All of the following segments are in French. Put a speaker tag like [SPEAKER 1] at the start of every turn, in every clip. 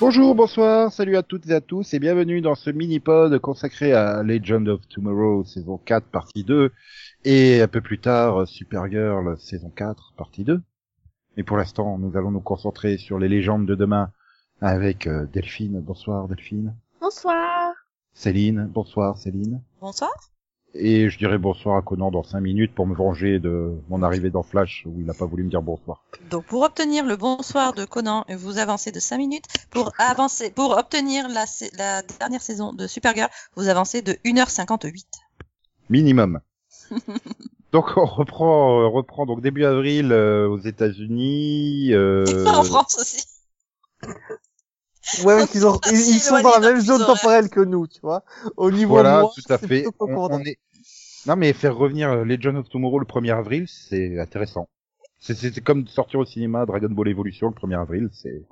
[SPEAKER 1] Bonjour, bonsoir, salut à toutes et à tous et bienvenue dans ce mini-pod consacré à Legend of Tomorrow saison 4 partie 2 et un peu plus tard Supergirl saison 4 partie 2. Mais pour l'instant, nous allons nous concentrer sur les légendes de demain avec euh, Delphine. Bonsoir Delphine.
[SPEAKER 2] Bonsoir.
[SPEAKER 1] Céline, bonsoir Céline.
[SPEAKER 3] Bonsoir.
[SPEAKER 1] Et je dirais bonsoir à Conan dans 5 minutes pour me venger de mon arrivée dans Flash où il n'a pas voulu me dire bonsoir.
[SPEAKER 3] Donc pour obtenir le bonsoir de Conan, vous avancez de 5 minutes. Pour avancer, pour obtenir la, sa- la dernière saison de Supergirl, vous avancez de 1h58.
[SPEAKER 1] Minimum. donc on reprend, euh, reprend donc début avril euh, aux États-Unis. euh,
[SPEAKER 3] Et en France aussi.
[SPEAKER 4] Ouais, mais ils, ont-
[SPEAKER 3] Ils sont
[SPEAKER 4] ils- ils
[SPEAKER 3] si
[SPEAKER 4] sont dans
[SPEAKER 3] éloignés
[SPEAKER 4] la
[SPEAKER 3] d'un
[SPEAKER 4] même zone
[SPEAKER 3] fuseau horaire.
[SPEAKER 4] temporelle que nous, tu vois. Au niveau
[SPEAKER 1] Voilà,
[SPEAKER 4] noir,
[SPEAKER 1] tout à
[SPEAKER 4] c'est
[SPEAKER 1] fait.
[SPEAKER 4] plutôt
[SPEAKER 1] On,
[SPEAKER 4] concordant.
[SPEAKER 1] on est... Non mais faire revenir euh, Legend of Tomorrow le 1er avril, c'est intéressant. C'est- C'est c'est comme sortir au cinéma Dragon Ball Evolution le 1er avril, c'est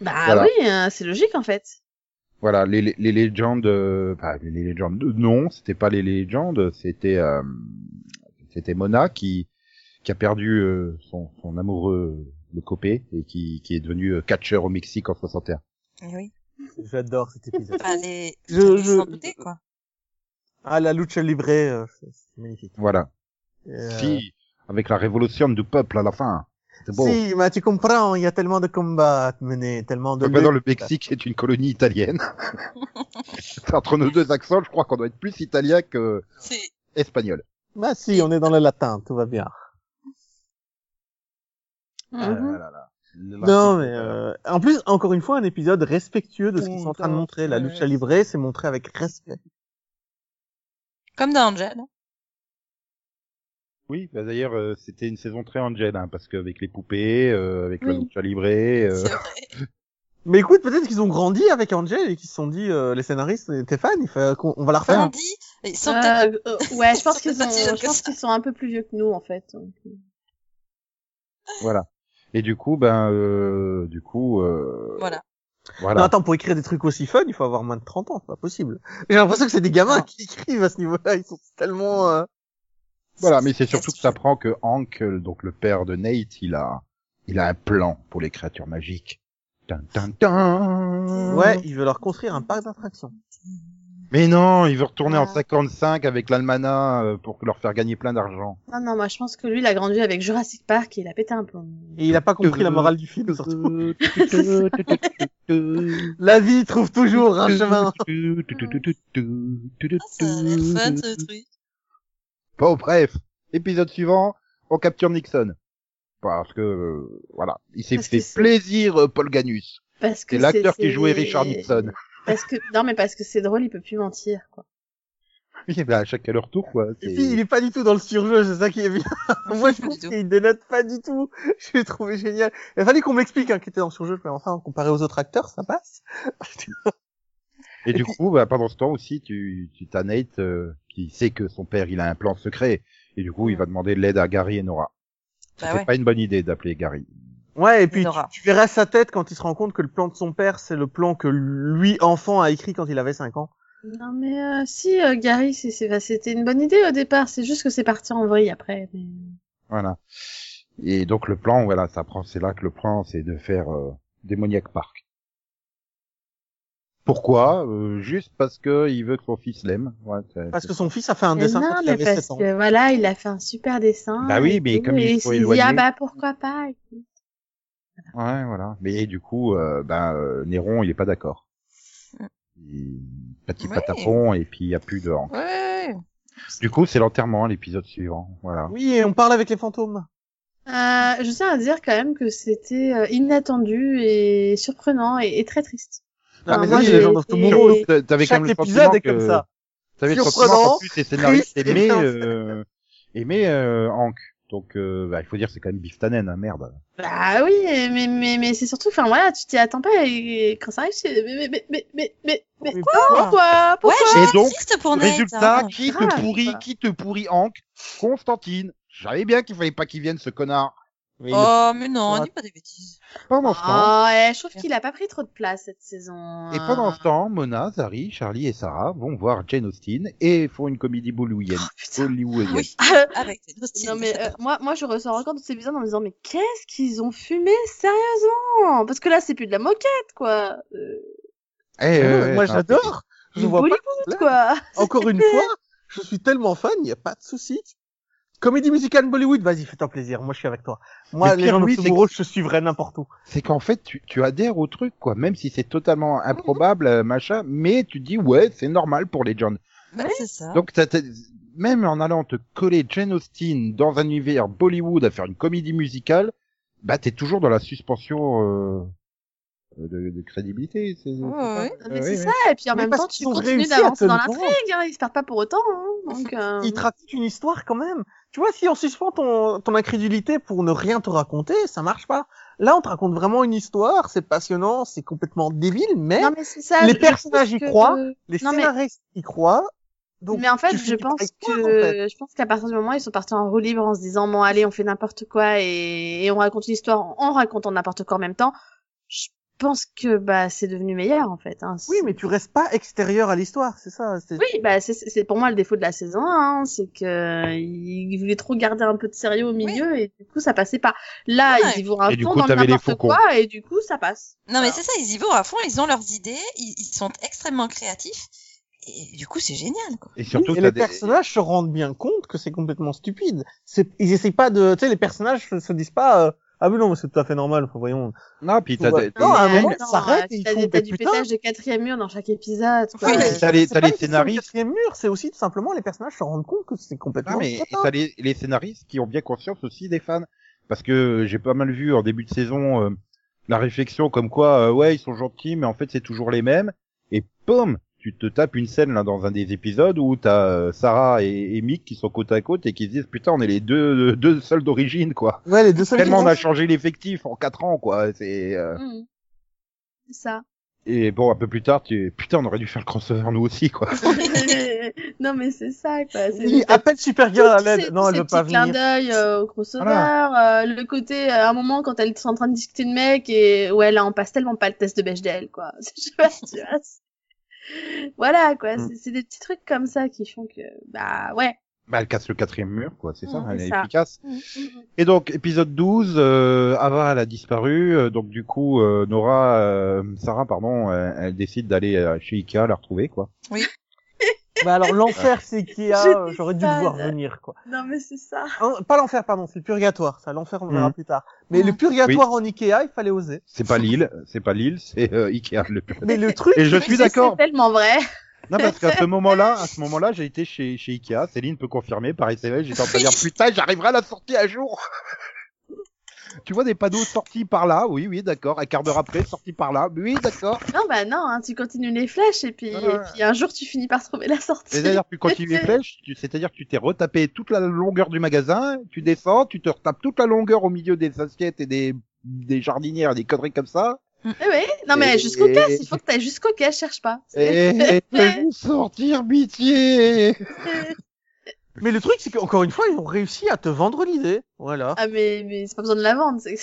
[SPEAKER 2] Bah
[SPEAKER 1] Voilà.
[SPEAKER 2] oui, hein, c'est logique en fait.
[SPEAKER 1] voilà les les, les légendes euh, bah, les légendes euh, non c'était pas les légendes c'était euh, c'était Mona qui qui a perdu euh, son, son amoureux le copé et qui qui est devenu euh, catcheur au Mexique en 61
[SPEAKER 3] Eh oui.
[SPEAKER 4] J'adore cet épisode.
[SPEAKER 3] Fallait,
[SPEAKER 4] Je-
[SPEAKER 3] fallait
[SPEAKER 4] je-
[SPEAKER 3] s'en douter, quoi.
[SPEAKER 4] ah, la lucha libre, euh, c'est c'est magnifique.
[SPEAKER 1] voilà
[SPEAKER 4] Euh,
[SPEAKER 1] si avec la révolution du peuple à la fin c'est bon
[SPEAKER 4] Si, mais tu comprends, il y a tellement de combats à mener, tellement de
[SPEAKER 1] Donc maintenant, le
[SPEAKER 4] luttes.
[SPEAKER 1] Mexique est une colonie italienne. Entre nos deux accents, je crois qu'on doit être plus italien que
[SPEAKER 3] C'est-
[SPEAKER 1] espagnol.
[SPEAKER 4] Bah si, on est dans le latin, tout va bien. Mhm.
[SPEAKER 1] Ah là là là.
[SPEAKER 4] Non, mais euh, en plus, encore une fois, un épisode respectueux de ce qu'ils sont en train de montrer. La lucha libre, c'est montré avec respect.
[SPEAKER 3] Comme dans Angel. hein,
[SPEAKER 1] Oui, bah d'ailleurs, euh, c'était une saison très Angel, hein, parce qu'avec les poupées, euh, avec euh, le
[SPEAKER 2] Oui.
[SPEAKER 1] lucha libré,
[SPEAKER 3] C'est vrai.
[SPEAKER 4] Mais écoute, peut-être qu'ils ont grandi avec Angel et qu'ils se sont dit, euh, les scénaristes, t'es fan, il faut qu'on- on va la refaire.
[SPEAKER 3] Enfin, on dit, ils sont peut-être
[SPEAKER 2] Euh, euh, ouais, je pense
[SPEAKER 3] Ils
[SPEAKER 2] qu'ils
[SPEAKER 3] sont
[SPEAKER 2] sont,
[SPEAKER 3] pas si jeunes
[SPEAKER 2] je
[SPEAKER 3] que
[SPEAKER 2] pense
[SPEAKER 3] ça.
[SPEAKER 2] qu'ils sont un peu plus vieux que nous en fait. donc, euh.
[SPEAKER 1] voilà. Et du coup, ben, euh, du coup, euh,
[SPEAKER 3] Voilà.
[SPEAKER 1] voilà.
[SPEAKER 4] Non, attends, pour écrire des trucs aussi fun, il faut avoir moins de 30 ans, c'est pas possible. J'ai l'impression que c'est des gamins
[SPEAKER 3] Non.
[SPEAKER 4] qui écrivent à ce niveau-là, ils sont tellement... euh,
[SPEAKER 1] Voilà, mais c'est surtout que ça prend que Hank, euh, donc le père de Nate, il a, il a un plan pour les créatures magiques. Tin, tin,
[SPEAKER 3] Mm.
[SPEAKER 1] tin.
[SPEAKER 4] Ouais, ils veulent leur construire un parc d'attractions.
[SPEAKER 1] Mais non, il veut retourner en
[SPEAKER 2] Ah.
[SPEAKER 1] 55 avec l'almanach euh, pour leur faire gagner plein d'argent.
[SPEAKER 2] Non, non, moi je pense que lui, il a grandi avec Jurassic Park et il a pété un plomb.
[SPEAKER 4] Et il a pas compris la morale du film, surtout. La vie trouve toujours un chemin.
[SPEAKER 3] Ah, ça a l'air
[SPEAKER 1] Mm.
[SPEAKER 3] fun, ce truc.
[SPEAKER 1] Bon, bref, épisode suivant, on capture Nixon. Parce que, euh, voilà, il s'est
[SPEAKER 2] Parce
[SPEAKER 1] fait
[SPEAKER 2] que c'est-
[SPEAKER 1] plaisir euh, Paul Ganus.
[SPEAKER 2] Parce que
[SPEAKER 1] C'est l'acteur
[SPEAKER 2] c'est-
[SPEAKER 1] qui jouait Richard Nixon.
[SPEAKER 2] Parce que non, mais parce que c'est drôle, il peut plus mentir quoi.
[SPEAKER 1] Oui, bah, à chacun leur tour, quoi.
[SPEAKER 4] Et
[SPEAKER 1] c'est-
[SPEAKER 4] puis, il est pas du tout dans le surjeu, c'est ça qui est bien. Moi, je
[SPEAKER 3] Pas
[SPEAKER 4] trouve
[SPEAKER 3] du tout.
[SPEAKER 4] qu'il dénote pas du tout. Je l'ai trouvé génial. Il a fallu qu'on m'explique hein, qu'il était dans le surjeu, mais enfin, comparé aux autres acteurs, ça passe.
[SPEAKER 1] Et du coup, bah, pendant ce temps aussi, tu, tu t'as Nate euh, qui sait que son père, il a un plan secret. Et du coup, il va demander de l'aide à Gary et Nora.
[SPEAKER 2] Ah
[SPEAKER 3] Bah
[SPEAKER 1] C'était
[SPEAKER 3] ouais.
[SPEAKER 1] pas une bonne idée d'appeler Gary.
[SPEAKER 4] Ouais, et puis tu,
[SPEAKER 3] Nora.
[SPEAKER 4] tu verras sa tête quand il se rend compte que le plan de son père, c'est le plan que lui, enfant, a écrit quand il avait 5 ans.
[SPEAKER 2] Non mais euh, si euh, Gary, c'est- c'est- bah, c'était une bonne idée au départ. C'est juste que c'est parti en vrille après. mais-
[SPEAKER 1] Voilà. Et donc le plan, voilà, ça prend, c'est là que le plan, c'est de faire euh, démoniaque Park. Pourquoi Euh, Juste parce que il veut que son fils l'aime. Ouais, c'est-
[SPEAKER 4] Parce que son fils a fait un
[SPEAKER 2] Mais
[SPEAKER 4] dessin
[SPEAKER 2] non,
[SPEAKER 4] quand il
[SPEAKER 2] mais
[SPEAKER 4] avait
[SPEAKER 2] parce
[SPEAKER 4] 7 ans.
[SPEAKER 2] que voilà, il a fait un super dessin.
[SPEAKER 1] Bah oui,
[SPEAKER 2] et
[SPEAKER 1] mais
[SPEAKER 2] tout,
[SPEAKER 1] comme
[SPEAKER 2] et
[SPEAKER 1] ils
[SPEAKER 2] il
[SPEAKER 1] sont
[SPEAKER 2] s'est dit
[SPEAKER 1] éloignés-
[SPEAKER 2] ah bah pourquoi pas.
[SPEAKER 1] ouais, voilà. Mais et du coup, euh, ben euh, Néron, il est pas d'accord. Il- Petit
[SPEAKER 3] Ouais.
[SPEAKER 1] patapon et puis il y a plus de.
[SPEAKER 3] Ouais, ouais, ouais.
[SPEAKER 1] Du coup, c'est l'enterrement, l'épisode suivant. Voilà.
[SPEAKER 4] Oui, et on parle avec les fantômes.
[SPEAKER 2] Euh, je tiens à dire quand même que c'était euh, inattendu et surprenant et, et très triste.
[SPEAKER 4] Non,
[SPEAKER 2] Ah,
[SPEAKER 4] mais
[SPEAKER 2] moi,
[SPEAKER 4] ça, c'est
[SPEAKER 2] j'ai
[SPEAKER 4] les gens of
[SPEAKER 2] été-
[SPEAKER 4] Tomorrow.
[SPEAKER 2] Et
[SPEAKER 1] T'a- T'avais quand
[SPEAKER 4] Chaque
[SPEAKER 1] même le
[SPEAKER 4] épisode
[SPEAKER 1] sentiment
[SPEAKER 4] est comme
[SPEAKER 1] que-
[SPEAKER 4] ça.
[SPEAKER 1] T'avais le
[SPEAKER 4] Surprenant,
[SPEAKER 1] sentiment qu'en plus les scénaristes
[SPEAKER 4] triste,
[SPEAKER 1] aimaient,
[SPEAKER 4] et bien fait.
[SPEAKER 1] euh, aimaient euh, Hank. Donc, euh, bah, il faut dire c'est quand même Biftanen, hein, merde.
[SPEAKER 2] Bah oui, et- mais mais mais c'est surtout, enfin voilà, tu t'y attends pas et quand ça arrive, c'est mais mais mais mais mais mais
[SPEAKER 4] Mais
[SPEAKER 2] mais pourquoi
[SPEAKER 3] Ouais,
[SPEAKER 2] pourquoi
[SPEAKER 3] j'étais
[SPEAKER 1] donc,
[SPEAKER 3] triste pour Nate.
[SPEAKER 1] Résultat,
[SPEAKER 3] hein.
[SPEAKER 1] qui te
[SPEAKER 2] grave.
[SPEAKER 1] pourrit, qui te pourrit Hank Constantine. Je savais bien qu'il fallait pas qu'il vienne ce connard.
[SPEAKER 4] Mais il-
[SPEAKER 3] Oh, mais non,
[SPEAKER 4] Faudra-
[SPEAKER 3] dis pas des bêtises.
[SPEAKER 1] Pendant ce temps,
[SPEAKER 2] Oh, eh, je trouve qu'il a pas pris trop de place cette saison.
[SPEAKER 1] et
[SPEAKER 2] hein.
[SPEAKER 1] pendant ce temps, Mona, Zari, Charlie et Sarah vont voir Jane Austen et font une comédie bollywoodienne.
[SPEAKER 2] putain.
[SPEAKER 1] Bollywoodienne.
[SPEAKER 3] Ah Oui, avec les deux styles.
[SPEAKER 2] Non mais euh, moi, moi je ressors encore de ces épisodes en me disant mais qu'est-ce qu'ils ont fumé sérieusement Parce que là c'est plus de la moquette quoi, Euh,
[SPEAKER 1] Eh,
[SPEAKER 4] Euh,
[SPEAKER 1] ouais, ouais,
[SPEAKER 4] moi,
[SPEAKER 1] c'est un
[SPEAKER 4] j'adore. Je
[SPEAKER 2] du
[SPEAKER 4] vois
[SPEAKER 2] Bollywood
[SPEAKER 4] pas.
[SPEAKER 2] quoi.
[SPEAKER 4] Encore une fois, je suis tellement fan, il n'y a pas de souci. Comédie musicale Bollywood, vas-y, fais-toi plaisir. Moi, je suis avec toi. Moi,
[SPEAKER 1] Mais
[SPEAKER 4] les
[SPEAKER 1] pire,
[SPEAKER 4] gens de
[SPEAKER 1] Louis, c'est
[SPEAKER 4] Tomorrow, je suivrai n'importe où.
[SPEAKER 1] c'est qu'en fait tu, tu adhères au truc quoi même si c'est totalement improbable euh, machin mais tu dis ouais c'est normal pour les John
[SPEAKER 3] Bah, c'est ça.
[SPEAKER 1] donc t'as- t'as- même en allant te coller Jane Austen dans un univers Bollywood à faire une comédie musicale bah t'es toujours dans la suspension euh, de, de crédibilité c'est
[SPEAKER 3] Ouais,
[SPEAKER 1] c'est ça
[SPEAKER 3] ouais.
[SPEAKER 1] Euh,
[SPEAKER 2] Ah, Mais
[SPEAKER 1] oui,
[SPEAKER 2] c'est
[SPEAKER 1] oui.
[SPEAKER 2] ça et puis en
[SPEAKER 4] Mais
[SPEAKER 2] même
[SPEAKER 4] parce
[SPEAKER 2] temps
[SPEAKER 4] qu'ils
[SPEAKER 2] tu
[SPEAKER 4] ont
[SPEAKER 2] continues
[SPEAKER 4] réussi à
[SPEAKER 2] d'avancer
[SPEAKER 4] te
[SPEAKER 2] dans
[SPEAKER 4] le vendre.
[SPEAKER 2] l'intrigue, hein, ils se perdent pas pour autant. hein. Donc euh,
[SPEAKER 4] Il te raconte une histoire quand même. Tu vois, si on suspend ton, ton incrédulité pour ne rien te raconter, ça marche pas. Là, on te raconte vraiment une histoire, c'est passionnant, c'est complètement débile, mais
[SPEAKER 2] non mais c'est ça.
[SPEAKER 4] Eh les
[SPEAKER 2] je- je
[SPEAKER 4] personnages
[SPEAKER 2] pense
[SPEAKER 4] y
[SPEAKER 2] que-
[SPEAKER 4] croient, les
[SPEAKER 2] non, mais-
[SPEAKER 4] scénaristes y croient. Donc,
[SPEAKER 2] mais en fait,
[SPEAKER 4] tu
[SPEAKER 2] je
[SPEAKER 4] finis par
[SPEAKER 2] pense
[SPEAKER 4] y
[SPEAKER 2] que
[SPEAKER 4] croire, en fait.
[SPEAKER 2] je pense qu'à partir du moment où ils sont partis en roue libre en se disant bon allez on fait n'importe quoi et, et on raconte une histoire en, en racontant n'importe quoi en même temps, je pense que bah c'est devenu meilleur en fait. Hein.
[SPEAKER 4] Oui, mais tu restes pas extérieur à l'histoire, c'est ça. c'est-
[SPEAKER 2] Oui, bah c'est- c'est c'est pour moi le défaut de la saison 1, hein, c'est que il voulait trop garder un peu de sérieux au milieu et du coup ça passait pas. Là,
[SPEAKER 3] Ouais.
[SPEAKER 2] ils y vont à
[SPEAKER 1] Et du
[SPEAKER 2] fond
[SPEAKER 1] coup,
[SPEAKER 2] dans le
[SPEAKER 1] t'avais les
[SPEAKER 2] n'importe
[SPEAKER 1] faucons.
[SPEAKER 2] quoi et du coup ça passe.
[SPEAKER 3] Non, mais
[SPEAKER 2] Alors.
[SPEAKER 3] c'est ça, ils y vont à fond, ils ont leurs idées, ils, ils sont extrêmement créatifs. Et du coup, c'est génial, quoi.
[SPEAKER 1] et surtout
[SPEAKER 4] et
[SPEAKER 1] t'as
[SPEAKER 4] les
[SPEAKER 1] des-
[SPEAKER 4] personnages se rendent bien compte que c'est complètement stupide. C'est, ils essayent pas de, tu sais, les personnages se, se disent pas, euh, ah mais non, mais c'est tout à fait normal, enfin, voyons.
[SPEAKER 1] non puis t'as
[SPEAKER 4] Ouais.
[SPEAKER 1] des-
[SPEAKER 4] Non, à un
[SPEAKER 2] Mais
[SPEAKER 4] moment,
[SPEAKER 2] attends,
[SPEAKER 4] ça s'arrête
[SPEAKER 2] euh,
[SPEAKER 4] et ils
[SPEAKER 2] t'as
[SPEAKER 4] font
[SPEAKER 2] des- t'as
[SPEAKER 4] des
[SPEAKER 2] du
[SPEAKER 4] putains.
[SPEAKER 2] pétage de quatrième mur dans chaque épisode. quoi.
[SPEAKER 1] t'as
[SPEAKER 3] Oui, mais-
[SPEAKER 1] t'as les
[SPEAKER 4] C'est
[SPEAKER 1] t'as
[SPEAKER 4] pas
[SPEAKER 1] les
[SPEAKER 4] une question de
[SPEAKER 1] scénaristes
[SPEAKER 4] quatrième mur, c'est aussi tout simplement les personnages se rendent compte que c'est
[SPEAKER 1] Non,
[SPEAKER 4] complètement.
[SPEAKER 1] Ah, mais
[SPEAKER 4] potin.
[SPEAKER 1] ça, les, les scénaristes qui ont bien conscience aussi des fans. Parce que euh, j'ai pas mal vu en début de saison euh, la réflexion comme quoi, euh, ouais, ils sont gentils, mais en fait, c'est toujours les mêmes. Et pom tu te tapes une scène là dans un des épisodes où t'as euh, Sarah et, et Mick qui sont côte à côte et qui se disent putain on est les deux euh, deux seuls d'origine quoi.
[SPEAKER 4] Ouais, les deux seuls.
[SPEAKER 1] Tellement on a
[SPEAKER 4] personnages-
[SPEAKER 1] changé l'effectif en quatre ans quoi. C'est euh,
[SPEAKER 2] Mm. C'est ça.
[SPEAKER 1] et bon un peu plus tard tu putain on aurait dû faire le crossover nous aussi quoi.
[SPEAKER 2] non mais c'est ça quoi. C'est-
[SPEAKER 4] Oui,
[SPEAKER 1] ah,
[SPEAKER 4] appelle Supergirl à
[SPEAKER 2] Tous ces-
[SPEAKER 4] l'aide. Non,
[SPEAKER 2] tous
[SPEAKER 4] elle
[SPEAKER 2] ces
[SPEAKER 4] veut pas
[SPEAKER 2] petits clins
[SPEAKER 4] venir.
[SPEAKER 2] d'œil euh, au crossover, euh, le côté euh, à un moment quand elle est en train de discuter de mec et ouais là on passe tellement pas le test de Bechdel quoi. Je sais pas, tu vois, c'est- voilà quoi,
[SPEAKER 1] Mmh.
[SPEAKER 4] Mm.
[SPEAKER 2] c'est- c'est des petits trucs comme ça qui font que bah ouais.
[SPEAKER 1] Bah, elle casse le quatrième mur, quoi, c'est ça,
[SPEAKER 2] Ouais,
[SPEAKER 1] elle
[SPEAKER 2] c'est
[SPEAKER 1] est
[SPEAKER 2] ça.
[SPEAKER 1] efficace. Et donc, épisode 12, euh, Ava, elle a disparu, euh, donc du coup, euh, Nora, euh, Sarah, pardon, euh, elle, décide d'aller euh, chez Ikea la retrouver, quoi.
[SPEAKER 4] Bah alors, l'enfer, c'est qu'il y a,
[SPEAKER 2] J'étais
[SPEAKER 4] euh, j'aurais dû
[SPEAKER 2] fan.
[SPEAKER 4] voir venir, quoi.
[SPEAKER 2] Non mais c'est ça.
[SPEAKER 4] Hein, pas l'enfer, pardon, c'est le purgatoire. Ça, l'enfer, on verra
[SPEAKER 1] Mhm.
[SPEAKER 4] plus tard. Mais le
[SPEAKER 2] Hmm.
[SPEAKER 3] Mhm.
[SPEAKER 4] purgatoire en Ikea, il fallait oser.
[SPEAKER 1] C'est pas Lille, c'est pas Lille, c'est euh, Ikea. Le...
[SPEAKER 4] Mais le truc,
[SPEAKER 1] Et je
[SPEAKER 3] Oui,
[SPEAKER 1] suis
[SPEAKER 3] c'est-
[SPEAKER 1] d'accord.
[SPEAKER 2] C'est tellement vrai.
[SPEAKER 1] Non, parce qu'à ce moment-là, à ce moment-là, j'ai été chez, chez Ikea, Céline peut confirmer, par SMS, j'étais en train de dire, putain, j'arriverai à la sortie à jour! tu vois des panneaux sortis par là, oui, oui, d'accord, un quart d'heure après, sorti par là, oui, d'accord.
[SPEAKER 2] Non bah non, hein, tu continues les flèches et puis,
[SPEAKER 1] Ouais,
[SPEAKER 2] et
[SPEAKER 1] ouais.
[SPEAKER 2] puis un jour tu finis par trouver la sortie.
[SPEAKER 1] Et d'ailleurs, tu continues les flèches, tu- c'est-à-dire que tu t'es retapé toute la longueur du magasin, tu descends, tu te retapes toute la longueur au milieu des assiettes et des, des jardinières, des conneries comme ça,
[SPEAKER 2] Eh ouais. Non mais
[SPEAKER 1] Et-
[SPEAKER 2] jusqu'au cash, il faut que t'ailles jusqu'au cash, cherche pas.
[SPEAKER 1] et et te font sortir pitié
[SPEAKER 4] mais le truc, c'est qu'encore une fois, ils ont réussi à te vendre l'idée. Voilà.
[SPEAKER 2] Ah mais, mais c'est pas besoin de la vendre. c'est-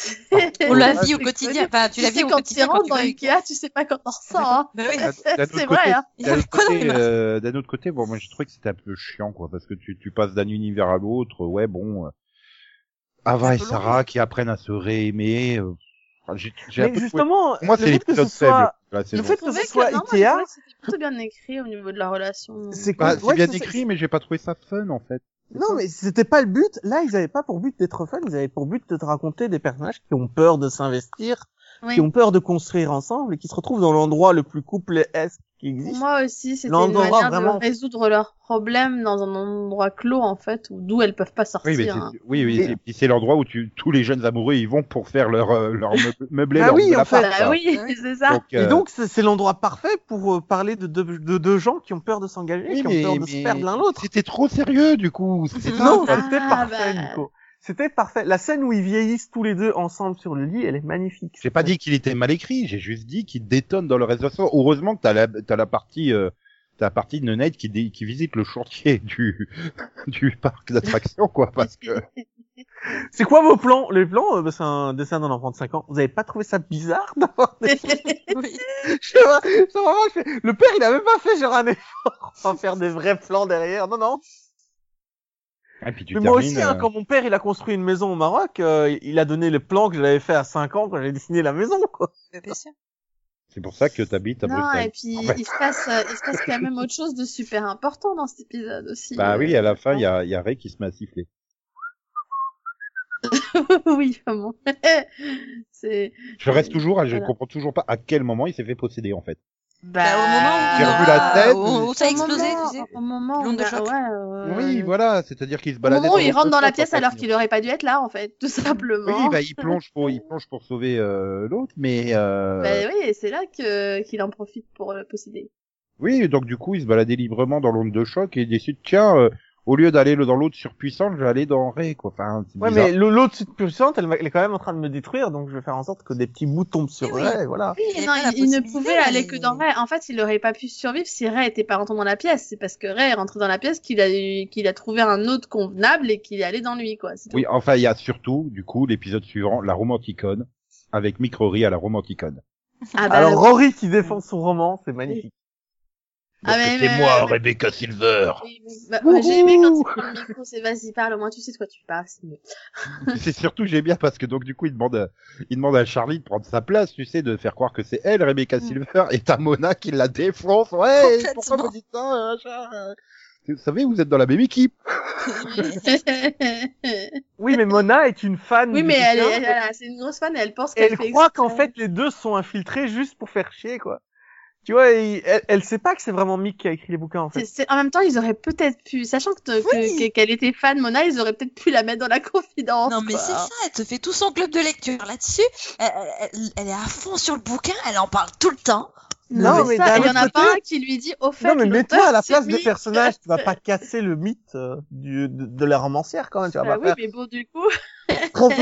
[SPEAKER 3] On la
[SPEAKER 2] c'est
[SPEAKER 3] vit au
[SPEAKER 2] connu.
[SPEAKER 3] quotidien. Enfin, tu
[SPEAKER 2] Tu,
[SPEAKER 3] la
[SPEAKER 2] sais
[SPEAKER 3] vis au
[SPEAKER 2] quand tu
[SPEAKER 3] quotidien. quand
[SPEAKER 2] rentres
[SPEAKER 3] tu
[SPEAKER 2] dans
[SPEAKER 3] vas-
[SPEAKER 2] Ikea, tu sais pas quand t'en ressors. Hein.
[SPEAKER 3] Bah oui.
[SPEAKER 1] D'un- d'un autre côté-
[SPEAKER 2] C'est vrai. Hein.
[SPEAKER 3] Il y a
[SPEAKER 1] D'un
[SPEAKER 3] le
[SPEAKER 1] autre
[SPEAKER 3] connard,
[SPEAKER 1] côté,
[SPEAKER 3] il marche.
[SPEAKER 1] euh, d'un autre côté, bon, moi, je trouvais que c'était un peu chiant, quoi, parce que tu, tu passes d'un univers à l'autre, ouais, bon, euh, Ava
[SPEAKER 3] C'est
[SPEAKER 1] et
[SPEAKER 3] un peu long.
[SPEAKER 1] Sarah qui apprennent à se réaimer, euh, j'ai, j'ai un
[SPEAKER 4] Mais
[SPEAKER 1] peu trouvé-
[SPEAKER 4] justement,
[SPEAKER 1] Pour moi,
[SPEAKER 4] le
[SPEAKER 1] c'est
[SPEAKER 4] fait que ce
[SPEAKER 1] l'épisode
[SPEAKER 4] soit-
[SPEAKER 1] faible, là, c'est
[SPEAKER 4] le fait
[SPEAKER 2] Je trouvais
[SPEAKER 4] que ce
[SPEAKER 2] non,
[SPEAKER 4] soit
[SPEAKER 2] moi, je
[SPEAKER 4] Ikea,
[SPEAKER 2] trouvais que c'était plutôt bien écrit au niveau de la relation.
[SPEAKER 4] c'est
[SPEAKER 1] Bah,
[SPEAKER 4] con-
[SPEAKER 1] c'est
[SPEAKER 4] ouais,
[SPEAKER 1] bien
[SPEAKER 4] c'est- c'est-
[SPEAKER 1] écrit, mais j'ai pas trouvé ça fun, en fait.
[SPEAKER 4] Non, mais c'était pas le but. Là, ils avaient pas pour but d'être fun. Ils avaient pour but de te raconter des personnages qui ont peur de s'investir,
[SPEAKER 2] Oui.
[SPEAKER 4] qui ont peur de construire ensemble et qui se retrouvent dans l'endroit le plus couple-esque qui
[SPEAKER 2] Pour
[SPEAKER 4] existe.
[SPEAKER 2] moi aussi, c'était une
[SPEAKER 4] L'endroit,
[SPEAKER 2] manière
[SPEAKER 4] vraiment.
[SPEAKER 2] de résoudre leurs problèmes dans un endroit clos, en fait, où d'où elles peuvent pas sortir.
[SPEAKER 1] Oui, mais
[SPEAKER 2] hein.
[SPEAKER 1] c'est, oui, oui,
[SPEAKER 4] Mais-
[SPEAKER 1] c'est, puis c'est l'endroit où tu, tous les jeunes amoureux ils vont pour faire leur, euh, leur meuble- meubler
[SPEAKER 4] Ah
[SPEAKER 1] leur
[SPEAKER 4] oui,
[SPEAKER 1] nouvel
[SPEAKER 4] en fait.
[SPEAKER 1] appart,
[SPEAKER 2] Bah
[SPEAKER 1] quoi.
[SPEAKER 2] oui,
[SPEAKER 3] Oui.
[SPEAKER 2] c'est ça.
[SPEAKER 1] Donc,
[SPEAKER 4] Et
[SPEAKER 1] euh,
[SPEAKER 4] donc, c'est c'est l'endroit parfait pour euh, parler de deux, de deux gens qui ont peur de s'engager,
[SPEAKER 1] oui,
[SPEAKER 4] qui ont
[SPEAKER 1] mais-
[SPEAKER 4] peur de
[SPEAKER 1] mais
[SPEAKER 4] se perdre l'un l'autre.
[SPEAKER 1] C'était trop sérieux, du coup. C'était ça,
[SPEAKER 4] Non,
[SPEAKER 1] quoi.
[SPEAKER 4] c'était
[SPEAKER 2] Ah,
[SPEAKER 4] parfait,
[SPEAKER 2] bah.
[SPEAKER 4] Nico. C'était parfait. La scène où ils vieillissent tous les deux ensemble sur le lit, elle est magnifique.
[SPEAKER 1] J'ai pas dit qu'il était mal écrit, j'ai juste dit qu'il détonne dans le réseau. Heureusement que t'as la, t'as la partie, euh, t'as la partie de Nonette qui, dé- qui visite le chantier du, du parc d'attractions, quoi, parce que
[SPEAKER 4] C'est quoi vos plans Les plans, euh, bah, c'est un dessin d'un enfant de 5 ans. Vous avez pas trouvé ça bizarre d'avoir des...
[SPEAKER 3] Oui.
[SPEAKER 4] Je sais pas, c'est vraiment, je fais- Le père, il a même pas fait genre un effort pour faire des vrais plans derrière. Non, non.
[SPEAKER 1] Et puis tu
[SPEAKER 4] Mais
[SPEAKER 1] termines.
[SPEAKER 4] moi aussi, hein,
[SPEAKER 1] euh,
[SPEAKER 4] quand mon père, il a construit une maison au Maroc, euh, il a donné les plans que j'avais fait à 5 ans quand j'ai dessiné la maison, quoi.
[SPEAKER 3] Bien sûr.
[SPEAKER 1] C'est pour ça que t'habites à
[SPEAKER 2] non,
[SPEAKER 1] Bruxelles.
[SPEAKER 2] et puis
[SPEAKER 1] En fait.
[SPEAKER 2] il, se passe, euh, il se passe quand même autre chose de super important dans cet épisode aussi.
[SPEAKER 1] Bah
[SPEAKER 2] Euh,
[SPEAKER 1] oui, à la fin, il y a, il y a Ray qui se met à siffler.
[SPEAKER 2] oui, vraiment. c'est...
[SPEAKER 1] Je reste toujours, à- je
[SPEAKER 2] Voilà.
[SPEAKER 1] comprends toujours pas à quel moment il s'est fait posséder en fait.
[SPEAKER 2] Bah,
[SPEAKER 3] Bah, au moment où,
[SPEAKER 1] J'ai
[SPEAKER 3] on
[SPEAKER 1] revu la
[SPEAKER 3] a-
[SPEAKER 1] tête,
[SPEAKER 3] où- où ça a
[SPEAKER 2] Au
[SPEAKER 3] explosé,
[SPEAKER 2] moment-
[SPEAKER 3] tu sais.
[SPEAKER 2] Au moment où
[SPEAKER 3] L'onde de
[SPEAKER 2] on a-
[SPEAKER 3] choc.
[SPEAKER 2] ouais, euh,
[SPEAKER 1] Oui, voilà, c'est-à-dire qu'il se
[SPEAKER 2] Au
[SPEAKER 1] baladait.
[SPEAKER 2] moment où
[SPEAKER 1] dans
[SPEAKER 2] il rentre dans la
[SPEAKER 1] l'autre
[SPEAKER 2] pièce
[SPEAKER 1] sens, en
[SPEAKER 2] alors
[SPEAKER 1] fait.
[SPEAKER 2] qu'il aurait pas dû être là, en fait, tout simplement.
[SPEAKER 1] Oui, bah il plonge pour, il plonge pour sauver euh, l'autre, mais euh,
[SPEAKER 2] Bah oui, et c'est là que qu'il en profite pour le posséder.
[SPEAKER 1] oui, donc du coup il se baladait librement dans l'onde de choc et il décide tiens, euh, au lieu d'aller le- dans l'autre surpuissante, je vais aller dans Ray quoi. Enfin, c'est
[SPEAKER 4] Ouais,
[SPEAKER 1] bizarre.
[SPEAKER 4] mais l'autre puissante, elle, est quand même en train de me détruire, donc je vais faire en sorte que des petits bouts tombent sur
[SPEAKER 3] Oui, oui.
[SPEAKER 4] elle, voilà.
[SPEAKER 2] Oui,
[SPEAKER 3] Il y
[SPEAKER 2] non,
[SPEAKER 3] avait pas la
[SPEAKER 2] il, il ne
[SPEAKER 3] possibilité,
[SPEAKER 2] pouvait aller
[SPEAKER 3] mais-
[SPEAKER 2] que dans Ray. En fait, il aurait pas pu survivre si Ray était pas rentré dans la pièce. C'est parce que Ray est rentré dans la pièce qu'il a eu- qu'il a trouvé un autre convenable et qu'il est allé dans lui, quoi. C'est tout.
[SPEAKER 1] Oui, enfin il y a surtout du coup l'épisode suivant, la romanticone avec Microri à la romanticone.
[SPEAKER 2] Ah
[SPEAKER 4] Alors
[SPEAKER 2] oui.
[SPEAKER 4] Rory qui défend son roman, c'est magnifique.
[SPEAKER 2] Ah, mais- mais- mais-
[SPEAKER 1] Rebecca Silver.
[SPEAKER 2] oui, oui. Bah, ouais, J'ai aimé quand
[SPEAKER 4] Wouhou
[SPEAKER 2] il prend le micro, c'est vas-y, parle, au moins tu sais de quoi tu parles, c'est mieux.
[SPEAKER 1] c'est surtout j'aime bien parce que donc du coup il demande à, il demande à Charlie de prendre sa place, tu sais, de faire croire que c'est elle Rebecca
[SPEAKER 2] Mm.
[SPEAKER 1] Silver et t'as Mona qui la défonce. Ouais,
[SPEAKER 3] Complètement.
[SPEAKER 1] pourquoi vous dites ça euh, machin, euh Vous savez, vous êtes dans la même équipe.
[SPEAKER 4] Oui, mais Mona est une fan.
[SPEAKER 2] oui,
[SPEAKER 4] du
[SPEAKER 2] mais elle est,
[SPEAKER 4] bouquin,
[SPEAKER 2] elle- elle- c'est une grosse fan et elle pense
[SPEAKER 4] et
[SPEAKER 2] qu'elle
[SPEAKER 4] Mm, elle
[SPEAKER 2] fait
[SPEAKER 4] croit qu'en
[SPEAKER 2] exprès.
[SPEAKER 4] fait les deux sont infiltrés juste pour faire chier, quoi. Tu vois, il- elle, elle sait pas que c'est vraiment Mick qui a écrit les bouquins, en
[SPEAKER 2] C'est-
[SPEAKER 4] fait.
[SPEAKER 2] c'est- en même temps, ils auraient peut-être pu, sachant que- que- que- qu'elle était fan de Mona, ils auraient peut-être pu la mettre dans la confidence.
[SPEAKER 3] Non mais
[SPEAKER 2] quoi.
[SPEAKER 3] c'est ça, elle te fait tout son club de lecture là-dessus. Elle, elle- elle est à fond sur le bouquin, elle en parle tout le temps.
[SPEAKER 4] Non,
[SPEAKER 2] Non,
[SPEAKER 4] mais
[SPEAKER 2] mais
[SPEAKER 4] d'un
[SPEAKER 2] ça, il y en a
[SPEAKER 4] autre
[SPEAKER 2] pas
[SPEAKER 4] côté-
[SPEAKER 2] un qui lui dit au fait.
[SPEAKER 4] Non, mais mets-toi à la
[SPEAKER 2] c'est
[SPEAKER 4] place des
[SPEAKER 2] lui.
[SPEAKER 4] personnages, tu vas pas casser le mythe euh, du, de, de la romancière, quand même. Tu vas
[SPEAKER 2] Bah
[SPEAKER 4] pas
[SPEAKER 2] oui, mais bon, du coup,
[SPEAKER 4] Franch-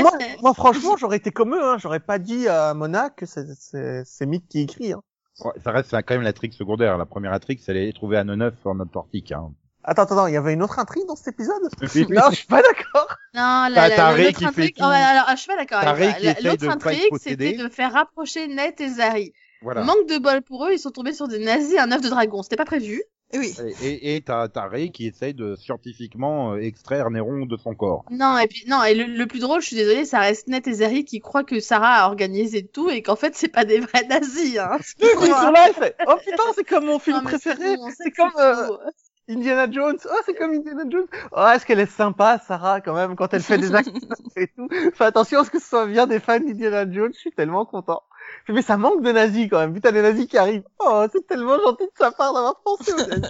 [SPEAKER 4] moi, moi, franchement, j'aurais été comme eux, hein. J'aurais pas dit à Mona que c'est- c'est c'est Mick qui écrit, hein.
[SPEAKER 1] Ouais, ça reste c'est quand même la trick secondaire. La première intrigue, c'est aller trouver Anne 9 en Antarctique. Hein.
[SPEAKER 4] Attends, attends, attends, il y avait une autre intrigue dans cet épisode?
[SPEAKER 1] Oui, oui.
[SPEAKER 4] Non, je suis pas d'accord.
[SPEAKER 2] non, la,
[SPEAKER 1] T'as- t'as
[SPEAKER 2] la, la-
[SPEAKER 1] Ray
[SPEAKER 2] l'autre
[SPEAKER 1] qui fait
[SPEAKER 2] intrigue,
[SPEAKER 1] tout.
[SPEAKER 2] oh, alors, ah, je suis pas d'accord
[SPEAKER 1] T'as
[SPEAKER 2] avec
[SPEAKER 1] Ray
[SPEAKER 2] toi.
[SPEAKER 1] qui
[SPEAKER 2] La-
[SPEAKER 1] essaye de
[SPEAKER 2] L'autre
[SPEAKER 1] pas être
[SPEAKER 2] intrigue,
[SPEAKER 1] possédé.
[SPEAKER 2] c'était de faire rapprocher Ned et Zari.
[SPEAKER 1] Voilà.
[SPEAKER 2] Manque de bol pour eux, ils sont tombés sur des nazis, un œuf de dragon. C'était pas prévu.
[SPEAKER 3] Oui.
[SPEAKER 1] Et- Et et t'as t'as Ray qui essaye de scientifiquement euh, extraire Néron de son corps.
[SPEAKER 2] Non, et puis, non, et le, le plus drôle, je suis désolée, ça reste Ned et Zari qui croient que Sarah a organisé tout et qu'en fait, c'est pas des vrais nazis, hein.
[SPEAKER 4] Ils sont là, ils font, Oh putain, c'est comme mon film
[SPEAKER 2] Non, mais c'est
[SPEAKER 4] préféré.
[SPEAKER 2] bon, on sait
[SPEAKER 4] c'est
[SPEAKER 2] que
[SPEAKER 4] comme, euh,
[SPEAKER 2] faux.
[SPEAKER 4] Indiana Jones. Oh, c'est comme Indiana Jones. Oh, est-ce qu'elle est sympa, Sarah, quand même, quand elle fait des actes et tout. Fais attention à ce que ce soit bien des fans d'Indiana Jones. Je suis tellement content. Je fais, Mais ça manque de nazis, quand même. Putain, les nazis qui arrivent. Oh, c'est tellement gentil de sa part d'avoir pensé aux nazis.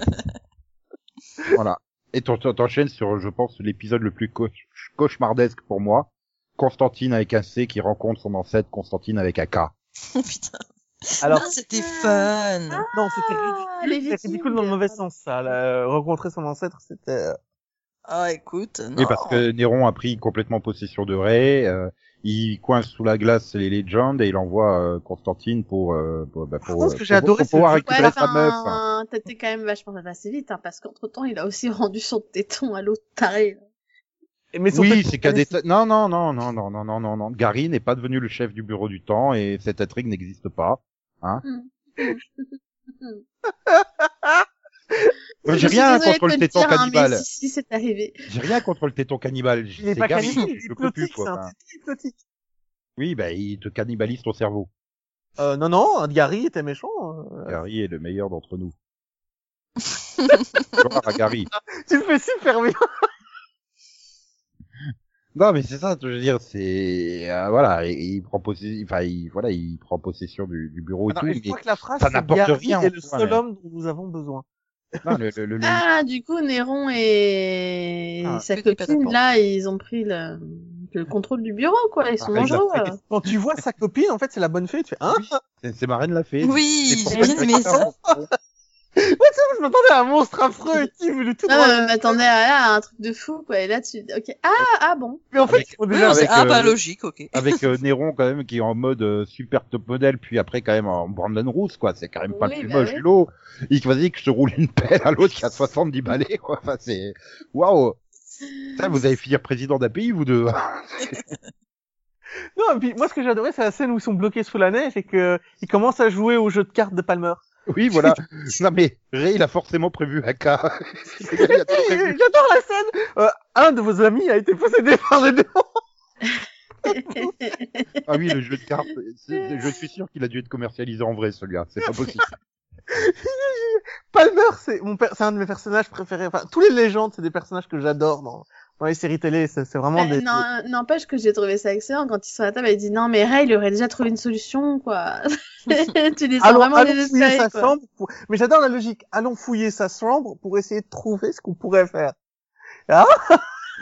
[SPEAKER 1] voilà. Et t'en- t'en- t'enchaînes sur, je pense, l'épisode le plus cauch- cauchemardesque pour moi. Constantine avec un C qui rencontre son ancêtre Constantine avec un K.
[SPEAKER 3] Putain.
[SPEAKER 4] Alors,
[SPEAKER 3] Non, c'était fun.
[SPEAKER 4] non, c'était ridicule.
[SPEAKER 2] Ah, les
[SPEAKER 4] C'était ridicule dans le
[SPEAKER 2] Vikings.
[SPEAKER 4] mauvais sens, ça. là. euh, Rencontrer son ancêtre, c'était... euh,
[SPEAKER 3] Ah écoute, non.
[SPEAKER 1] Oui, parce que Néron a pris complètement possession de Ray, euh, il coince sous la glace les légendes et il envoie euh, Constantine pour, euh, pour, bah,
[SPEAKER 4] Par
[SPEAKER 1] pour,
[SPEAKER 4] contre,
[SPEAKER 1] euh,
[SPEAKER 4] ce que j'ai
[SPEAKER 1] pour-
[SPEAKER 4] adoré,
[SPEAKER 1] pour
[SPEAKER 4] c'est
[SPEAKER 1] pouvoir
[SPEAKER 4] le-
[SPEAKER 2] Ouais,
[SPEAKER 1] récupérer sa meuf. hein.
[SPEAKER 2] enfin, t'as- t'es quand même vachement ça va assez vite, hein, parce qu'entre temps, il a aussi rendu son téton à l'autre taré. là.
[SPEAKER 4] Mais son
[SPEAKER 1] Oui,
[SPEAKER 4] petit
[SPEAKER 1] c'est qu'à des...
[SPEAKER 4] pénis-
[SPEAKER 1] ta- Non, non, non, non, non, non, non, non, non. Gary n'est pas devenu le chef du bureau du temps et cette intrigue n'existe pas. Hein
[SPEAKER 2] Hmm. Je
[SPEAKER 1] J'ai
[SPEAKER 2] suis
[SPEAKER 1] rien
[SPEAKER 2] désolée
[SPEAKER 1] contre le
[SPEAKER 2] de te
[SPEAKER 1] téton
[SPEAKER 2] dire, hein,
[SPEAKER 1] cannibale.
[SPEAKER 2] mais si, si, c'est arrivé.
[SPEAKER 1] J'ai rien contre le téton cannibale.
[SPEAKER 4] Il est
[SPEAKER 1] C'est
[SPEAKER 4] pas
[SPEAKER 1] Gary,
[SPEAKER 4] cannibale, il est
[SPEAKER 1] je peux plus,
[SPEAKER 4] hypnotique,
[SPEAKER 1] quoi.
[SPEAKER 4] c'est un
[SPEAKER 1] Enfin,
[SPEAKER 4] hypnotique.
[SPEAKER 1] Oui, bah, il te cannibalise ton cerveau.
[SPEAKER 4] Euh, non, non, Gary était méchant. euh.
[SPEAKER 1] Gary est le meilleur d'entre nous. Gloire à Gary.
[SPEAKER 4] Tu le fais super bien.
[SPEAKER 1] Non, mais c'est ça, je veux dire, c'est euh, voilà, il, il prend possession, enfin, il, voilà, il prend possession du, du bureau et
[SPEAKER 4] Alors,
[SPEAKER 1] tout.
[SPEAKER 4] Ah, et je crois
[SPEAKER 1] Mais,
[SPEAKER 4] que la phrase,
[SPEAKER 1] ça
[SPEAKER 4] c'est
[SPEAKER 1] n'apporte
[SPEAKER 4] Gary
[SPEAKER 1] rien en
[SPEAKER 4] est le
[SPEAKER 1] soi,
[SPEAKER 4] seul
[SPEAKER 1] mais-
[SPEAKER 4] homme dont nous avons besoin.
[SPEAKER 1] non, le, le, le- le-
[SPEAKER 2] Ah, du coup, Néron et
[SPEAKER 4] Ah,
[SPEAKER 2] sa
[SPEAKER 3] que des patates
[SPEAKER 2] copine, là, ils ont pris le, le contrôle du bureau, quoi. Ils sont
[SPEAKER 1] Ah,
[SPEAKER 2] dangereux.
[SPEAKER 1] exact.
[SPEAKER 2] euh.
[SPEAKER 4] Quand tu vois sa copine, en fait, c'est la bonne fée, tu fais, hein?
[SPEAKER 1] c'est- c'est Marraine l'a fait.
[SPEAKER 3] Oui,
[SPEAKER 1] C'est pour
[SPEAKER 3] j'ai
[SPEAKER 1] ça
[SPEAKER 3] bien
[SPEAKER 1] que
[SPEAKER 3] aimé
[SPEAKER 1] ça-
[SPEAKER 3] ça.
[SPEAKER 4] Je m'attendais à un monstre affreux et qui voulait tout
[SPEAKER 2] Non,
[SPEAKER 4] droit.
[SPEAKER 2] Ah, mais m'attendais à, là, à un truc de fou, quoi. Et là, tu, ok. Ah, ah, bon.
[SPEAKER 4] Mais en fait,
[SPEAKER 1] Avec-
[SPEAKER 4] ils font
[SPEAKER 3] Oui,
[SPEAKER 4] déjà
[SPEAKER 3] on
[SPEAKER 1] avec,
[SPEAKER 3] s'est- ah
[SPEAKER 1] euh,
[SPEAKER 3] bah logique, ok.
[SPEAKER 1] Avec euh, Néron quand même qui est en mode euh, super top modèle, puis après quand même en Brandon Roos quoi, c'est quand même pas
[SPEAKER 2] Oui,
[SPEAKER 1] le plus
[SPEAKER 2] bah
[SPEAKER 1] moche
[SPEAKER 2] oui.
[SPEAKER 1] du lot. Il va dire que je te roule une pelle à l'autre qui a 70 balais quoi, enfin c'est waouh. Ça, vous allez finir président d'un pays, vous deux.
[SPEAKER 4] Non, et puis moi, ce que j'ai adoré, c'est la scène où ils sont bloqués sous la neige et que ils commencent à jouer au jeu de cartes de Palmer.
[SPEAKER 1] Oui, voilà. Non, mais Ray, il a forcément prévu AK. Il a tout prévu.
[SPEAKER 4] J'adore la scène. Euh, un de vos amis a été possédé par des démons.
[SPEAKER 1] Ah oui, le jeu de cartes. c'est- Je suis sûr qu'il a dû être commercialisé en vrai, celui-là. C'est pas possible.
[SPEAKER 4] Palmer, c'est mon per- c'est un de mes personnages préférés. Enfin, tous les légendes, c'est des personnages que j'adore dans dans les séries télé. C'est c'est vraiment
[SPEAKER 2] Bah,
[SPEAKER 4] des.
[SPEAKER 2] non, n'empêche que j'ai trouvé ça excellent quand ils sont à la table. Elle dit non, mais Ray, il aurait déjà trouvé une solution, quoi. tu les as
[SPEAKER 4] Allons,
[SPEAKER 2] vraiment
[SPEAKER 4] allons fouiller
[SPEAKER 2] désespérés.
[SPEAKER 4] sa
[SPEAKER 2] quoi.
[SPEAKER 4] chambre. pour- Mais j'adore la logique. Allons fouiller sa chambre pour essayer de trouver ce qu'on pourrait faire.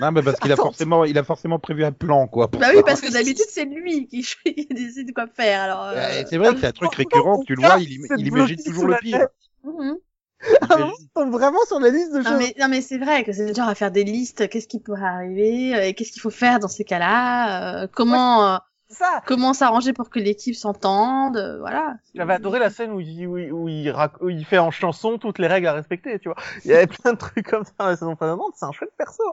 [SPEAKER 1] Non, mais parce qu'il a
[SPEAKER 4] Attends.
[SPEAKER 1] forcément, il a forcément prévu un plan, quoi. pour
[SPEAKER 2] Bah
[SPEAKER 1] ça.
[SPEAKER 2] oui, parce que d'habitude, c'est lui qui, qui décide quoi faire. Alors, euh,
[SPEAKER 1] Euh, C'est vrai que c'est un truc récurrent, tu le vois, il, im-
[SPEAKER 4] C'est
[SPEAKER 1] il
[SPEAKER 4] de
[SPEAKER 1] imagine
[SPEAKER 4] bloquer
[SPEAKER 1] toujours
[SPEAKER 4] sous
[SPEAKER 1] le
[SPEAKER 4] la
[SPEAKER 1] pire.
[SPEAKER 4] terre.
[SPEAKER 2] mhm.
[SPEAKER 1] Il
[SPEAKER 4] Ah non,
[SPEAKER 1] imagine-
[SPEAKER 4] on tombe vraiment sur la liste de
[SPEAKER 2] Non
[SPEAKER 4] choses.
[SPEAKER 2] mais, non mais c'est vrai que c'est le genre à faire des listes, qu'est-ce qui pourrait arriver, euh, et qu'est-ce qu'il faut faire dans ces cas-là, euh, comment euh,
[SPEAKER 4] Ça.
[SPEAKER 2] comment s'arranger pour que l'équipe s'entende, euh, voilà.
[SPEAKER 4] J'avais adoré la scène où il, où, il- où il rac- où il fait en chanson toutes les règles à respecter, tu vois. Il y avait plein de trucs comme ça dans la saison précédente, c'est un chouette perso.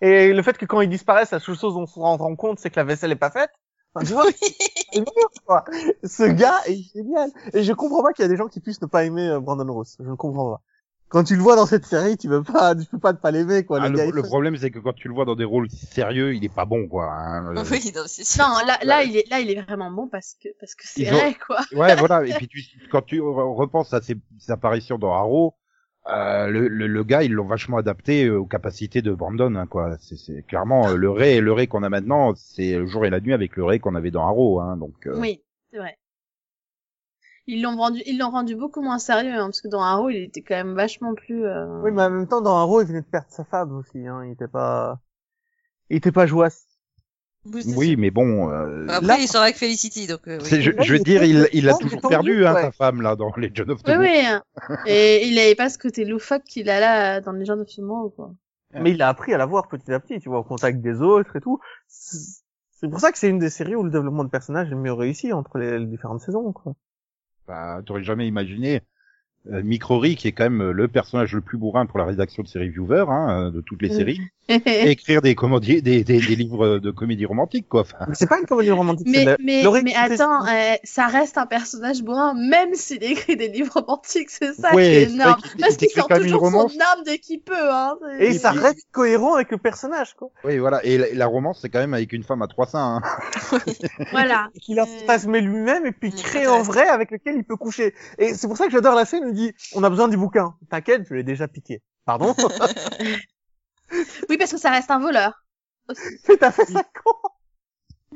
[SPEAKER 4] Et le fait que quand ils disparaissent, la seule chose dont on se rend rend compte, c'est que la vaisselle est pas faite. Enfin, tu vois, c'est mignon, quoi. Ce gars est génial. Et je comprends pas qu'il y a des gens qui puissent ne pas aimer euh, Brandon Ross. Je ne comprends pas. Quand tu le vois dans cette série, tu peux pas, tu peux pas ne pas l'aimer, quoi.
[SPEAKER 1] Ah,
[SPEAKER 4] le gars,
[SPEAKER 1] le,
[SPEAKER 4] il
[SPEAKER 1] le
[SPEAKER 4] fait-
[SPEAKER 1] problème, c'est que quand tu le vois dans des rôles sérieux, il est pas bon, quoi. hein. Euh,
[SPEAKER 3] Oui, non, c'est sûr.
[SPEAKER 2] Non, là, là, il est, là, il est vraiment bon parce que, parce que c'est
[SPEAKER 1] Ils ont-
[SPEAKER 2] vrai, quoi.
[SPEAKER 1] Ouais, voilà. Et puis tu, quand tu re- repenses à ses, ses apparitions dans Arrow, euh, le, le, le gars, ils l'ont vachement adapté euh, aux capacités de Brandon, hein, quoi. C'est- C'est clairement euh, le Ray, le Ray qu'on a maintenant, c'est le jour et la nuit avec le Ray qu'on avait dans Arrow, hein. Donc, euh,
[SPEAKER 2] Oui, c'est vrai. Ils l'ont rendu, ils l'ont rendu beaucoup moins sérieux, hein, parce que dans Arrow, il était quand même vachement plus. euh,
[SPEAKER 4] Oui, mais en même temps, dans Arrow, il venait de perdre sa femme aussi, hein. Il était pas, il était pas joasse.
[SPEAKER 3] c'est
[SPEAKER 1] oui,
[SPEAKER 3] sûr.
[SPEAKER 1] mais bon. euh,
[SPEAKER 3] Après,
[SPEAKER 4] là-
[SPEAKER 3] il sort avec Felicity, donc euh, oui.
[SPEAKER 1] c'est- je,
[SPEAKER 4] Ouais,
[SPEAKER 1] je veux
[SPEAKER 4] mais
[SPEAKER 1] dire,
[SPEAKER 4] c'est-
[SPEAKER 1] il, il a
[SPEAKER 4] non, mais
[SPEAKER 1] toujours
[SPEAKER 4] tant
[SPEAKER 1] perdu
[SPEAKER 4] mieux,
[SPEAKER 1] hein,
[SPEAKER 4] ouais.
[SPEAKER 1] sa femme là dans les John of the
[SPEAKER 2] Oui,
[SPEAKER 1] Book.
[SPEAKER 2] oui. hein. Et il avait pas ce côté loufoque qu'il a là dans les gens de film quoi.
[SPEAKER 4] Mais il a appris à la voir petit à petit, tu vois, au contact des autres et tout. C'est c'est pour ça que c'est une des séries où le développement de personnages est mieux réussi entre les, les différentes saisons, quoi.
[SPEAKER 1] Bah, t'aurais jamais imaginé euh, Microri, qui est quand même euh, le personnage le plus bourrin pour la rédaction de séries Viewer, hein, euh, de toutes les
[SPEAKER 4] Mm.
[SPEAKER 2] Oui.
[SPEAKER 1] séries, écrire des, commandis- des, des, des livres de comédie romantique, quoi. Enfin,
[SPEAKER 4] Mais c'est pas une comédie romantique. c'est
[SPEAKER 2] mais,
[SPEAKER 4] la-
[SPEAKER 2] mais,
[SPEAKER 4] l'origine
[SPEAKER 2] mais
[SPEAKER 4] des-
[SPEAKER 2] attends, euh, ça reste un personnage bourrin, même s'il écrit des livres romantiques, c'est ça
[SPEAKER 1] Ouais,
[SPEAKER 2] qui est
[SPEAKER 1] c'est vrai
[SPEAKER 2] énorme.
[SPEAKER 1] qu'il- il
[SPEAKER 2] Parce qu'il
[SPEAKER 1] écrit
[SPEAKER 2] sort
[SPEAKER 1] quand même une
[SPEAKER 2] toujours
[SPEAKER 1] romance.
[SPEAKER 2] son arme dès qu'il peut, hein. c'est-
[SPEAKER 4] Et ça
[SPEAKER 1] puis-
[SPEAKER 4] reste cohérent avec le personnage, quoi.
[SPEAKER 2] Euh,
[SPEAKER 1] oui, voilà. Et la, la romance, c'est quand même avec une femme à trois seins. hein.
[SPEAKER 2] Voilà.
[SPEAKER 4] Et qu'il a fantasmé lui-même et puis
[SPEAKER 3] Mm.
[SPEAKER 4] créé en vrai avec lequel il peut coucher. Et c'est pour ça que j'adore la scène où il dit, on a besoin du bouquin. T'inquiète, je l'ai déjà piqué. Pardon?
[SPEAKER 2] Oui, parce que ça reste un voleur.
[SPEAKER 4] Mais t'as fait ça quand?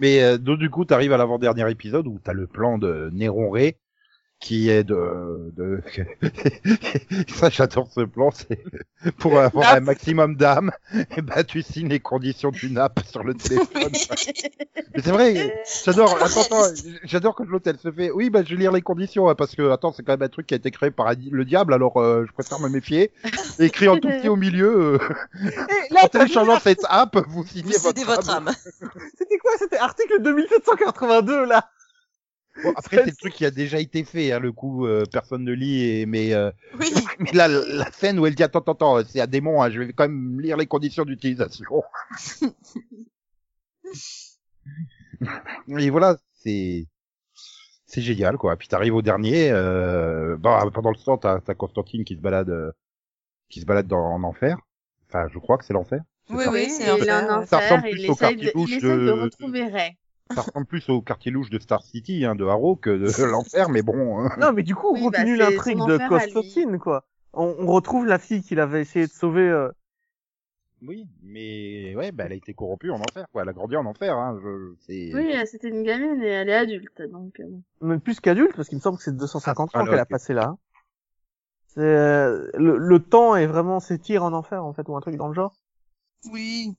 [SPEAKER 1] Mais euh, donc, du coup, t'arrives à l'avant-dernier épisode où t'as le plan de Néron Ré, qui est de... de... Ça, j'adore ce plan. C'est pour avoir un
[SPEAKER 4] Nappe.
[SPEAKER 1] maximum d'âme, et ben, tu signes les conditions du nap sur le téléphone. Mais c'est vrai, j'adore, attends, attends, j'adore quand l'hôtel se fait, oui, bah, je vais lire les conditions, hein, parce que, attends, c'est quand même un truc qui a été créé par un di- le diable, alors, euh, je préfère me méfier. Et écrit en tout petit au milieu, euh,
[SPEAKER 4] Et
[SPEAKER 1] en
[SPEAKER 4] là, t'as vu
[SPEAKER 1] téléchargeant cette app, vous signez
[SPEAKER 3] Vous cédez
[SPEAKER 1] votre,
[SPEAKER 3] votre âme.
[SPEAKER 4] C'était quoi? C'était article 2782, là.
[SPEAKER 1] Bon, après, c'est le truc qui a déjà été fait, hein, le coup, euh, personne ne lit, et, mais, euh,
[SPEAKER 3] Oui.
[SPEAKER 1] mais là, la, la scène où elle dit, attends, attends, attends, c'est un démon, hein, je vais quand même lire les conditions d'utilisation. Et voilà, c'est c'est génial quoi. Puis t'arrives au dernier. Euh... Bah, pendant le temps, t'as t'as Constantine qui se balade, euh, qui se balade dans en enfer. Enfin, je crois que c'est l'enfer.
[SPEAKER 3] Oui,
[SPEAKER 1] ça.
[SPEAKER 3] oui,
[SPEAKER 2] il
[SPEAKER 3] c'est
[SPEAKER 2] est en
[SPEAKER 3] l'enfer.
[SPEAKER 1] Ça
[SPEAKER 2] enfer,
[SPEAKER 1] ressemble
[SPEAKER 2] il
[SPEAKER 1] plus au
[SPEAKER 2] essaye de, il
[SPEAKER 1] cartouche
[SPEAKER 2] essaye de
[SPEAKER 1] de-
[SPEAKER 2] retrouver Ray.
[SPEAKER 1] Ça ressemble plus au quartier louche de Star City, hein, de Harrow, que de l'enfer, mais bon. hein.
[SPEAKER 4] Non, mais du coup, on
[SPEAKER 2] Oui,
[SPEAKER 4] continue
[SPEAKER 2] bah, c'est
[SPEAKER 4] l'intrigue
[SPEAKER 2] son
[SPEAKER 4] de
[SPEAKER 2] enfer à lui.
[SPEAKER 4] Constantine, quoi. On, on retrouve la fille qu'il avait essayé de sauver. euh.
[SPEAKER 1] Oui, mais ouais, bah, elle a été corrompue en enfer, quoi. Elle a grandi en enfer. Hein. Je... c'est-
[SPEAKER 2] Oui, euh, c'était une gamine et elle est adulte, donc. euh, bon.
[SPEAKER 4] même plus qu'adulte, parce qu'il me semble que c'est 250
[SPEAKER 1] Ah,
[SPEAKER 4] ans
[SPEAKER 1] là,
[SPEAKER 4] qu'elle a
[SPEAKER 1] ok.
[SPEAKER 4] passé là. hein. C'est, euh, le, le temps est vraiment s'étire en enfer, en fait, ou un truc dans le genre.
[SPEAKER 3] Oui.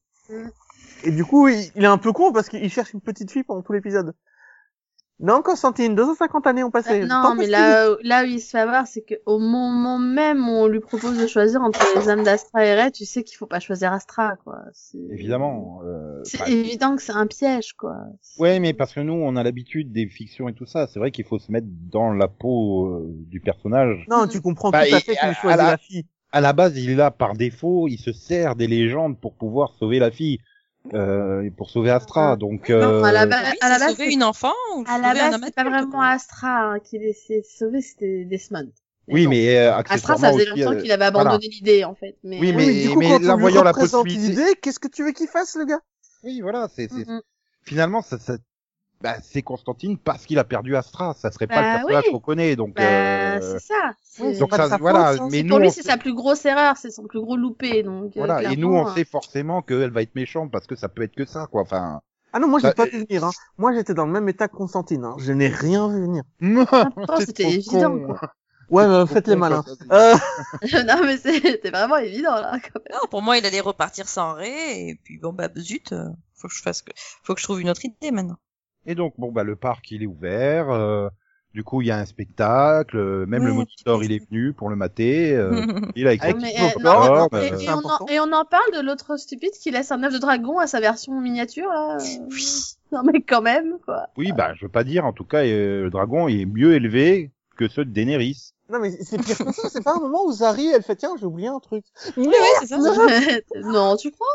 [SPEAKER 4] Et du coup, il, il est un peu con parce qu'il cherche une petite fille pendant tout l'épisode. Non, Constantine, 250 années ont passé.
[SPEAKER 2] Euh,
[SPEAKER 4] Tant
[SPEAKER 2] non, mais
[SPEAKER 4] pis.
[SPEAKER 2] là, où- là où il se fait avoir, c'est qu'au moment même où on lui propose de choisir entre les âmes d'Astra et Ray, tu sais qu'il faut pas choisir Astra, quoi. C'est-
[SPEAKER 1] Évidemment. Euh...
[SPEAKER 2] C'est
[SPEAKER 1] enfin,
[SPEAKER 2] évident que c'est un piège, quoi.
[SPEAKER 1] Ouais, mais parce que nous, on a l'habitude des fictions et tout ça. C'est vrai qu'il faut se mettre dans la peau euh, du personnage.
[SPEAKER 4] Non, tu comprends
[SPEAKER 1] Bah,
[SPEAKER 4] tout à
[SPEAKER 1] et-
[SPEAKER 4] fait
[SPEAKER 1] à-
[SPEAKER 4] qu'il
[SPEAKER 1] à
[SPEAKER 4] choisit
[SPEAKER 1] la-
[SPEAKER 4] la fille.
[SPEAKER 1] à à la base, il est là par défaut, il se sert des légendes pour pouvoir sauver la fille, euh, et pour sauver Astra. Donc,
[SPEAKER 2] Ah. non, à la
[SPEAKER 1] euh,
[SPEAKER 2] base-
[SPEAKER 3] Bah, Oui,
[SPEAKER 2] Bah, à la
[SPEAKER 3] c'est
[SPEAKER 2] base,
[SPEAKER 3] sauver
[SPEAKER 2] c'est-
[SPEAKER 3] une enfant ou
[SPEAKER 2] À la
[SPEAKER 3] sauver un
[SPEAKER 2] base,
[SPEAKER 3] homme
[SPEAKER 2] c'est pas
[SPEAKER 3] adulte,
[SPEAKER 2] vraiment
[SPEAKER 3] quoi.
[SPEAKER 2] Astra hein, qui l'essayait sauver, c'était Desmond.
[SPEAKER 1] oui,
[SPEAKER 2] bon.
[SPEAKER 1] mais euh,
[SPEAKER 2] Astra,
[SPEAKER 1] accessoirement
[SPEAKER 2] ça faisait
[SPEAKER 1] aussi,
[SPEAKER 2] longtemps
[SPEAKER 1] euh,
[SPEAKER 2] qu'il avait
[SPEAKER 1] voilà.
[SPEAKER 2] abandonné l'idée, en fait. Mais...
[SPEAKER 1] Oui,
[SPEAKER 4] Oui, mais du coup,
[SPEAKER 1] mais
[SPEAKER 4] quand
[SPEAKER 1] là,
[SPEAKER 4] on lui
[SPEAKER 1] voyant la
[SPEAKER 4] représente
[SPEAKER 1] possibilité-
[SPEAKER 4] l'idée, qu'est-ce que tu veux qu'il fasse, le gars
[SPEAKER 1] Oui, voilà, c'est c'est-
[SPEAKER 2] Mhm.
[SPEAKER 1] finalement, ça, ça- bah, c'est Constantine parce qu'il a perdu Astra. Ça serait pas
[SPEAKER 2] Bah
[SPEAKER 1] le personnage
[SPEAKER 2] oui.
[SPEAKER 1] qu'on connaît. Donc,
[SPEAKER 2] Bah,
[SPEAKER 1] euh,
[SPEAKER 2] c'est ça. C'est-
[SPEAKER 1] donc
[SPEAKER 4] pas de
[SPEAKER 1] ça,
[SPEAKER 4] sa
[SPEAKER 1] voilà.
[SPEAKER 4] faute, hein.
[SPEAKER 1] mais
[SPEAKER 2] c'est
[SPEAKER 1] nous,
[SPEAKER 2] pour
[SPEAKER 1] on
[SPEAKER 2] lui, c'est
[SPEAKER 1] sait-
[SPEAKER 2] sa plus grosse erreur, c'est son plus gros loupé. Donc, euh,
[SPEAKER 1] voilà. Et nous,
[SPEAKER 2] clairement,
[SPEAKER 1] on sait forcément qu'elle va être méchante parce que ça peut être que ça, quoi. Enfin.
[SPEAKER 4] Ah non, moi, j'ai
[SPEAKER 1] Bah,
[SPEAKER 4] pas vu venir. Hein. Moi, j'étais dans le même état que Constantine. Hein. Je n'ai rien vu venir.
[SPEAKER 2] pourtant,
[SPEAKER 1] C'est
[SPEAKER 2] euh, c'était
[SPEAKER 1] trop
[SPEAKER 2] évident,
[SPEAKER 1] con.
[SPEAKER 4] Ouais, mais
[SPEAKER 1] Trop
[SPEAKER 4] faites les
[SPEAKER 1] con, quoi,
[SPEAKER 4] malins.
[SPEAKER 1] ça, c'est-
[SPEAKER 4] Euh,
[SPEAKER 2] euh, non, mais c'est- c'était vraiment évident, là. Quand même.
[SPEAKER 3] Non, pour moi, il allait repartir sans ré, et puis bon, bah, zut, euh, faut que je fasse que, faut que je trouve une autre idée maintenant.
[SPEAKER 1] Et donc, bon, bah, le parc, il est ouvert. euh, du coup, il y a un spectacle. euh, Même le
[SPEAKER 3] Ouais,
[SPEAKER 1] moniteur, il
[SPEAKER 3] putain,
[SPEAKER 1] est venu pour le mater. euh, il est avec
[SPEAKER 4] Avec
[SPEAKER 1] son
[SPEAKER 2] mais,
[SPEAKER 4] qui
[SPEAKER 2] euh,
[SPEAKER 4] on
[SPEAKER 2] non,
[SPEAKER 4] parle,
[SPEAKER 1] corps,
[SPEAKER 4] mais-
[SPEAKER 1] euh,
[SPEAKER 2] Et, et
[SPEAKER 4] C'est
[SPEAKER 2] on en,
[SPEAKER 4] important.
[SPEAKER 2] et on en parle de l'autre stupide qui laisse un œuf de dragon à sa version miniature, là. euh. Non, mais quand même, quoi.
[SPEAKER 1] Oui, bah, je veux pas dire, en tout cas, euh, le dragon il est mieux élevé que ceux de Daenerys.
[SPEAKER 4] Non, mais c'est pire que ça. C'est pas un moment où Zari, elle fait, tiens, j'ai oublié un truc.
[SPEAKER 3] Oui, oui, c'est ça.
[SPEAKER 2] non, tu crois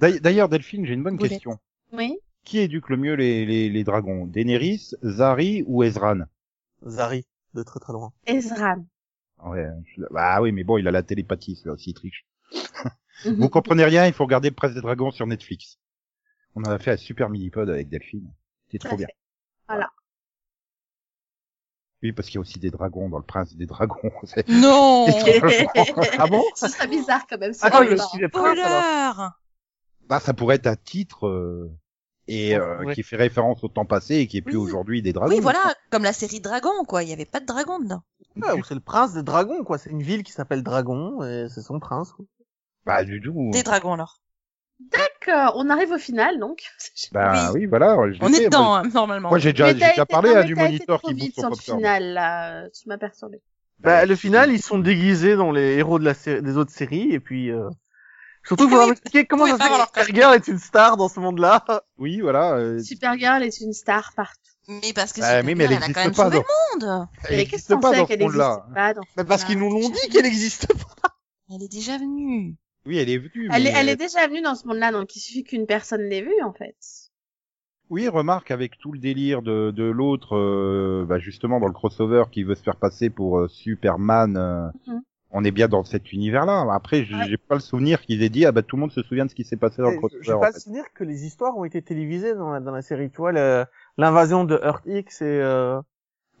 [SPEAKER 1] D'ail- D'ailleurs, Delphine, j'ai une bonne
[SPEAKER 3] Boulette.
[SPEAKER 1] question.
[SPEAKER 2] Oui.
[SPEAKER 1] Qui éduque le mieux les, les, les dragons Daenerys, Zari ou Ezran
[SPEAKER 4] Zari, de très très loin.
[SPEAKER 2] Ezran.
[SPEAKER 1] ouais, je- Bah oui, mais bon, il a la télépathie, celui-là aussi, il triche.
[SPEAKER 2] Mhm.
[SPEAKER 1] Vous comprenez rien, il faut regarder Presse des Dragons sur Netflix. On en a fait un super mini-pod avec Delphine. C'était
[SPEAKER 2] Tout à
[SPEAKER 1] trop bien.
[SPEAKER 2] fait. Voilà.
[SPEAKER 1] Oui, parce qu'il y a aussi des dragons dans le Prince des Dragons. C'est-
[SPEAKER 3] Non!
[SPEAKER 1] ah bon
[SPEAKER 2] Ce serait bizarre quand même.
[SPEAKER 1] Ah,
[SPEAKER 4] Attends,
[SPEAKER 2] c'est
[SPEAKER 4] il y a
[SPEAKER 2] marrant.
[SPEAKER 4] aussi les princes, alors.
[SPEAKER 3] Voleur!
[SPEAKER 1] Bah, ça pourrait être un titre euh, et euh,
[SPEAKER 4] Ouais.
[SPEAKER 1] qui fait référence au temps passé et qui est plus
[SPEAKER 3] Oui.
[SPEAKER 1] aujourd'hui des dragons.
[SPEAKER 3] Oui, voilà, comme la série Dragon, quoi, il y avait pas de dragon dedans.
[SPEAKER 4] Ouais, ou c'est le prince des dragons, quoi. C'est une ville qui s'appelle Dragon, et c'est son prince. quoi.
[SPEAKER 1] Bah du tout.
[SPEAKER 3] Des dragons, alors.
[SPEAKER 2] D'accord, euh, on arrive au final donc.
[SPEAKER 1] Bah oui, voilà. je l'ai
[SPEAKER 3] On est
[SPEAKER 1] fait,
[SPEAKER 3] dedans,
[SPEAKER 1] Moi,
[SPEAKER 3] hein, normalement.
[SPEAKER 1] Moi, j'ai déjà,
[SPEAKER 2] Mais
[SPEAKER 1] j'ai
[SPEAKER 2] t'as
[SPEAKER 1] déjà
[SPEAKER 2] été-
[SPEAKER 1] parlé
[SPEAKER 2] non,
[SPEAKER 1] à
[SPEAKER 2] mais
[SPEAKER 1] du
[SPEAKER 2] t'as été
[SPEAKER 1] moniteur
[SPEAKER 2] trop
[SPEAKER 1] qui
[SPEAKER 2] vite
[SPEAKER 1] bouge
[SPEAKER 2] sur
[SPEAKER 1] son
[SPEAKER 2] le
[SPEAKER 1] popcorn.
[SPEAKER 2] final là, euh, tu m'as perturbé.
[SPEAKER 4] Bah, le final, ils sont déguisés dans les héros de la série, des autres séries, et puis, euh... Surtout, il faudra m'expliquer comment
[SPEAKER 3] Oui,
[SPEAKER 4] ça se
[SPEAKER 3] faire leur
[SPEAKER 4] fait que Girl est une star dans ce monde-là.
[SPEAKER 1] Oui, voilà. euh,
[SPEAKER 2] Supergirl est une star partout.
[SPEAKER 3] Mais parce que
[SPEAKER 1] bah,
[SPEAKER 3] c'est
[SPEAKER 1] mais, mais elle
[SPEAKER 3] elle a
[SPEAKER 1] n'existe
[SPEAKER 3] quand même
[SPEAKER 1] pas.
[SPEAKER 3] sauvé
[SPEAKER 1] Dans...
[SPEAKER 3] le monde!
[SPEAKER 1] Elle
[SPEAKER 2] Mais qu'est-ce
[SPEAKER 1] n'existe
[SPEAKER 2] qu'on
[SPEAKER 1] pas
[SPEAKER 2] sait
[SPEAKER 1] dans ce
[SPEAKER 2] qu'elle existe
[SPEAKER 1] monde-là.
[SPEAKER 2] pas dans-
[SPEAKER 4] Mais parce
[SPEAKER 3] Bah,
[SPEAKER 4] qu'ils nous l'ont dit qu'elle existe pas.
[SPEAKER 3] Elle est déjà venue.
[SPEAKER 1] Oui, elle est venue.
[SPEAKER 2] Elle, est,
[SPEAKER 1] mais-
[SPEAKER 2] elle est déjà venue dans ce monde-là, donc il suffit qu'une personne l'ait vue en fait.
[SPEAKER 1] Oui, remarque avec tout le délire de, de l'autre, euh, bah, justement dans le crossover qui veut se faire passer pour euh, Superman. euh,
[SPEAKER 2] Mhm.
[SPEAKER 1] On est bien dans cet univers-là. Après, j'ai
[SPEAKER 2] Ouais.
[SPEAKER 1] j'ai pas le souvenir qu'ils aient dit ah bah tout le monde se souvient de ce qui s'est passé dans le
[SPEAKER 4] Et J'ai
[SPEAKER 1] crossover.
[SPEAKER 4] Euh, pas
[SPEAKER 1] en
[SPEAKER 4] le
[SPEAKER 1] fait.
[SPEAKER 4] souvenir que les histoires ont été télévisées dans la, dans la série. Tu vois, le- l'invasion de Earth X et euh...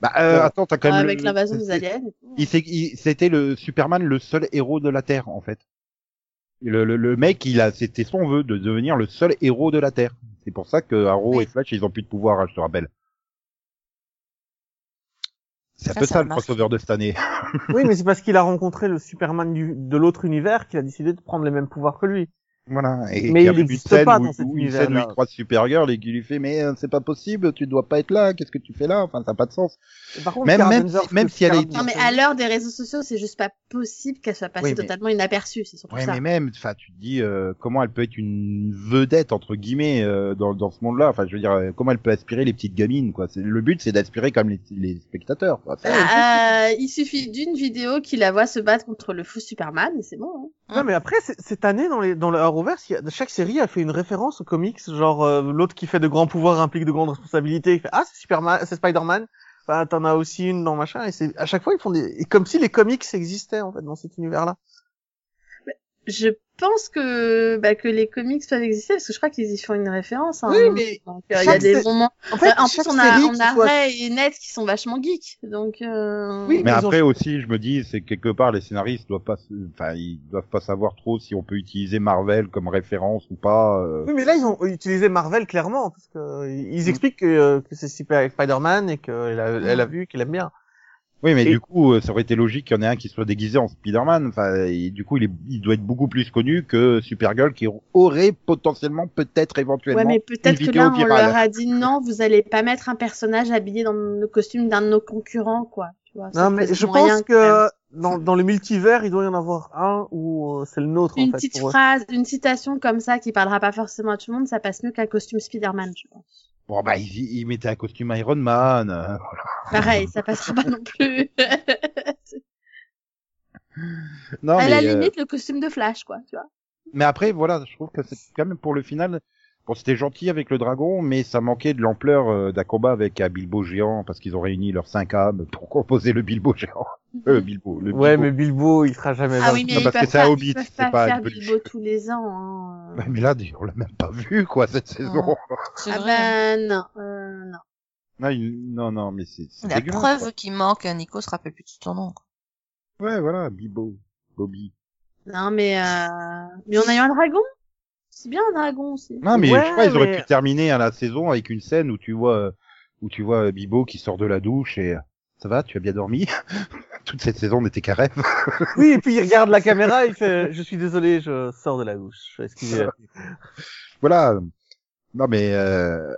[SPEAKER 1] Bah euh,
[SPEAKER 4] Ouais.
[SPEAKER 1] attends, t'as quand même
[SPEAKER 2] avec
[SPEAKER 1] le-
[SPEAKER 2] l'invasion des
[SPEAKER 1] c'est-
[SPEAKER 2] aliens. hein.
[SPEAKER 1] il s'est- il- c'était le Superman le seul héros de la Terre en fait. Le, le, le mec, il a, c'était son vœu de devenir le seul héros de la Terre. C'est pour ça que Arrow
[SPEAKER 3] Oui.
[SPEAKER 1] et Flash, ils ont plus de pouvoir, hein, je te rappelle. C'est un
[SPEAKER 3] Ça,
[SPEAKER 1] peu
[SPEAKER 3] ça
[SPEAKER 1] ça le
[SPEAKER 3] marque.
[SPEAKER 1] crossover de cette année.
[SPEAKER 4] oui, mais c'est parce qu'il a rencontré le Superman du, de l'autre univers qu'il a décidé de prendre les mêmes pouvoirs que lui.
[SPEAKER 1] Voilà. Et
[SPEAKER 4] Mais
[SPEAKER 1] qu'il y a
[SPEAKER 4] il
[SPEAKER 1] même
[SPEAKER 4] existe
[SPEAKER 1] une scène
[SPEAKER 4] pas
[SPEAKER 1] où,
[SPEAKER 4] dans cet
[SPEAKER 1] où une scène où
[SPEAKER 4] univers-là.
[SPEAKER 1] il croise Supergirl et qui lui fait mais euh, c'est pas possible, tu dois pas être là, qu'est-ce que tu fais là Enfin, ça n'a pas de sens.
[SPEAKER 4] Et par contre,
[SPEAKER 1] Même-
[SPEAKER 4] Karen
[SPEAKER 1] même si-
[SPEAKER 4] Zurf,
[SPEAKER 1] même
[SPEAKER 4] le
[SPEAKER 1] si elle est-
[SPEAKER 4] Superman-
[SPEAKER 2] Non mais à l'heure des réseaux sociaux, c'est juste pas possible qu'elle soit passée
[SPEAKER 1] Oui, mais-
[SPEAKER 2] totalement inaperçue, c'est surtout
[SPEAKER 1] Ouais,
[SPEAKER 2] ça.
[SPEAKER 1] mais même, enfin, tu te dis euh, comment elle peut être une vedette entre guillemets euh, dans, dans ce monde-là. Enfin, je veux dire, euh, comment elle peut aspirer les petites gamines quoi. C'est- Le but, c'est d'aspirer comme les, les spectateurs. Quoi.
[SPEAKER 4] Ah,
[SPEAKER 1] C'est-
[SPEAKER 2] Bah, euh, il suffit d'une vidéo qui la voit se battre contre le fou Superman, et c'est bon. hein.
[SPEAKER 4] Non, mais après, c'est- cette année, dans, les, dans le Arrowverse, il y a- chaque série a fait une référence aux comics, genre euh, l'autre qui fait de grands pouvoirs implique de grandes responsabilités. il fait, ah, c'est Superman, c'est Spider-Man. Enfin, t'en as aussi une dans machin. Et c'est à chaque fois, ils font des... et comme si les comics existaient, en fait, dans cet univers-là.
[SPEAKER 2] Je pense que bah, que les comics peuvent exister parce que je crois qu'ils y font une référence. hein.
[SPEAKER 4] Oui, mais
[SPEAKER 2] Donc, euh, il y a
[SPEAKER 4] chaque
[SPEAKER 2] des
[SPEAKER 4] sé-
[SPEAKER 2] moments.
[SPEAKER 4] En fait,
[SPEAKER 2] Bah, en plus,
[SPEAKER 4] chaque
[SPEAKER 2] on a,
[SPEAKER 4] série
[SPEAKER 2] on
[SPEAKER 4] qui
[SPEAKER 2] a
[SPEAKER 4] soit-
[SPEAKER 2] Ray et Ned qui sont vachement geeks. Donc, euh...
[SPEAKER 4] Oui,
[SPEAKER 1] Mais
[SPEAKER 4] ils ont-
[SPEAKER 1] après aussi, je me dis, c'est que quelque part les scénaristes doivent pas, se- enfin, ils doivent pas savoir trop si on peut utiliser Marvel comme référence ou pas. euh.
[SPEAKER 4] Oui, mais là, ils ont utilisé Marvel clairement, parce que euh,
[SPEAKER 1] Mm.
[SPEAKER 4] ils expliquent que, euh, que c'est super Spider-Man et qu'elle a, elle
[SPEAKER 1] Mm.
[SPEAKER 4] a vu, qu'elle aime bien.
[SPEAKER 1] Oui, mais
[SPEAKER 4] Et-
[SPEAKER 1] du coup, euh, ça aurait été logique qu'il y en ait un qui soit déguisé en Spider-Man. Enfin, et du coup, il, est, il doit être beaucoup plus connu que Supergirl, qui aurait potentiellement, peut-être, éventuellement.
[SPEAKER 2] Ouais, mais peut-être
[SPEAKER 1] une
[SPEAKER 2] que
[SPEAKER 1] vidéo
[SPEAKER 2] là, on
[SPEAKER 1] virale.
[SPEAKER 2] leur a dit non, vous allez pas mettre un personnage habillé dans le costume d'un de nos concurrents, quoi. Tu vois, ça
[SPEAKER 4] Non, mais
[SPEAKER 2] pose
[SPEAKER 4] je
[SPEAKER 2] moyen,
[SPEAKER 4] pense
[SPEAKER 2] quand même.
[SPEAKER 4] que dans, dans le multivers, il doit y en avoir un où euh, c'est le nôtre,
[SPEAKER 2] Une
[SPEAKER 4] en fait.
[SPEAKER 2] petite
[SPEAKER 4] pour eux.
[SPEAKER 2] phrase, une citation comme ça qui parlera pas forcément à tout le monde, ça passe mieux qu'un costume Spider-Man, je pense.
[SPEAKER 1] Bon, bah, il, il mettait un costume Iron Man. euh,
[SPEAKER 2] Pareil, ça passera pas non plus.
[SPEAKER 1] Non,
[SPEAKER 2] à
[SPEAKER 1] mais,
[SPEAKER 2] la
[SPEAKER 1] euh,
[SPEAKER 2] limite, le costume de Flash, quoi, tu vois.
[SPEAKER 1] mais après, voilà, je trouve que c'est quand même pour le final. Bon, c'était gentil avec le dragon, mais ça manquait de l'ampleur euh, d'un combat avec un Bilbo géant parce qu'ils ont réuni leurs cinq âmes pour composer le Bilbo géant. Euh, Bilbo. Le
[SPEAKER 4] Ouais,
[SPEAKER 1] Bilbo.
[SPEAKER 4] mais Bilbo, il sera jamais
[SPEAKER 2] Ah oui, mais
[SPEAKER 1] Non,
[SPEAKER 2] ils
[SPEAKER 1] parce que
[SPEAKER 2] peuvent
[SPEAKER 1] c'est un
[SPEAKER 2] pas,
[SPEAKER 1] Hobbit,
[SPEAKER 2] ils peuvent
[SPEAKER 1] c'est
[SPEAKER 2] pas,
[SPEAKER 1] pas
[SPEAKER 2] faire
[SPEAKER 1] une peluche.
[SPEAKER 2] Bilbo tous les ans. hein.
[SPEAKER 1] Ouais, Mais là, on l'a même pas vu, quoi, cette saison.
[SPEAKER 3] C'est
[SPEAKER 2] Ah
[SPEAKER 3] vrai.
[SPEAKER 2] ben non, euh, non.
[SPEAKER 1] Non, il- non, non, mais c'est c'est
[SPEAKER 3] La
[SPEAKER 1] dégueulasse,
[SPEAKER 3] preuve qu'il manque, Nico se rappelle plus de son nom. quoi.
[SPEAKER 1] quoi. Ouais, voilà, Bilbo. Bobby.
[SPEAKER 2] Non, mais euh... mais on a eu un dragon. C'est bien un dragon aussi.
[SPEAKER 1] Non, mais
[SPEAKER 4] Ouais,
[SPEAKER 1] je crois qu'ils auraient
[SPEAKER 4] mais-
[SPEAKER 1] pu terminer à la saison avec une scène où tu vois euh, où tu vois euh, Bilbo qui sort de la douche et euh, ça va, tu as bien dormi. Toute cette saison n'était qu'un rêve.
[SPEAKER 4] Oui, et puis il regarde la caméra, il fait, je suis désolé, je sors de la douche. Excusez.
[SPEAKER 1] voilà. Non, mais euh...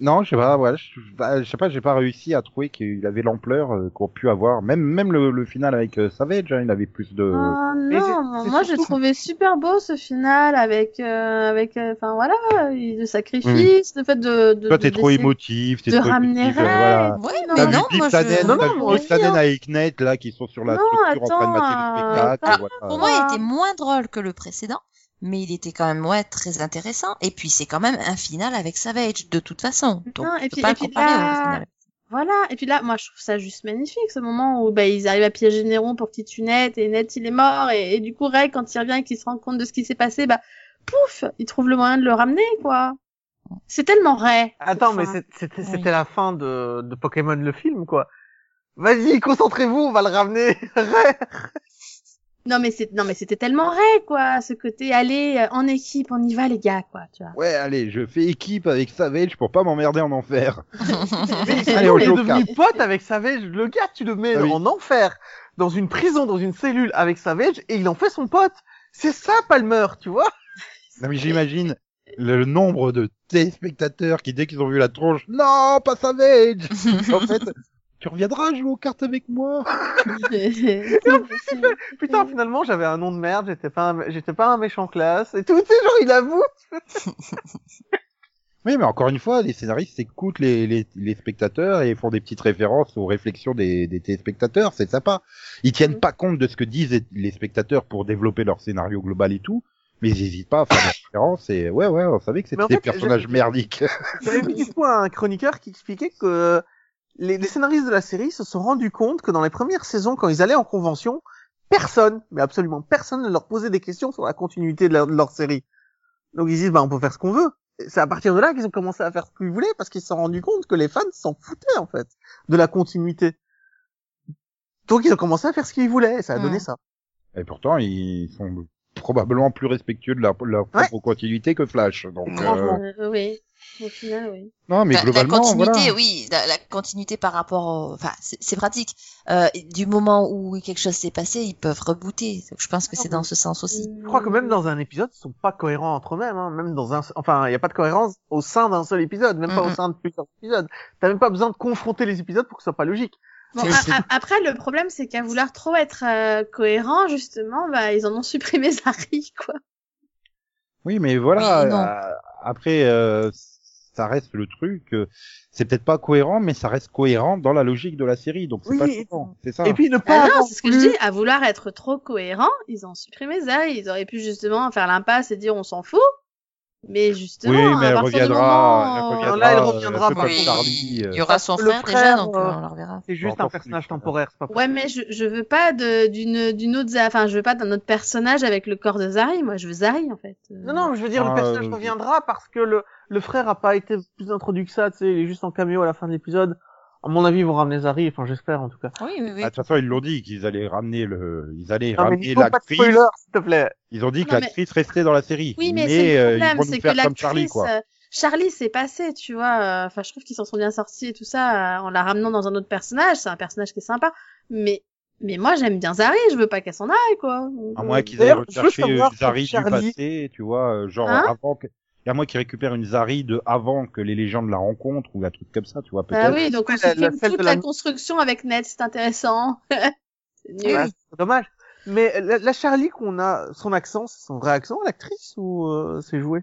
[SPEAKER 1] non, je sais pas. Voilà, je, bah, je sais pas, j'ai pas réussi à trouver qu'il avait l'ampleur euh, qu'on pu avoir. Même même le, le final avec euh, Savage, hein, il avait plus de.
[SPEAKER 3] Ah,
[SPEAKER 2] Oh
[SPEAKER 4] mais c'est-
[SPEAKER 2] non, moi,
[SPEAKER 4] c'est
[SPEAKER 2] moi, j'ai
[SPEAKER 4] surtout-
[SPEAKER 2] trouvé super beau ce final avec euh, avec euh, enfin voilà euh, le sacrifice, le fait de de,
[SPEAKER 1] Toi,
[SPEAKER 2] de-
[SPEAKER 1] t'es trop
[SPEAKER 2] d'essayer-
[SPEAKER 1] émotif, t'es
[SPEAKER 2] de
[SPEAKER 1] trop
[SPEAKER 2] ramener
[SPEAKER 1] émotif, euh,
[SPEAKER 2] Ray.
[SPEAKER 1] voilà.
[SPEAKER 3] Ouais,
[SPEAKER 2] non,
[SPEAKER 1] T'as
[SPEAKER 3] mais
[SPEAKER 1] vu
[SPEAKER 3] non,
[SPEAKER 1] Big
[SPEAKER 3] moi
[SPEAKER 1] Planet,
[SPEAKER 3] je...
[SPEAKER 4] Non, non,
[SPEAKER 1] t'as vu
[SPEAKER 4] moi
[SPEAKER 1] Big
[SPEAKER 2] aussi,
[SPEAKER 1] Planet
[SPEAKER 2] hein.
[SPEAKER 1] avec Ned, là, qui sont sur la
[SPEAKER 2] Non,
[SPEAKER 1] structure en train de mater
[SPEAKER 2] attends,
[SPEAKER 1] le spectacle.
[SPEAKER 2] euh,
[SPEAKER 1] voilà.
[SPEAKER 3] Ah, Pour moi, il
[SPEAKER 2] Ouais.
[SPEAKER 3] était moins drôle que le précédent, mais il était quand même ouais, très intéressant. Et puis, c'est quand même un final avec Savage, de toute façon. Donc,
[SPEAKER 2] Non, et
[SPEAKER 3] on peut
[SPEAKER 2] puis-
[SPEAKER 3] pas
[SPEAKER 2] et
[SPEAKER 3] le
[SPEAKER 2] puis
[SPEAKER 3] comparer
[SPEAKER 2] là-
[SPEAKER 3] au final.
[SPEAKER 2] Voilà, et puis là, moi je trouve ça juste magnifique, ce moment où bah, ils arrivent à piéger Néron pour qu'il tue Ned, et Ned il est mort, et, et du coup Ray quand il revient et qu'il se rend compte de ce qui s'est passé, bah pouf, il trouve le moyen de le ramener, quoi. C'est tellement Ray.
[SPEAKER 4] Attends, mais
[SPEAKER 2] Enfin,
[SPEAKER 4] c'est- c'était
[SPEAKER 3] oui.
[SPEAKER 4] c'était la fin de, de Pokémon le film, quoi. Vas-y, concentrez-vous, on va le ramener.
[SPEAKER 2] Non mais c'est non mais c'était tellement Ray, quoi, ce côté aller euh, en équipe, on y va les gars, quoi, tu vois.
[SPEAKER 1] Ouais, allez, je fais équipe avec Savage pour pas m'emmerder en enfer.
[SPEAKER 4] Mais
[SPEAKER 1] Allez,
[SPEAKER 4] sinon,
[SPEAKER 1] on
[SPEAKER 4] il est
[SPEAKER 1] joue au
[SPEAKER 4] devenu pote avec Savage. Le gars, tu le mets
[SPEAKER 1] Ah oui.
[SPEAKER 4] en enfer, dans une prison, dans une cellule avec Savage, et il en fait son pote. C'est ça, Palmer, tu vois
[SPEAKER 1] Non, mais j'imagine le nombre de téléspectateurs qui, dès qu'ils ont vu la tronche, non, pas Savage! en fait, tu reviendras jouer aux cartes avec moi.
[SPEAKER 4] Putain, finalement, j'avais un nom de merde, j'étais pas, un- j'étais pas un méchant classe, et tout, tu sais, genre, il avoue
[SPEAKER 1] Oui, mais encore une fois, les scénaristes écoutent les, les, les spectateurs et font des petites références aux réflexions des, des téléspectateurs, c'est sympa. Ils tiennent pas compte de ce que disent les spectateurs pour développer leur scénario global et tout, mais ils hésitent pas à faire des références et ouais, ouais, on savait que c'était
[SPEAKER 4] Mais en
[SPEAKER 1] des
[SPEAKER 4] fait,
[SPEAKER 1] personnages
[SPEAKER 4] je-
[SPEAKER 1] merdiques.
[SPEAKER 4] J'avais vu du coup un chroniqueur qui expliquait que euh, les, les scénaristes de la série se sont rendus compte que dans les premières saisons, quand ils allaient en convention, personne, mais absolument personne, ne leur posait des questions sur la continuité de leur, de leur série. Donc ils disent, bah on peut faire ce qu'on veut. Et C'est à partir de là qu'ils ont commencé à faire ce qu'ils voulaient parce qu'ils se sont rendus compte que les fans s'en foutaient en fait de la continuité. Donc ils ont commencé à faire ce qu'ils voulaient et ça a donné
[SPEAKER 3] Hmm.
[SPEAKER 4] ça.
[SPEAKER 1] Et pourtant, ils sont probablement plus respectueux de leur, leur propre continuité que Flash. Donc,
[SPEAKER 4] Franchement.
[SPEAKER 1] euh,
[SPEAKER 2] Euh, oui, au final oui.
[SPEAKER 1] non, mais
[SPEAKER 3] Bah, La- la,
[SPEAKER 1] globalement,
[SPEAKER 3] continuité,
[SPEAKER 1] voilà.
[SPEAKER 3] oui, la, la continuité par rapport au... Enfin, c'est c'est pratique. Euh, du moment où quelque chose s'est passé, ils peuvent rebooter. Donc, je pense que c'est dans ce sens aussi.
[SPEAKER 4] Je crois que même dans un épisode, ils sont pas cohérents entre eux-mêmes. Hein. Même dans un, enfin, il n'y a pas de cohérence au sein d'un seul épisode, même pas au
[SPEAKER 3] Mhm.
[SPEAKER 4] sein de plusieurs épisodes. T'as même pas besoin de confronter les épisodes pour que ce soit pas logique.
[SPEAKER 2] Bon,
[SPEAKER 1] Oui,
[SPEAKER 2] a-
[SPEAKER 1] c'est-
[SPEAKER 2] a- après, le problème, c'est qu'à vouloir trop être euh, cohérent, justement, bah, ils en ont supprimé Zari, quoi.
[SPEAKER 1] Oui, mais voilà.
[SPEAKER 3] Oui, non.
[SPEAKER 1] euh, après, euh, ça reste le truc. euh, c'est peut-être pas cohérent, mais ça reste cohérent dans la logique de la série. Donc c'est
[SPEAKER 4] Oui,
[SPEAKER 1] pas
[SPEAKER 4] et-
[SPEAKER 1] choquant. C'est ça.
[SPEAKER 4] Et puis ne pas
[SPEAKER 2] Ah non,
[SPEAKER 4] avoir
[SPEAKER 2] c'est ce que je
[SPEAKER 4] plus-
[SPEAKER 2] dis, à vouloir être trop cohérent, ils ont supprimé Zari. Ils auraient pu, justement, faire l'impasse et dire on s'en fout. Mais justement,
[SPEAKER 1] oui, mais
[SPEAKER 2] à
[SPEAKER 1] elle
[SPEAKER 2] partir du
[SPEAKER 1] reviendra.
[SPEAKER 2] moment-
[SPEAKER 1] Elle reviendra.
[SPEAKER 4] Non, là, elle
[SPEAKER 1] euh,
[SPEAKER 4] reviendra,
[SPEAKER 1] un peu
[SPEAKER 4] par
[SPEAKER 1] comme
[SPEAKER 4] contre.
[SPEAKER 1] Charlie, euh,
[SPEAKER 3] Il y aura son
[SPEAKER 4] Le
[SPEAKER 3] frère, déjà,
[SPEAKER 4] frère,
[SPEAKER 3] donc
[SPEAKER 4] euh,
[SPEAKER 3] euh, on le reverra.
[SPEAKER 4] C'est juste
[SPEAKER 1] Encore
[SPEAKER 4] un personnage
[SPEAKER 1] plus, hein. voilà.
[SPEAKER 4] temporaire, c'est pas
[SPEAKER 2] Ouais, mais je, je veux pas de- d'une d'une autre, Za- enfin, je veux pas d'un autre personnage avec le corps de Zari. Moi, je veux Zari, en fait. Euh,
[SPEAKER 4] Non, non, je veux dire,
[SPEAKER 1] Ah,
[SPEAKER 4] le personnage
[SPEAKER 1] euh,
[SPEAKER 4] reviendra parce que le, le frère a pas été plus introduit que ça, tu sais, il est juste en caméo à la fin de l'épisode. À mon avis, ils vont ramener Zari, enfin, j'espère, en tout cas.
[SPEAKER 3] Oui, oui, oui.
[SPEAKER 1] ah, De toute façon, ils l'ont dit qu'ils allaient ramener le, ils allaient
[SPEAKER 4] Non, mais
[SPEAKER 1] ramener
[SPEAKER 4] Nico, pas de
[SPEAKER 1] l'actrice.
[SPEAKER 4] spoiler, s'il te plaît.
[SPEAKER 1] Ils ont dit que
[SPEAKER 2] Non, mais-
[SPEAKER 1] l'actrice restait dans la série.
[SPEAKER 2] Oui, mais, c'est
[SPEAKER 1] euh,
[SPEAKER 2] le
[SPEAKER 1] ils
[SPEAKER 2] problème,
[SPEAKER 1] vont nous
[SPEAKER 2] c'est que
[SPEAKER 1] faire comme Charlie,
[SPEAKER 2] l'actrice
[SPEAKER 1] quoi.
[SPEAKER 2] euh, Charlie s'est passé, tu vois. euh, Enfin, je trouve qu'ils s'en sont bien sortis et tout ça euh, en la ramenant dans un autre personnage. C'est un personnage qui est sympa, mais mais moi j'aime bien Zari, je veux pas qu'elle s'en aille, quoi. Donc,
[SPEAKER 1] À
[SPEAKER 2] euh,
[SPEAKER 1] moins qu'ils aient
[SPEAKER 4] D'ailleurs, je veux
[SPEAKER 1] recherché une
[SPEAKER 4] savoir sur
[SPEAKER 1] Zari du
[SPEAKER 4] Charlie.
[SPEAKER 1] passé, tu vois, euh, genre
[SPEAKER 2] Hein
[SPEAKER 1] avant que... Et à moins qu'ils récupèrent une Zari de avant que les légendes la rencontrent ou un truc comme ça, tu vois,
[SPEAKER 2] Bah
[SPEAKER 1] peut-être.
[SPEAKER 2] oui, donc on
[SPEAKER 4] Ouais,
[SPEAKER 2] se
[SPEAKER 4] la- la
[SPEAKER 2] fait
[SPEAKER 4] scène
[SPEAKER 2] toute
[SPEAKER 4] de la-
[SPEAKER 2] la construction avec Ned, c'est intéressant. C'est nul.
[SPEAKER 4] Bah, c'est dommage. Mais la, la Charlie qu'on a, son accent, c'est son vrai accent, l'actrice, ou euh, c'est joué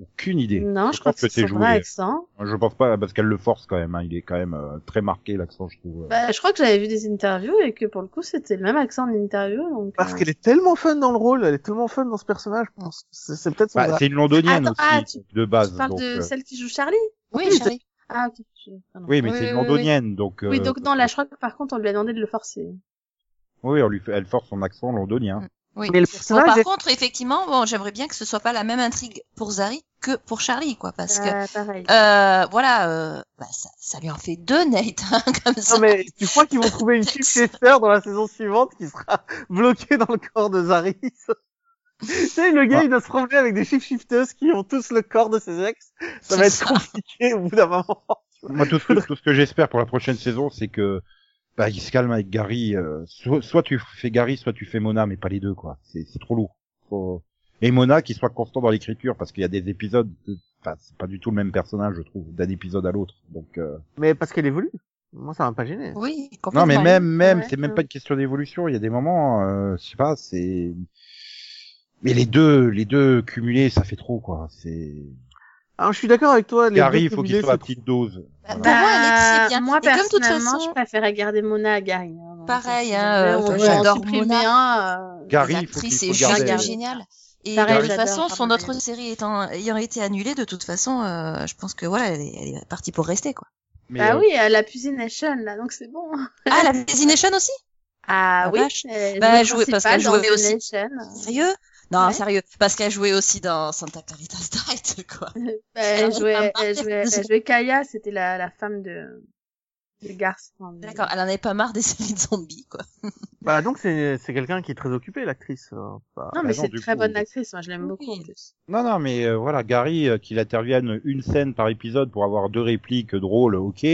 [SPEAKER 1] aucune idée.
[SPEAKER 2] Non, je, crois que, c'est son
[SPEAKER 1] joué.
[SPEAKER 2] vrai accent.
[SPEAKER 1] Je pense pas parce qu'elle le force quand même. hein. Il est quand même euh, très marqué l'accent, je trouve.
[SPEAKER 2] Bah, je crois que j'avais vu des interviews et que pour le coup, c'était le même accent en interview. Donc,
[SPEAKER 4] Parce
[SPEAKER 2] euh,
[SPEAKER 4] qu'elle est tellement fun dans le rôle, elle est tellement fun dans ce personnage, je pense. C'est c'est peut-être son
[SPEAKER 1] Bah,
[SPEAKER 4] hasard.
[SPEAKER 1] c'est une londonienne
[SPEAKER 2] Attends, ah,
[SPEAKER 1] aussi de base.
[SPEAKER 2] tu parles
[SPEAKER 1] donc,
[SPEAKER 2] de
[SPEAKER 1] euh,
[SPEAKER 2] celle qui joue Charlie
[SPEAKER 5] Oui,
[SPEAKER 4] Oui,
[SPEAKER 5] chérie.
[SPEAKER 2] Ah, ok. je- pardon.
[SPEAKER 1] Oui, mais
[SPEAKER 5] Oui,
[SPEAKER 1] c'est
[SPEAKER 5] oui,
[SPEAKER 1] une
[SPEAKER 5] oui, oui.
[SPEAKER 1] londonienne, donc.
[SPEAKER 2] Oui,
[SPEAKER 1] euh,
[SPEAKER 2] donc non, là, je crois que par contre, on lui a demandé de le forcer.
[SPEAKER 1] Oui, on lui fait- elle force son accent londonien.
[SPEAKER 3] Oui.
[SPEAKER 4] Mais le
[SPEAKER 3] Bon,
[SPEAKER 4] personnage
[SPEAKER 3] par
[SPEAKER 4] est-
[SPEAKER 3] contre, effectivement, bon, j'aimerais bien que ce soit pas la même intrigue pour Zari que pour Charlie, quoi, parce que
[SPEAKER 2] Ah, pareil.
[SPEAKER 3] euh, voilà, euh, bah, ça, ça lui en fait deux Nate, hein, comme ça.
[SPEAKER 4] Non, mais tu crois qu'ils vont trouver une successeur dans la saison suivante qui sera bloquée dans le corps de Zaris Tu sais, le gars,
[SPEAKER 1] Ah.
[SPEAKER 4] il doit se promener avec des shift-shifteuses qui ont tous le corps de ses ex. Ça va être compliqué au bout d'un moment.
[SPEAKER 1] Moi, tout ce que, tout ce que j'espère pour la prochaine saison, c'est que bah, il se calme avec Gary. euh, so- soit tu fais Gary, soit tu fais Mona, mais pas les deux, quoi. C'est c'est trop lourd. Faut- Et Mona qui soit constant dans l'écriture, parce qu'il y a des épisodes. Enfin, c'est pas du tout le même personnage, je trouve, d'un épisode à l'autre. Donc. euh,
[SPEAKER 4] Mais parce qu'elle évolue. Moi, ça m'a pas gêné.
[SPEAKER 3] Oui,
[SPEAKER 1] Non,
[SPEAKER 3] complètement.
[SPEAKER 1] mais même, même,
[SPEAKER 2] Ouais,
[SPEAKER 1] c'est même
[SPEAKER 2] ouais.
[SPEAKER 1] pas une question d'évolution. Il y a des moments, euh, je sais pas, c'est. Mais les deux, les deux cumulés, ça fait trop, quoi. C'est.
[SPEAKER 4] Alors, je suis d'accord avec toi. Les
[SPEAKER 1] Gary,
[SPEAKER 4] deux
[SPEAKER 1] il faut qu'il
[SPEAKER 4] cumulés,
[SPEAKER 1] soit à
[SPEAKER 4] c'est-
[SPEAKER 1] petite dose.
[SPEAKER 3] Bah, Pour
[SPEAKER 1] Voilà.
[SPEAKER 3] moi, Alex, c'est
[SPEAKER 4] Bah,
[SPEAKER 3] bien.
[SPEAKER 2] moi,
[SPEAKER 3] Et comme de toute
[SPEAKER 2] personnellement,
[SPEAKER 3] façon-
[SPEAKER 2] je préférais garder Mona à Gary. hein, donc,
[SPEAKER 3] Pareil,
[SPEAKER 2] si
[SPEAKER 3] hein,
[SPEAKER 2] jamais
[SPEAKER 3] euh,
[SPEAKER 2] on
[SPEAKER 5] toi,
[SPEAKER 2] peut en
[SPEAKER 3] j'adore
[SPEAKER 2] supprimer
[SPEAKER 3] Mona.
[SPEAKER 2] un, euh,
[SPEAKER 1] Gary, il faut qu'il
[SPEAKER 3] L'actrice
[SPEAKER 1] faut
[SPEAKER 3] est
[SPEAKER 1] le
[SPEAKER 2] garder.
[SPEAKER 3] juste géniale. Et
[SPEAKER 2] Pareil,
[SPEAKER 3] de toute
[SPEAKER 2] j'adore,
[SPEAKER 3] façon, son
[SPEAKER 2] pardon,
[SPEAKER 3] autre série étant, ayant été annulée, de toute façon, euh, je pense que voilà, elle est, elle est partie pour rester quoi.
[SPEAKER 1] Mais,
[SPEAKER 2] Bah
[SPEAKER 1] euh,
[SPEAKER 2] oui, elle a puissé Nation, là, donc c'est bon.
[SPEAKER 3] Ah, la Destination aussi
[SPEAKER 2] Ah
[SPEAKER 3] La
[SPEAKER 2] oui,
[SPEAKER 3] vache.
[SPEAKER 2] elle
[SPEAKER 3] Bah,
[SPEAKER 2] joue
[SPEAKER 3] elle jouait- parce
[SPEAKER 2] principale
[SPEAKER 3] qu'elle jouait
[SPEAKER 2] dans The
[SPEAKER 3] aussi.
[SPEAKER 2] Nation.
[SPEAKER 3] Sérieux Non,
[SPEAKER 2] Ouais.
[SPEAKER 3] sérieux, parce qu'elle jouait aussi dans Santa Clarita Diet quoi.
[SPEAKER 2] Bah, elle,
[SPEAKER 3] Ah,
[SPEAKER 2] jouait,
[SPEAKER 3] pas
[SPEAKER 2] elle,
[SPEAKER 3] mal.
[SPEAKER 2] jouait, elle jouait Kaya, c'était la, la femme de, de Garth. enfin, de-
[SPEAKER 3] D'accord, elle en avait pas marre des séries de zombies quoi.
[SPEAKER 4] Bah, donc, c'est, c'est quelqu'un qui est très occupé, l'actrice. euh, bah.
[SPEAKER 1] bah
[SPEAKER 2] Non, mais
[SPEAKER 1] non,
[SPEAKER 2] c'est
[SPEAKER 1] du
[SPEAKER 2] une très
[SPEAKER 1] coup,
[SPEAKER 2] bonne
[SPEAKER 1] on-
[SPEAKER 2] actrice, moi je l'aime
[SPEAKER 3] Oui.
[SPEAKER 2] beaucoup en plus.
[SPEAKER 1] Non, non, mais euh, voilà, Gary, euh, qu'il intervienne une scène par épisode pour avoir deux répliques drôles, ok.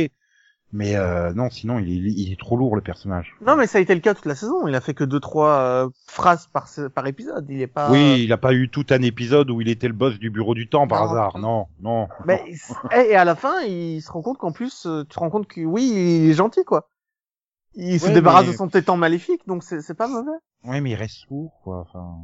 [SPEAKER 1] Mais euh, non, sinon, il est, il est trop lourd le personnage.
[SPEAKER 4] Non, mais ça a été le cas toute la saison. Il a fait que deux, trois euh, phrases par, se- par épisode. Il est pas.
[SPEAKER 1] Oui, il a pas eu tout un épisode où il était le boss du bureau du temps par
[SPEAKER 4] Non.
[SPEAKER 1] hasard. Non, non.
[SPEAKER 4] Mais il s- eh, et, et à la fin, il se rend compte qu'en plus, euh, tu te rends compte que oui, il est gentil, quoi. Il se
[SPEAKER 1] Ouais,
[SPEAKER 4] débarrasse
[SPEAKER 1] mais-
[SPEAKER 4] de son tétan maléfique, donc c'est c'est pas mauvais.
[SPEAKER 1] Ouais, mais il reste sourd, quoi. Enfin,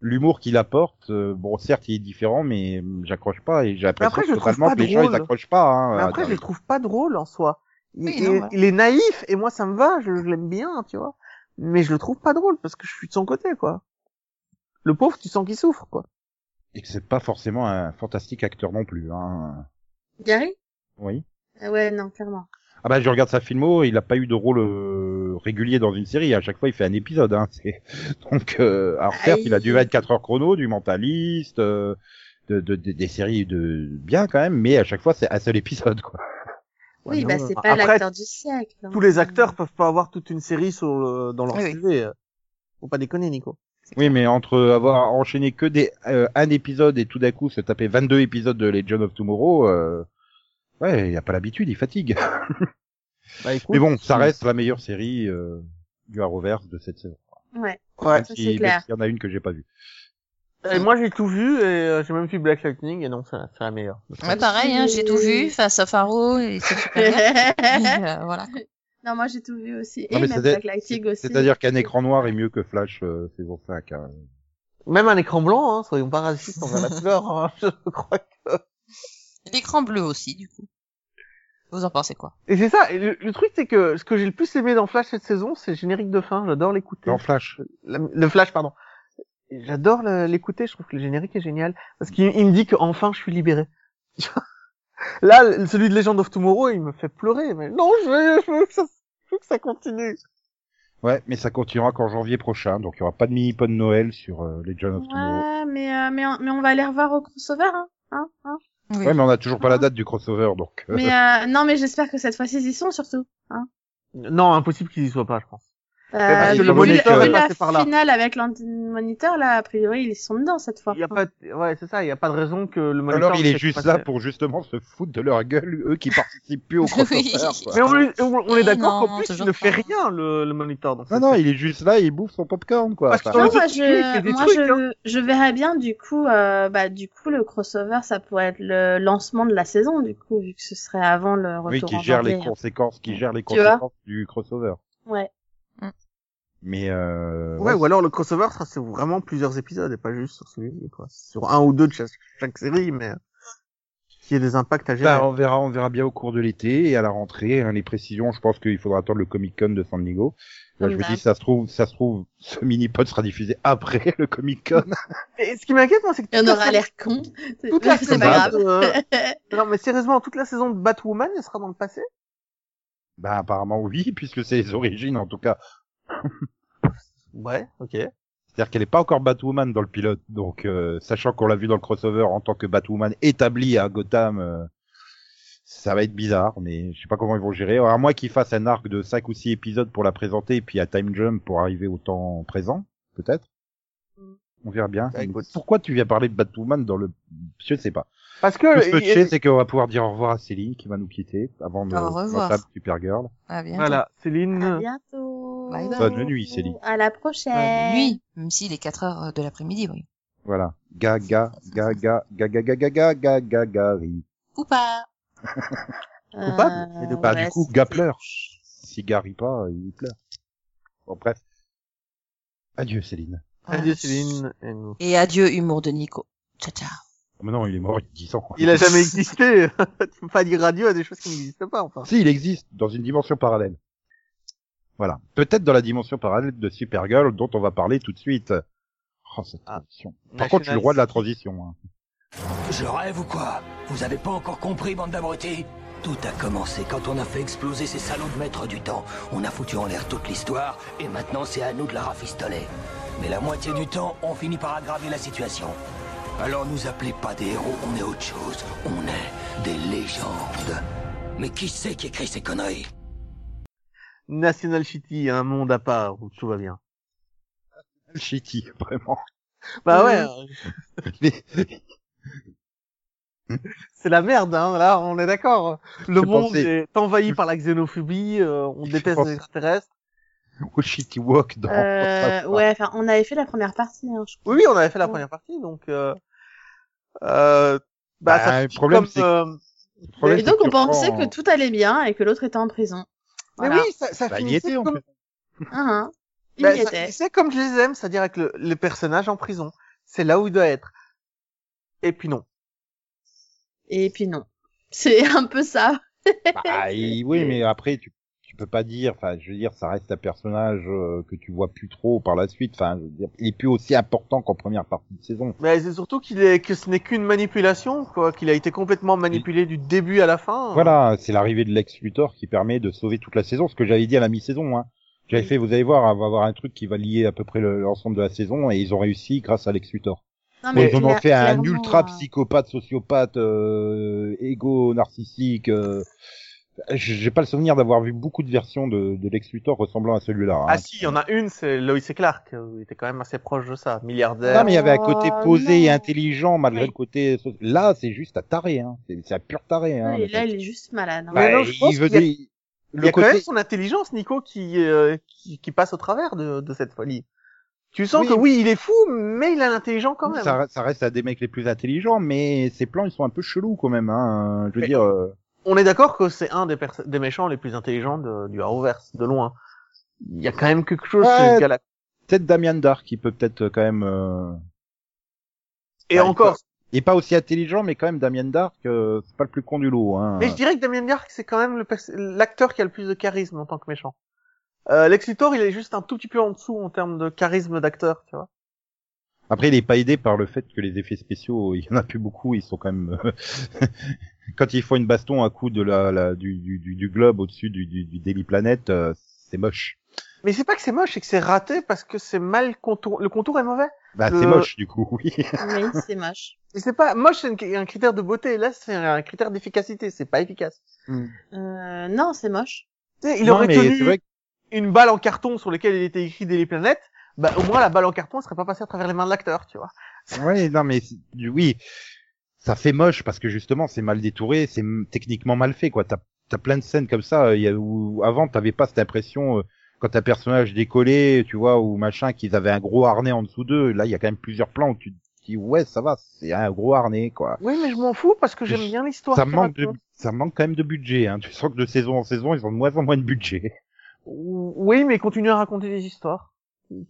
[SPEAKER 1] l'humour qu'il apporte, euh, bon, certes, il est différent, mais euh, j'accroche pas et j'ai l'impression
[SPEAKER 4] Après, je le trouve
[SPEAKER 1] totalement
[SPEAKER 4] pas
[SPEAKER 1] que les gens
[SPEAKER 4] drôle.
[SPEAKER 1] ils accrochent pas. Hein,
[SPEAKER 4] Mais après,
[SPEAKER 1] à-
[SPEAKER 4] je le trouve pas drôle en soi. Il,
[SPEAKER 3] Oui,
[SPEAKER 4] il-
[SPEAKER 3] non, voilà.
[SPEAKER 4] il est naïf, et moi, ça me va, je, je l'aime bien, tu vois. Mais je le trouve pas drôle, parce que je suis de son côté, quoi. Le pauvre, tu sens qu'il souffre, quoi.
[SPEAKER 1] Et que c'est pas forcément un fantastique acteur non plus. Hein.
[SPEAKER 2] Gary
[SPEAKER 1] Oui.
[SPEAKER 2] Ah Ouais, non, clairement.
[SPEAKER 1] Ah bah je regarde sa filmo, il a pas eu de rôle euh, régulier dans une série. À chaque fois, il fait un épisode. Hein, c'est- Donc, euh, alors certes, il a du
[SPEAKER 2] Aïe.
[SPEAKER 1] 24 heures chrono, du mentaliste, euh, de, de- de- des séries de bien quand même, mais à chaque fois, c'est un seul épisode, quoi.
[SPEAKER 4] Ouais,
[SPEAKER 2] oui,
[SPEAKER 4] non,
[SPEAKER 2] bah
[SPEAKER 4] non.
[SPEAKER 2] c'est pas
[SPEAKER 4] Après,
[SPEAKER 2] l'acteur du siècle. hein.
[SPEAKER 4] Tous les acteurs peuvent pas avoir toute une série sur le- dans leur
[SPEAKER 3] Oui, oui.
[SPEAKER 4] CV. euh. Faut pas déconner, Nico.
[SPEAKER 1] Oui, mais entre avoir enchaîné que des euh, un épisode et tout d'un coup se taper 22 épisodes de Legend of Tomorrow, euh, ouais, il a pas l'habitude, il fatigue.
[SPEAKER 4] Bah, écoute,
[SPEAKER 1] mais bon, ça
[SPEAKER 4] oui.
[SPEAKER 1] reste la meilleure série euh, du Arrowverse de cette saison.
[SPEAKER 2] Ouais.
[SPEAKER 4] Ouais.
[SPEAKER 2] Ça,
[SPEAKER 1] Même si-
[SPEAKER 2] c'est
[SPEAKER 1] même
[SPEAKER 2] clair.
[SPEAKER 1] s'il y en a une que j'ai pas vue.
[SPEAKER 4] Et moi, j'ai tout vu, et euh, j'ai même vu Black Lightning, et non, c'est c'est la meilleure.
[SPEAKER 3] Ouais, pareil, hein, j'ai tout vu face à Faro et c'est super
[SPEAKER 2] non,
[SPEAKER 3] bien. Mais, euh, voilà. quoi.
[SPEAKER 2] moi j'ai tout vu aussi.
[SPEAKER 1] Non,
[SPEAKER 2] Et
[SPEAKER 1] mais
[SPEAKER 2] même
[SPEAKER 1] c'est-à-
[SPEAKER 2] Black Lightning aussi.
[SPEAKER 1] C'est-à-dire qu'un écran noir est mieux que Flash euh, saison 5. hein.
[SPEAKER 4] Même un écran blanc, hein, soyons pas racistes envers la couleur, hein, je crois.
[SPEAKER 3] L'écran bleu aussi, du coup. Vous en pensez quoi
[SPEAKER 4] Et c'est ça, et le, le truc c'est que ce que j'ai le plus aimé dans Flash cette saison, c'est le générique de fin, j'adore l'écouter.
[SPEAKER 1] Dans Flash.
[SPEAKER 4] La- Le Flash, pardon. J'adore le- l'écouter, je trouve que le générique est génial, parce qu'il il me dit qu'enfin je suis libéré. Tu vois Là, le- celui de Legend of Tomorrow, il me fait pleurer, mais non, je veux, je veux que, ça, je veux que ça continue.
[SPEAKER 1] Ouais, mais ça continuera qu'en janvier prochain, donc il y aura pas de mini pod Noël sur euh, Legend of Tomorrow.
[SPEAKER 2] Ouais, mais, euh, mais, on- mais on va les revoir au crossover, hein. hein, hein.
[SPEAKER 3] Oui.
[SPEAKER 1] Ouais, mais on a toujours pas la date du crossover, donc. euh,
[SPEAKER 2] Ah. Mais euh, non, mais j'espère que cette fois-ci ils y sont surtout. Hein.
[SPEAKER 4] Non, impossible qu'ils y soient pas, je pense.
[SPEAKER 1] parce
[SPEAKER 2] Euh,
[SPEAKER 1] que le
[SPEAKER 2] vu
[SPEAKER 1] moniteur
[SPEAKER 2] vu
[SPEAKER 1] est
[SPEAKER 2] la
[SPEAKER 4] passé par là.
[SPEAKER 2] finale avec l'anti-moniteur, là, a priori, ils sont dedans cette fois.
[SPEAKER 4] Il y a pas, de- ouais, c'est ça, il y a pas de raison que le moniteur
[SPEAKER 1] Alors il
[SPEAKER 4] ne
[SPEAKER 1] est
[SPEAKER 4] fasse
[SPEAKER 1] juste
[SPEAKER 4] pas-
[SPEAKER 1] là pour justement se foutre de leur gueule, eux qui participent plus au crossover.
[SPEAKER 3] Oui.
[SPEAKER 1] quoi.
[SPEAKER 4] Mais on, est- on- on est
[SPEAKER 3] Eh
[SPEAKER 4] d'accord
[SPEAKER 3] non,
[SPEAKER 4] qu'en plus, il
[SPEAKER 3] toujours
[SPEAKER 4] ne fait
[SPEAKER 3] pas.
[SPEAKER 4] rien, le, le moniteur. donc
[SPEAKER 1] Non,
[SPEAKER 4] c'est-
[SPEAKER 1] non, il est juste là et il bouffe son popcorn, quoi.
[SPEAKER 4] Parce que
[SPEAKER 1] Enfin,
[SPEAKER 4] dans
[SPEAKER 2] Non,
[SPEAKER 4] le
[SPEAKER 2] moi,
[SPEAKER 4] jeu, il fait
[SPEAKER 2] je,
[SPEAKER 4] des
[SPEAKER 2] moi,
[SPEAKER 4] trucs,
[SPEAKER 2] je,
[SPEAKER 4] hein.
[SPEAKER 2] je verrais bien, du coup, euh, bah, du coup, le crossover, ça pourrait être le lancement de la saison, du coup, vu que ce serait avant le
[SPEAKER 1] oui,
[SPEAKER 2] retour
[SPEAKER 1] qui
[SPEAKER 2] en
[SPEAKER 1] gère les
[SPEAKER 2] janvier. hein.
[SPEAKER 1] conséquences, qui gère les
[SPEAKER 2] Tu vois
[SPEAKER 1] conséquences du crossover.
[SPEAKER 2] Ouais.
[SPEAKER 3] Mm.
[SPEAKER 1] Mais euh,
[SPEAKER 4] Ouais,
[SPEAKER 1] ouais,
[SPEAKER 4] ou alors le crossover sera sur vraiment plusieurs épisodes et pas juste sur celui-là, quoi. Sur un ou deux de chaque, chaque série, mais euh, qui ait des impacts à gérer.
[SPEAKER 1] Bah, on verra, on verra bien au cours de l'été et à la rentrée. hein, les précisions, je pense qu'il faudra attendre le Comic Con de San Diego. Là, je me
[SPEAKER 2] Comme
[SPEAKER 1] dis, ça se trouve, ça se trouve, ce mini pod sera diffusé après le Comic Con.
[SPEAKER 4] Et ce qui m'inquiète, moi, c'est que
[SPEAKER 2] Et on
[SPEAKER 4] toute la
[SPEAKER 2] aura
[SPEAKER 4] saison-
[SPEAKER 2] l'air con. C'est
[SPEAKER 4] toute la
[SPEAKER 2] c'est
[SPEAKER 4] saison
[SPEAKER 2] pas grave.
[SPEAKER 4] de- euh, non, mais sérieusement, toute la saison de Batwoman, elle sera dans le passé.
[SPEAKER 1] bah apparemment oui, puisque c'est les origines en tout cas.
[SPEAKER 4] Ouais, ok.
[SPEAKER 1] C'est-à-dire qu'elle n'est pas encore Batwoman dans le pilote, donc euh, sachant qu'on l'a vu dans le crossover en tant que Batwoman établie à Gotham, euh, ça va être bizarre, mais je sais pas comment ils vont gérer. À moins qu'ils fassent un arc de 5 ou 6 épisodes pour la présenter, et puis à Time Jump pour arriver au temps présent, peut-être. On verra bien.
[SPEAKER 4] Ah, écoute.
[SPEAKER 1] Pourquoi tu viens parler de Batwoman dans le... Je ne sais pas.
[SPEAKER 4] Parce
[SPEAKER 1] Tout ce que je sais,
[SPEAKER 4] que,
[SPEAKER 1] c'est qu'on va pouvoir dire au revoir à Céline qui va nous quitter avant de
[SPEAKER 3] Au revoir.
[SPEAKER 1] de Supergirl.
[SPEAKER 3] Ah, bien.
[SPEAKER 4] voilà,
[SPEAKER 2] À
[SPEAKER 4] Céline,
[SPEAKER 2] bientôt.
[SPEAKER 3] Bye bye.
[SPEAKER 1] Bonne nuit, Céline.
[SPEAKER 2] À la prochaine.
[SPEAKER 3] Nuit, même s'il est 4 heures de l'après-midi, oui.
[SPEAKER 1] Voilà. Gaga, gaga, gaga, gaga, gaga, gaga, gagari.
[SPEAKER 3] Ou pas.
[SPEAKER 4] Coupable.
[SPEAKER 2] Euh,
[SPEAKER 4] Et de
[SPEAKER 1] Bah,
[SPEAKER 2] ouais,
[SPEAKER 1] du coup,
[SPEAKER 2] c'est-
[SPEAKER 1] gars pleure. S'il garie pas, il pleure. Bon, bref. Adieu, Céline.
[SPEAKER 4] adieu Céline. Et nous-
[SPEAKER 3] Et adieu, humour de Nico. Ciao, ciao.
[SPEAKER 1] Ah, mais non, il est mort il y a 10 ans.
[SPEAKER 4] Il a jamais existé. tu peux pas dire radio à des choses qui n'existent pas, enfin.
[SPEAKER 1] Si, il existe, dans une dimension parallèle. Voilà. Peut-être dans la dimension parallèle de Supergirl, dont on va parler tout de suite. Oh, cette
[SPEAKER 4] Ah.
[SPEAKER 1] transition. Par contre, je suis le roi de la transition. hein.
[SPEAKER 5] Je rêve ou quoi Vous avez pas encore compris, bande d'abrutis Tout a commencé quand on a fait exploser ces salauds de maîtres du temps. On a foutu en l'air toute l'histoire, et maintenant c'est à nous de la rafistoler. Mais la moitié du temps, on finit par aggraver la situation. Alors nous appelez pas des héros, on est autre chose. On est des légendes. Mais qui c'est qui écrit ces conneries
[SPEAKER 4] National City, un monde à part où tout va bien.
[SPEAKER 1] Shitty, vraiment.
[SPEAKER 4] Bah ouais,
[SPEAKER 2] Oui.
[SPEAKER 1] Les-
[SPEAKER 4] c'est la merde, hein. Là, on est d'accord. Le
[SPEAKER 1] J'ai
[SPEAKER 4] monde
[SPEAKER 1] pensé-
[SPEAKER 4] est envahi par la xénophobie. euh, on
[SPEAKER 1] J'ai
[SPEAKER 4] déteste
[SPEAKER 1] pensé-
[SPEAKER 4] les extraterrestres.
[SPEAKER 1] Au Shitty Walk dans...
[SPEAKER 2] Euh, ouais, enfin, on avait fait la première partie, hein, je crois.
[SPEAKER 4] Oui, oui, on avait fait la
[SPEAKER 2] Ouais.
[SPEAKER 4] première partie, donc. Euh... Euh... Bah,
[SPEAKER 1] Bah,
[SPEAKER 4] ça
[SPEAKER 1] le
[SPEAKER 4] fait
[SPEAKER 1] problème,
[SPEAKER 4] comme,
[SPEAKER 1] c'est que-
[SPEAKER 4] euh,
[SPEAKER 1] Le problème,
[SPEAKER 2] Et
[SPEAKER 1] c'est
[SPEAKER 2] donc,
[SPEAKER 1] que
[SPEAKER 2] on
[SPEAKER 1] tu
[SPEAKER 2] pensait
[SPEAKER 1] reprends-
[SPEAKER 2] que tout allait bien et que l'autre était en prison.
[SPEAKER 4] Mais
[SPEAKER 2] Voilà.
[SPEAKER 4] oui, ça, ça
[SPEAKER 1] Bah, il y
[SPEAKER 4] finissait
[SPEAKER 1] était, en
[SPEAKER 4] comme...
[SPEAKER 1] fait.
[SPEAKER 2] Hein, hein. Il
[SPEAKER 4] Bah,
[SPEAKER 2] y
[SPEAKER 4] ça
[SPEAKER 2] était.
[SPEAKER 4] finissait comme je les aime, c'est-à-dire avec le, le personnage en prison. C'est là où il doit être. Et puis non.
[SPEAKER 2] Et puis non. C'est un peu ça.
[SPEAKER 1] Bah, et- oui, mais après, tu, tu peux pas dire, enfin, je veux dire, ça reste un personnage euh, que tu vois plus trop par la suite, enfin, je veux dire, il est plus aussi important qu'en première partie de saison.
[SPEAKER 4] Mais c'est surtout qu'il est que ce n'est qu'une manipulation, quoi. Qu'il a été complètement manipulé du début à la
[SPEAKER 2] Oh.
[SPEAKER 4] fin.
[SPEAKER 1] Voilà, c'est l'arrivée de Lex Luthor qui permet de sauver toute la saison, ce que j'avais dit à la mi-saison, hein. J'avais fait, vous allez voir, on va avoir un truc qui va lier à peu près le- l'ensemble de la saison, et ils ont réussi grâce à Lex Luthor.
[SPEAKER 2] Non,
[SPEAKER 1] Mais ils en ont
[SPEAKER 2] clair-
[SPEAKER 1] fait un
[SPEAKER 2] clairement,
[SPEAKER 1] ultra
[SPEAKER 2] euh,
[SPEAKER 1] psychopathe, sociopathe, euh, égo, narcissique, euh, j- J'ai pas le souvenir d'avoir vu beaucoup de versions de, de Lex Luthor ressemblant à celui-là. hein.
[SPEAKER 4] Ah si, il y en a une, c'est Lois et Clark. euh, Il était quand même assez proche de ça, milliardaire.
[SPEAKER 1] Non, mais il y avait un côté
[SPEAKER 2] Oh,
[SPEAKER 1] posé et
[SPEAKER 2] non.
[SPEAKER 1] intelligent, malgré
[SPEAKER 2] Oui.
[SPEAKER 1] le côté. so- Là, c'est juste à taré, hein. C'est c'est un pur taré, hein.
[SPEAKER 2] oui, là, il est juste malade. hein.
[SPEAKER 1] Bah,
[SPEAKER 4] Mais non, je pense
[SPEAKER 1] il veut
[SPEAKER 4] qu'il y a-
[SPEAKER 1] dire-
[SPEAKER 4] Il y
[SPEAKER 1] Le
[SPEAKER 4] a quand
[SPEAKER 1] côté.
[SPEAKER 4] même son intelligence, Nico, qui, euh, qui, qui passe au travers de, de cette folie. Tu sens
[SPEAKER 1] Oui.
[SPEAKER 4] que oui, il est fou, mais il est intelligent quand même.
[SPEAKER 1] Ça, ça reste à des mecs les plus intelligents, mais ses plans, ils sont un peu chelous quand même, hein. Je veux
[SPEAKER 4] Mais-
[SPEAKER 1] dire. euh,
[SPEAKER 4] On est d'accord que c'est un des, perso- des méchants les plus intelligents de- du Arrowverse, de loin. Il y a quand même quelque chose
[SPEAKER 1] Ouais.
[SPEAKER 4] chez le gars-là.
[SPEAKER 1] Peut-être Damien Dark, qui peut peut-être euh, quand même. euh,
[SPEAKER 4] Et
[SPEAKER 1] Ouais,
[SPEAKER 4] encore,
[SPEAKER 1] Il est pas aussi intelligent, mais quand même Damien Dark, euh, c'est pas le plus con du lot, hein.
[SPEAKER 4] mais je dirais que Damien Dark, c'est quand même le pers- l'acteur qui a le plus de charisme en tant que méchant. Euh, Lex Luthor, il est juste un tout petit peu en dessous en termes de charisme d'acteur, tu vois.
[SPEAKER 1] Après, il est pas aidé par le fait que les effets spéciaux, il y en a plus beaucoup, ils sont quand même. euh, quand ils font une baston à coup de la, la- du, du, du- du globe au-dessus du, du, du Daily Planet, euh, c'est moche.
[SPEAKER 4] Mais c'est pas que c'est moche, c'est que c'est raté parce que c'est mal contour, le contour est mauvais.
[SPEAKER 1] Bah,
[SPEAKER 4] Le-
[SPEAKER 1] c'est moche du coup, oui.
[SPEAKER 2] Oui, c'est moche.
[SPEAKER 4] Et c'est pas moche, c'est une- un critère de beauté. Là, c'est un critère d'efficacité. C'est pas efficace.
[SPEAKER 2] Euh, non, c'est moche.
[SPEAKER 4] Tu sais, il
[SPEAKER 1] Non,
[SPEAKER 4] aurait
[SPEAKER 1] mais
[SPEAKER 4] tenu
[SPEAKER 1] c'est vrai que-
[SPEAKER 4] une balle en carton sur laquelle il était écrit Daily Planet. Bah, au moins la balle en carton elle serait pas passée à travers les mains de l'acteur, tu vois.
[SPEAKER 1] Ouais, non, mais c'est- oui, ça fait moche parce que justement, c'est mal détouré, c'est m- techniquement mal fait, quoi. T'as as plein de scènes comme ça euh, il y a, où avant, t'avais pas cette impression euh, quand un personnage décollait, tu vois, ou machin, qu'ils avaient un gros harnais en dessous d'eux. Là, il y a quand même plusieurs plans où tu te dis, ouais, ça va, c'est un gros harnais, quoi.
[SPEAKER 4] Oui, mais je m'en fous parce que
[SPEAKER 1] Mais
[SPEAKER 4] j'aime
[SPEAKER 1] je-
[SPEAKER 4] bien l'histoire.
[SPEAKER 1] Ça
[SPEAKER 4] qu'il
[SPEAKER 1] manque de,
[SPEAKER 4] raconte.
[SPEAKER 1] ça manque quand même de budget, hein. Tu sens que de saison en saison, ils ont de moins en moins de budget.
[SPEAKER 4] Oui, mais continuez à raconter des histoires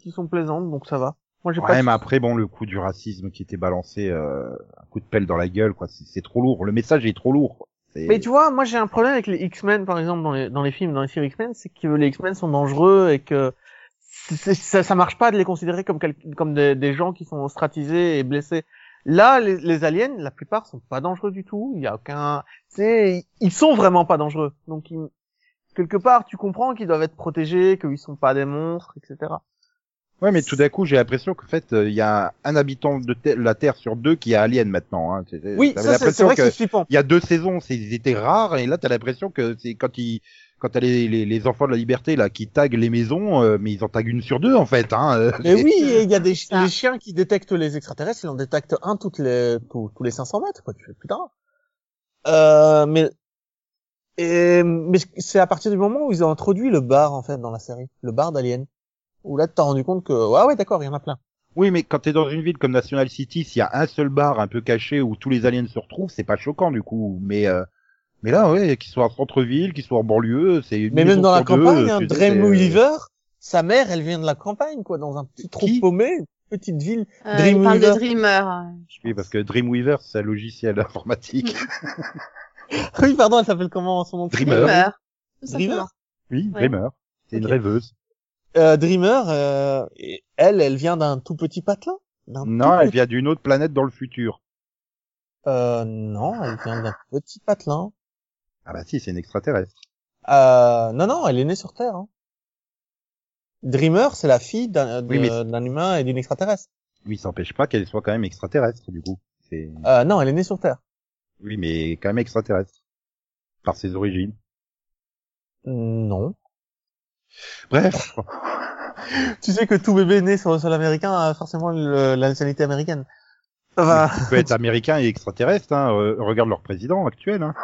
[SPEAKER 4] qui sont plaisantes, donc ça va. Moi, j'ai
[SPEAKER 1] Ouais,
[SPEAKER 4] pas. de-
[SPEAKER 1] mais après, bon, le coup du racisme qui était balancé, euh, un coup de pelle dans la gueule, quoi. C'est c'est trop lourd. Le message est trop lourd. quoi. C'est-
[SPEAKER 4] Mais tu vois, moi j'ai un problème avec les X-Men par exemple dans les, dans les films, dans les séries X-Men, c'est que les X-Men sont dangereux et que c'est- c'est- ça, ça marche pas de les considérer comme, quel- comme des, des gens qui sont stratisés et blessés. Là, les, les aliens, la plupart sont pas dangereux du tout. Il y a aucun, c'est, ils sont vraiment pas dangereux. Donc ils- quelque part, tu comprends qu'ils doivent être protégés, qu'ils sont pas des monstres, etc.
[SPEAKER 1] Ouais, mais tout d'un coup, j'ai l'impression qu'en fait, euh, il y a un habitant de te- la Terre sur deux qui est alien maintenant. Hein. C'est- t'avais
[SPEAKER 4] Oui, ça c'est c'est
[SPEAKER 1] l'impression
[SPEAKER 4] vrai que
[SPEAKER 1] que
[SPEAKER 4] c'est flippant.
[SPEAKER 1] il y a deux saisons, c'est- ils étaient rares, et là, t'as l'impression que c'est quand ils, quand t'as les, les, les enfants de la liberté là qui taguent les maisons, euh, mais ils en taguent une sur deux en fait. Hein. euh,
[SPEAKER 6] Mais
[SPEAKER 1] c'est-
[SPEAKER 6] oui, et il y a des,
[SPEAKER 2] Ça.
[SPEAKER 6] les chiens qui détectent les extraterrestres, ils en détectent un toutes les, tous, tous les 500 mètres, quoi. Tu fais putain. Euh, mais, et, mais c'est à partir du moment où ils ont introduit le bar, en fait, dans la série. Le bar d'Alien. Où là, tu t'as rendu compte que, ouais, ouais, d'accord, il y en a plein.
[SPEAKER 1] Oui, mais quand t'es dans une ville comme National City, s'il y a un seul bar un peu caché où tous les aliens se retrouvent, c'est pas choquant du coup. Mais euh, mais là, ouais, qu'ils soient en centre-ville, qu'ils soient en banlieue, c'est une
[SPEAKER 6] Mais même
[SPEAKER 1] maison
[SPEAKER 6] dans la
[SPEAKER 1] sur deux,
[SPEAKER 6] campagne, hein,
[SPEAKER 1] tu sais, c'est- euh,
[SPEAKER 6] Dreamweaver, sa mère, elle vient de la campagne, quoi, dans un petit trou
[SPEAKER 1] Qui
[SPEAKER 6] paumé, une petite ville.
[SPEAKER 2] Euh, il parle de
[SPEAKER 6] Dreamweaver.
[SPEAKER 2] Dreamer. euh, je
[SPEAKER 1] Oui,
[SPEAKER 2] pense.
[SPEAKER 1] parce que Dreamweaver, c'est un logiciel informatique.
[SPEAKER 6] oui, pardon, elle s'appelle comment, son nom? de
[SPEAKER 1] Dreamer.
[SPEAKER 6] famille
[SPEAKER 2] Dreamer. Tout
[SPEAKER 6] Dreamer.
[SPEAKER 2] simplement.
[SPEAKER 1] Oui,
[SPEAKER 2] Ouais.
[SPEAKER 1] Dreamer. C'est une
[SPEAKER 6] Ok.
[SPEAKER 1] rêveuse.
[SPEAKER 6] Euh, Dreamer, euh, et elle, elle vient d'un tout petit patelin. d'un
[SPEAKER 1] Non,
[SPEAKER 6] tout
[SPEAKER 1] elle vient d'une autre planète dans le futur.
[SPEAKER 6] Euh, non, elle vient d'un petit patelin.
[SPEAKER 1] Ah bah si, c'est une extraterrestre.
[SPEAKER 6] Euh, non, non, elle est née sur Terre. hein. Dreamer, c'est la fille d'un de-
[SPEAKER 1] Oui, mais-
[SPEAKER 6] d'un humain et d'une extraterrestre.
[SPEAKER 1] Mais il s'empêche pas qu'elle soit quand même extraterrestre, du coup. C'est...
[SPEAKER 6] Euh, non, elle est née sur Terre.
[SPEAKER 1] Oui, mais quand même extraterrestre. Par ses origines.
[SPEAKER 6] Non.
[SPEAKER 1] Bref.
[SPEAKER 6] Tu sais que tout bébé né sur le sol américain a forcément le- la nationalité américaine. Enfin,
[SPEAKER 1] Il peut être américain et extraterrestre, hein. euh, regarde leur président actuel, hein.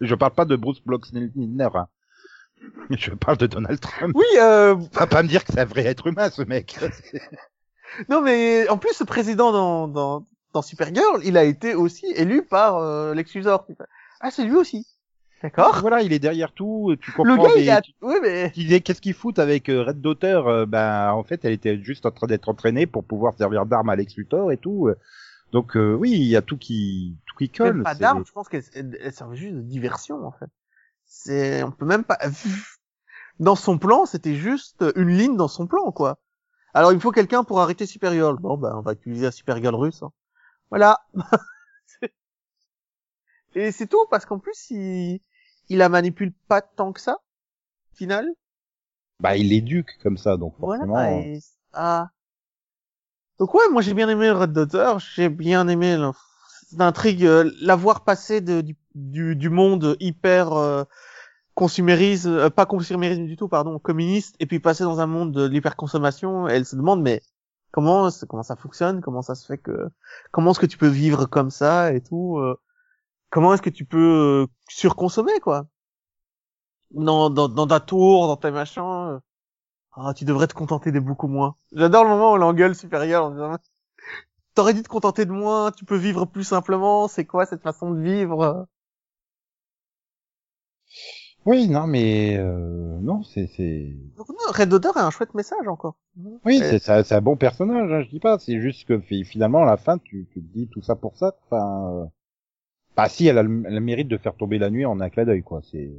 [SPEAKER 1] Je parle pas de Bruce Bloxner, hein. Je parle de Donald Trump.
[SPEAKER 4] Oui, euh,
[SPEAKER 1] Va pas me dire que c'est un vrai être humain, ce mec.
[SPEAKER 4] Non, mais en plus, ce président dans, dans, dans Supergirl, il a été aussi élu par euh, Lex Luthor. Ah, c'est lui aussi. D'accord.
[SPEAKER 1] voilà, il est derrière tout, tu comprends
[SPEAKER 4] Le gars,
[SPEAKER 1] des-
[SPEAKER 4] il a... Oui, mais...
[SPEAKER 1] qui disait qu'est-ce qu'il fout avec euh, Red Daughter euh, Ben en fait, elle était juste en train d'être entraînée pour pouvoir servir d'arme à Lex Luthor et tout. euh. Donc euh, oui, il y a tout qui tout qui colle.
[SPEAKER 4] Même pas
[SPEAKER 1] c'est-
[SPEAKER 4] d'armes, je pense qu'elle elle- elle servait juste de diversion, en fait. C'est... On peut même pas... Dans son plan, c'était juste une ligne dans son plan, quoi. Alors, il me faut quelqu'un pour arrêter Supergirl. Bon, ben, on va utiliser la Supergirl russe. hein. Voilà. Et c'est tout, parce qu'en plus, il... il la manipule pas tant que ça, au final.
[SPEAKER 1] Bah il l'éduque comme ça, donc
[SPEAKER 4] Voilà.
[SPEAKER 1] forcément. euh,
[SPEAKER 4] et- ah. Donc ouais, moi j'ai bien aimé Red Daughter, j'ai bien aimé le- l'intrigue, euh, la voir passer de, du, du, du monde hyper euh, consumérisme, euh, pas consumérisme du tout, pardon, communiste, et puis passer dans un monde de l'hyperconsommation, elle se demande mais comment ça- comment ça fonctionne, comment ça se fait que comment est-ce que tu peux vivre comme ça et tout, euh, comment est-ce que tu peux euh, surconsommer quoi, dans, dans dans ta tour, dans tes machins. euh. Ah, tu devrais te contenter de beaucoup moins. J'adore le moment où on l'engueule supérieur en disant T'aurais dû te contenter de moins, tu peux vivre plus simplement, c'est quoi cette façon de vivre
[SPEAKER 1] Oui, non mais euh, non, c'est c'est
[SPEAKER 4] Donc non, Red Daughter a un chouette message encore.
[SPEAKER 1] oui,
[SPEAKER 4] Euh,
[SPEAKER 1] c'est- c'est un- c'est un bon personnage, hein, je dis pas. C'est juste que fi- finalement à la fin, tu, tu te dis tout ça pour ça. Enfin, euh, bah si, elle a le, le mérite de faire tomber la nuit en un clin d'œil, quoi. C'est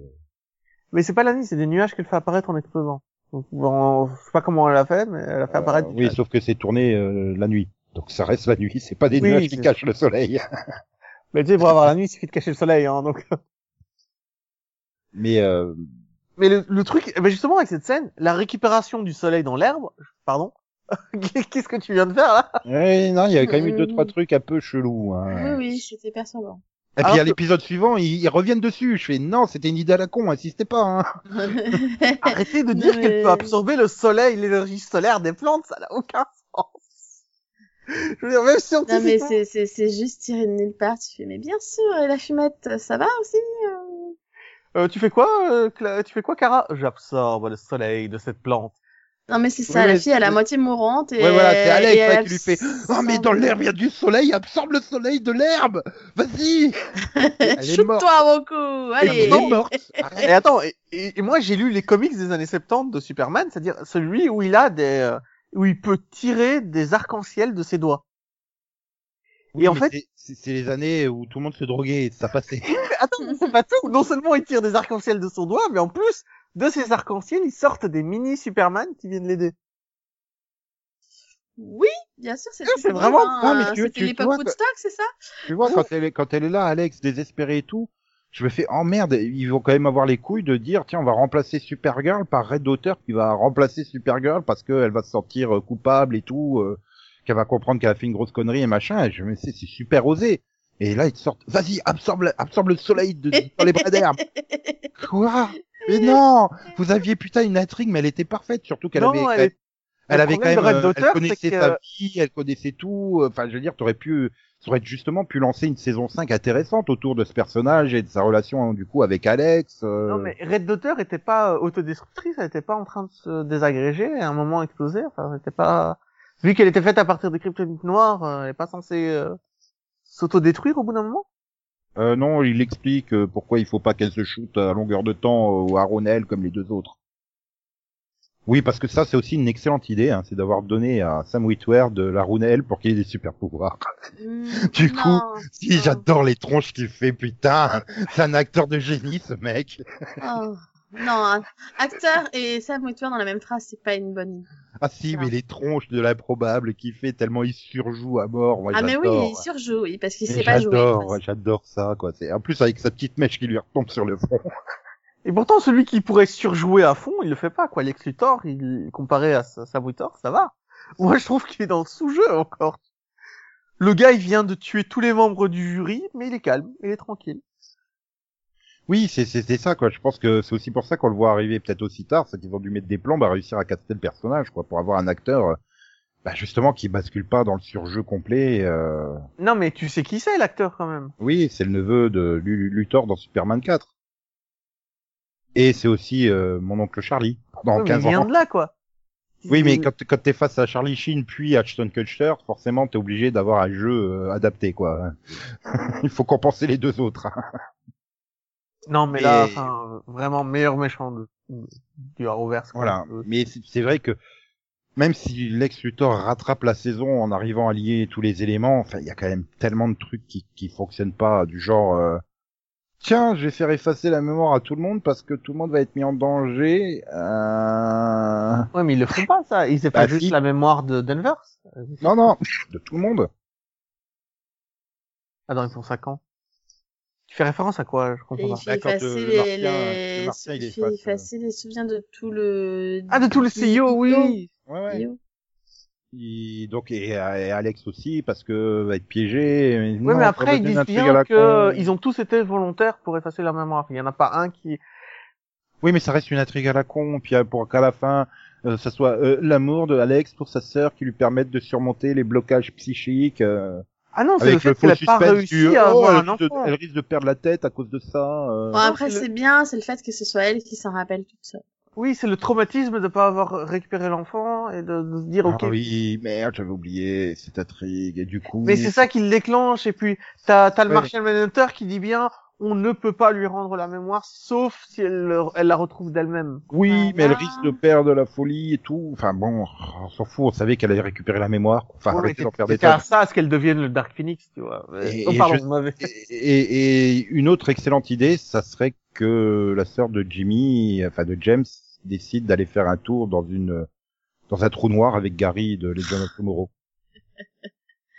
[SPEAKER 4] Mais c'est pas la nuit, c'est des nuages qu'elle fait apparaître en explosant. Donc, bon, je sais pas comment elle l'a fait, mais elle a fait apparaître.
[SPEAKER 1] Euh,
[SPEAKER 4] du
[SPEAKER 1] oui,
[SPEAKER 4] nuage.
[SPEAKER 1] sauf que c'est tourné euh, la nuit. Donc ça reste la nuit, c'est pas des
[SPEAKER 4] Oui,
[SPEAKER 1] nuages qui
[SPEAKER 4] c'est
[SPEAKER 1] cachent le soleil.
[SPEAKER 4] Mais tu sais, pour avoir la nuit, il suffit de cacher le soleil, hein, donc.
[SPEAKER 1] Mais euh,
[SPEAKER 4] Mais le, le truc, eh ben justement, avec cette scène, la récupération du soleil dans l'herbe, pardon. Qu'est-ce que tu viens de faire là
[SPEAKER 1] ouais, non, il y avait quand même eu deux
[SPEAKER 2] Mm.
[SPEAKER 1] trois trucs un peu chelous. Hein.
[SPEAKER 2] Oui, oui, c'était percevant.
[SPEAKER 1] Et
[SPEAKER 4] Alors
[SPEAKER 1] puis à
[SPEAKER 4] que-
[SPEAKER 1] l'épisode suivant, ils, ils reviennent dessus. Je fais non, c'était une idée à la con, insistez pas. Hein.
[SPEAKER 4] Arrêtez de
[SPEAKER 2] Non,
[SPEAKER 4] dire qu'elle
[SPEAKER 2] mais-
[SPEAKER 4] peut absorber le soleil, l'énergie solaire des plantes, ça n'a aucun sens. Je veux dire, même
[SPEAKER 2] Non mais
[SPEAKER 4] scientifiquement.
[SPEAKER 2] c'est c'est c'est juste tiré de nulle part. Tu fais mais bien sûr et la fumette ça va aussi. euh
[SPEAKER 4] Euh, tu fais quoi, euh, Cla- tu fais quoi, Cara J'absorbe le soleil de cette plante.
[SPEAKER 2] Non, mais c'est
[SPEAKER 1] Oui,
[SPEAKER 2] ça, la
[SPEAKER 1] mais-
[SPEAKER 2] fille, elle est à moitié mourante. Et
[SPEAKER 1] Ouais, voilà, c'est Alex
[SPEAKER 2] et
[SPEAKER 1] là,
[SPEAKER 2] elle
[SPEAKER 1] qui lui fait Oh, mais dans l'herbe, il y a du soleil, absorbe le soleil de l'herbe Vas-y Elle est morte.
[SPEAKER 2] Choupe-toi, Roku
[SPEAKER 1] Elle
[SPEAKER 2] Allez
[SPEAKER 1] est morte Arrête.
[SPEAKER 4] Et attends, et, et- et moi j'ai lu les comics des années 70 de Superman, c'est-à-dire celui où il a des, euh, où il peut tirer des arcs-en-ciel de ses doigts.
[SPEAKER 1] Oui,
[SPEAKER 4] en
[SPEAKER 1] mais
[SPEAKER 4] fait-
[SPEAKER 1] c'est- c'est c'est les années où tout le monde se droguait, ça passait.
[SPEAKER 4] Mais Attends, mais c'est pas tout. Non seulement il tire des arcs-en-ciel de son doigt, mais en plus de ces arcs-en-ciel, ils sortent des mini Superman qui viennent l'aider.
[SPEAKER 2] Oui, bien sûr, c'est
[SPEAKER 1] Ah,
[SPEAKER 4] Non, c'est
[SPEAKER 2] Superman,
[SPEAKER 4] vraiment-
[SPEAKER 2] hein,
[SPEAKER 1] non, mais tu-
[SPEAKER 2] C'était
[SPEAKER 1] tu- tu vois
[SPEAKER 2] l'époque
[SPEAKER 1] que-
[SPEAKER 2] Woodstock, c'est ça
[SPEAKER 1] tu vois, quand elle est, quand elle est là, Alex, désespérée et tout, je me fais, oh merde, ils vont quand même avoir les couilles de dire, tiens, on va remplacer Supergirl par Red Daughter qui va remplacer Supergirl parce qu'elle va se sentir euh, coupable et tout, euh, qu'elle va comprendre qu'elle a fait une grosse connerie et machin. Et je me dis, c'est super osé. Et là, ils te sortent, vas-y, absorbe, le- absorbe le soleil de, dans les bras d'herbe. Quoi? Mais non! Vous aviez putain une intrigue, mais elle était parfaite, surtout qu'elle
[SPEAKER 4] Non,
[SPEAKER 1] avait,
[SPEAKER 4] elle est-
[SPEAKER 1] elle
[SPEAKER 4] Le
[SPEAKER 1] avait quand même,
[SPEAKER 4] problème de Red
[SPEAKER 1] euh,
[SPEAKER 4] Daughter,
[SPEAKER 1] elle connaissait
[SPEAKER 4] c'est que-
[SPEAKER 1] sa vie, elle connaissait tout. euh, Enfin, je veux dire, t'aurais pu, t'aurais justement pu lancer une saison 5 intéressante autour de ce personnage et de sa relation hein, du coup avec Alex. euh,
[SPEAKER 4] Non mais Red Daughter était pas euh, autodestructrice, elle était pas en train de se désagréger, à un moment exploser, enfin elle était pas... Vu qu'elle était faite à partir de kryptonite noire, euh, elle est pas censée euh, s'autodétruire au bout d'un moment
[SPEAKER 1] euh, non, il explique euh, pourquoi il faut pas qu'elle se shoote à longueur de temps euh, au Aronel comme les deux autres. Oui, parce que ça, c'est aussi une excellente idée, hein, c'est d'avoir donné à Sam Witwer de la Ronel pour qu'il ait des super pouvoirs.
[SPEAKER 2] Hmm,
[SPEAKER 1] Du coup,
[SPEAKER 2] non,
[SPEAKER 1] Si,
[SPEAKER 2] non.
[SPEAKER 1] j'adore les tronches qu'il fait, putain. C'est un acteur de génie, ce mec.
[SPEAKER 2] Oh, Non, acteur et Sam Witwer dans la même phrase, c'est pas une bonne idée.
[SPEAKER 1] Ah si,
[SPEAKER 2] Non.
[SPEAKER 1] mais les tronches de l'improbable qu'il fait tellement il surjoue à mort. Moi,
[SPEAKER 2] ah mais oui,
[SPEAKER 1] Oh, j'adore.
[SPEAKER 2] il surjoue, oui, parce qu'il
[SPEAKER 1] Mais
[SPEAKER 2] sait pas jouer.
[SPEAKER 1] J'adore,
[SPEAKER 2] quoi.
[SPEAKER 1] ouais, j'adore ça quoi. C'est en plus avec sa petite mèche qui lui retombe sur le front.
[SPEAKER 4] Et pourtant celui qui pourrait surjouer à fond, il le fait pas quoi, Lex Luthor, il... comparé à Sa- Sam Witwer, ça va. Moi je trouve qu'il est dans le sous-jeu encore. Le gars il vient de tuer tous les membres du jury, mais il est calme, il est tranquille.
[SPEAKER 1] Oui, c'est c'est c'est ça quoi. Je pense que c'est aussi pour ça qu'on le voit arriver peut-être aussi tard, c'est qu'ils ont dû mettre des plombes à réussir à caster le personnage quoi, pour avoir un acteur, euh, bah, justement qui bascule pas dans le surjeu complet. euh.
[SPEAKER 4] Non mais tu sais qui c'est l'acteur quand même
[SPEAKER 1] Oui, c'est le neveu de Lu- Luthor dans Superman 4. Et c'est aussi euh, mon oncle Charlie pendant
[SPEAKER 2] Oh,
[SPEAKER 4] Ouais, mais
[SPEAKER 1] 15
[SPEAKER 4] Il vient
[SPEAKER 1] ans.
[SPEAKER 4] de là quoi.
[SPEAKER 1] Oui, mais
[SPEAKER 4] Il-
[SPEAKER 1] quand, quand t'es face à Charlie Sheen puis Ashton Kutcher, forcément t'es obligé d'avoir un jeu euh, adapté, quoi. Il faut compenser les deux autres. hein.
[SPEAKER 4] Non, mais
[SPEAKER 1] Et-
[SPEAKER 4] là, enfin, vraiment meilleur méchant de, du Arrowverse. quoi.
[SPEAKER 1] Voilà.
[SPEAKER 4] Euh,
[SPEAKER 1] Mais c'est c'est vrai que même si Lex Luthor rattrape la saison en arrivant à lier tous les éléments, enfin, il y a quand même tellement de trucs qui, qui fonctionnent pas, du genre. euh, Tiens, je vais faire effacer la mémoire à tout le monde parce que tout le monde va être mis en danger. Euh...
[SPEAKER 4] Ouais, mais ils le font pas, ça. Ils effacent
[SPEAKER 1] Bah,
[SPEAKER 4] juste
[SPEAKER 1] si.
[SPEAKER 4] la mémoire de Denver.
[SPEAKER 1] Non, non, de tout le monde.
[SPEAKER 4] Attends, ils font ça quand Tu fais référence à quoi Je
[SPEAKER 2] Et
[SPEAKER 4] comprends
[SPEAKER 2] il
[SPEAKER 4] pas.
[SPEAKER 2] fait
[SPEAKER 1] Bah, quand,
[SPEAKER 2] effacer
[SPEAKER 1] euh,
[SPEAKER 2] les,
[SPEAKER 1] Martien-
[SPEAKER 2] les-
[SPEAKER 1] le Martien, il
[SPEAKER 2] il fait
[SPEAKER 1] efface, euh,
[SPEAKER 2] effacer les souvenirs de tout le... E
[SPEAKER 4] Ah, de tout le CEO, oui
[SPEAKER 1] Ouais, ouais. Il- donc et, et Alex aussi parce que va être piégé.
[SPEAKER 4] Ouais,
[SPEAKER 1] non,
[SPEAKER 4] mais
[SPEAKER 1] ça va
[SPEAKER 4] après, ils
[SPEAKER 1] donner un
[SPEAKER 4] disent
[SPEAKER 1] truc à la
[SPEAKER 4] bien que
[SPEAKER 1] con.
[SPEAKER 4] ils ont tous été volontaires pour effacer la mémoire. Il y en a pas un qui...
[SPEAKER 1] Oui, mais ça reste une intrigue à la con. Puis euh, pour qu'à la fin, euh, ça soit euh, l'amour de Alex pour sa sœur qui lui permette de surmonter les blocages psychiques euh,
[SPEAKER 4] Ah non, c'est le
[SPEAKER 1] avec le
[SPEAKER 4] fait
[SPEAKER 1] faux
[SPEAKER 4] qu'elle a pas
[SPEAKER 1] suspense
[SPEAKER 4] réussi
[SPEAKER 1] du
[SPEAKER 4] à
[SPEAKER 1] oh,
[SPEAKER 4] avoir
[SPEAKER 1] elle,
[SPEAKER 4] un
[SPEAKER 1] risque de,
[SPEAKER 4] enfant.
[SPEAKER 1] elle risque de perdre la tête à cause de ça. euh.
[SPEAKER 2] Bon, après,
[SPEAKER 4] c'est le-
[SPEAKER 2] c'est bien, c'est le fait que ce soit elle qui s'en rappelle toute seule.
[SPEAKER 4] Oui, c'est le traumatisme de pas avoir récupéré l'enfant et de, de se dire, ok,
[SPEAKER 1] Ah oui, merde, j'avais oublié cette intrigue et du coup.
[SPEAKER 4] Mais c'est ça qui le déclenche. Et puis, t'as as le
[SPEAKER 1] Ouais.
[SPEAKER 4] Martian Manhunter qui dit bien, on ne peut pas lui rendre la mémoire, sauf si elle, le- elle la retrouve d'elle-même.
[SPEAKER 1] Oui,
[SPEAKER 2] Voilà.
[SPEAKER 1] mais elle risque de perdre la folie et tout. Enfin bon, on s'en fout. On savait qu'elle allait récupérer la mémoire. Enfin,
[SPEAKER 4] Ouais, mais
[SPEAKER 1] arrêtez d'en
[SPEAKER 4] c'est-
[SPEAKER 1] faire des
[SPEAKER 4] C'était à
[SPEAKER 1] tonnes.
[SPEAKER 4] ça, à ce qu'elle devienne le Dark Phoenix, tu vois.
[SPEAKER 1] Et-
[SPEAKER 4] oh,
[SPEAKER 1] et
[SPEAKER 4] pardon,
[SPEAKER 1] je-
[SPEAKER 4] mauvais.
[SPEAKER 1] Et, et- et une autre excellente idée, ça serait que la sœur de Jimmy, enfin de James, décide d'aller faire un tour dans une dans un trou noir avec Gary de Legend of Tomorrow. Ah.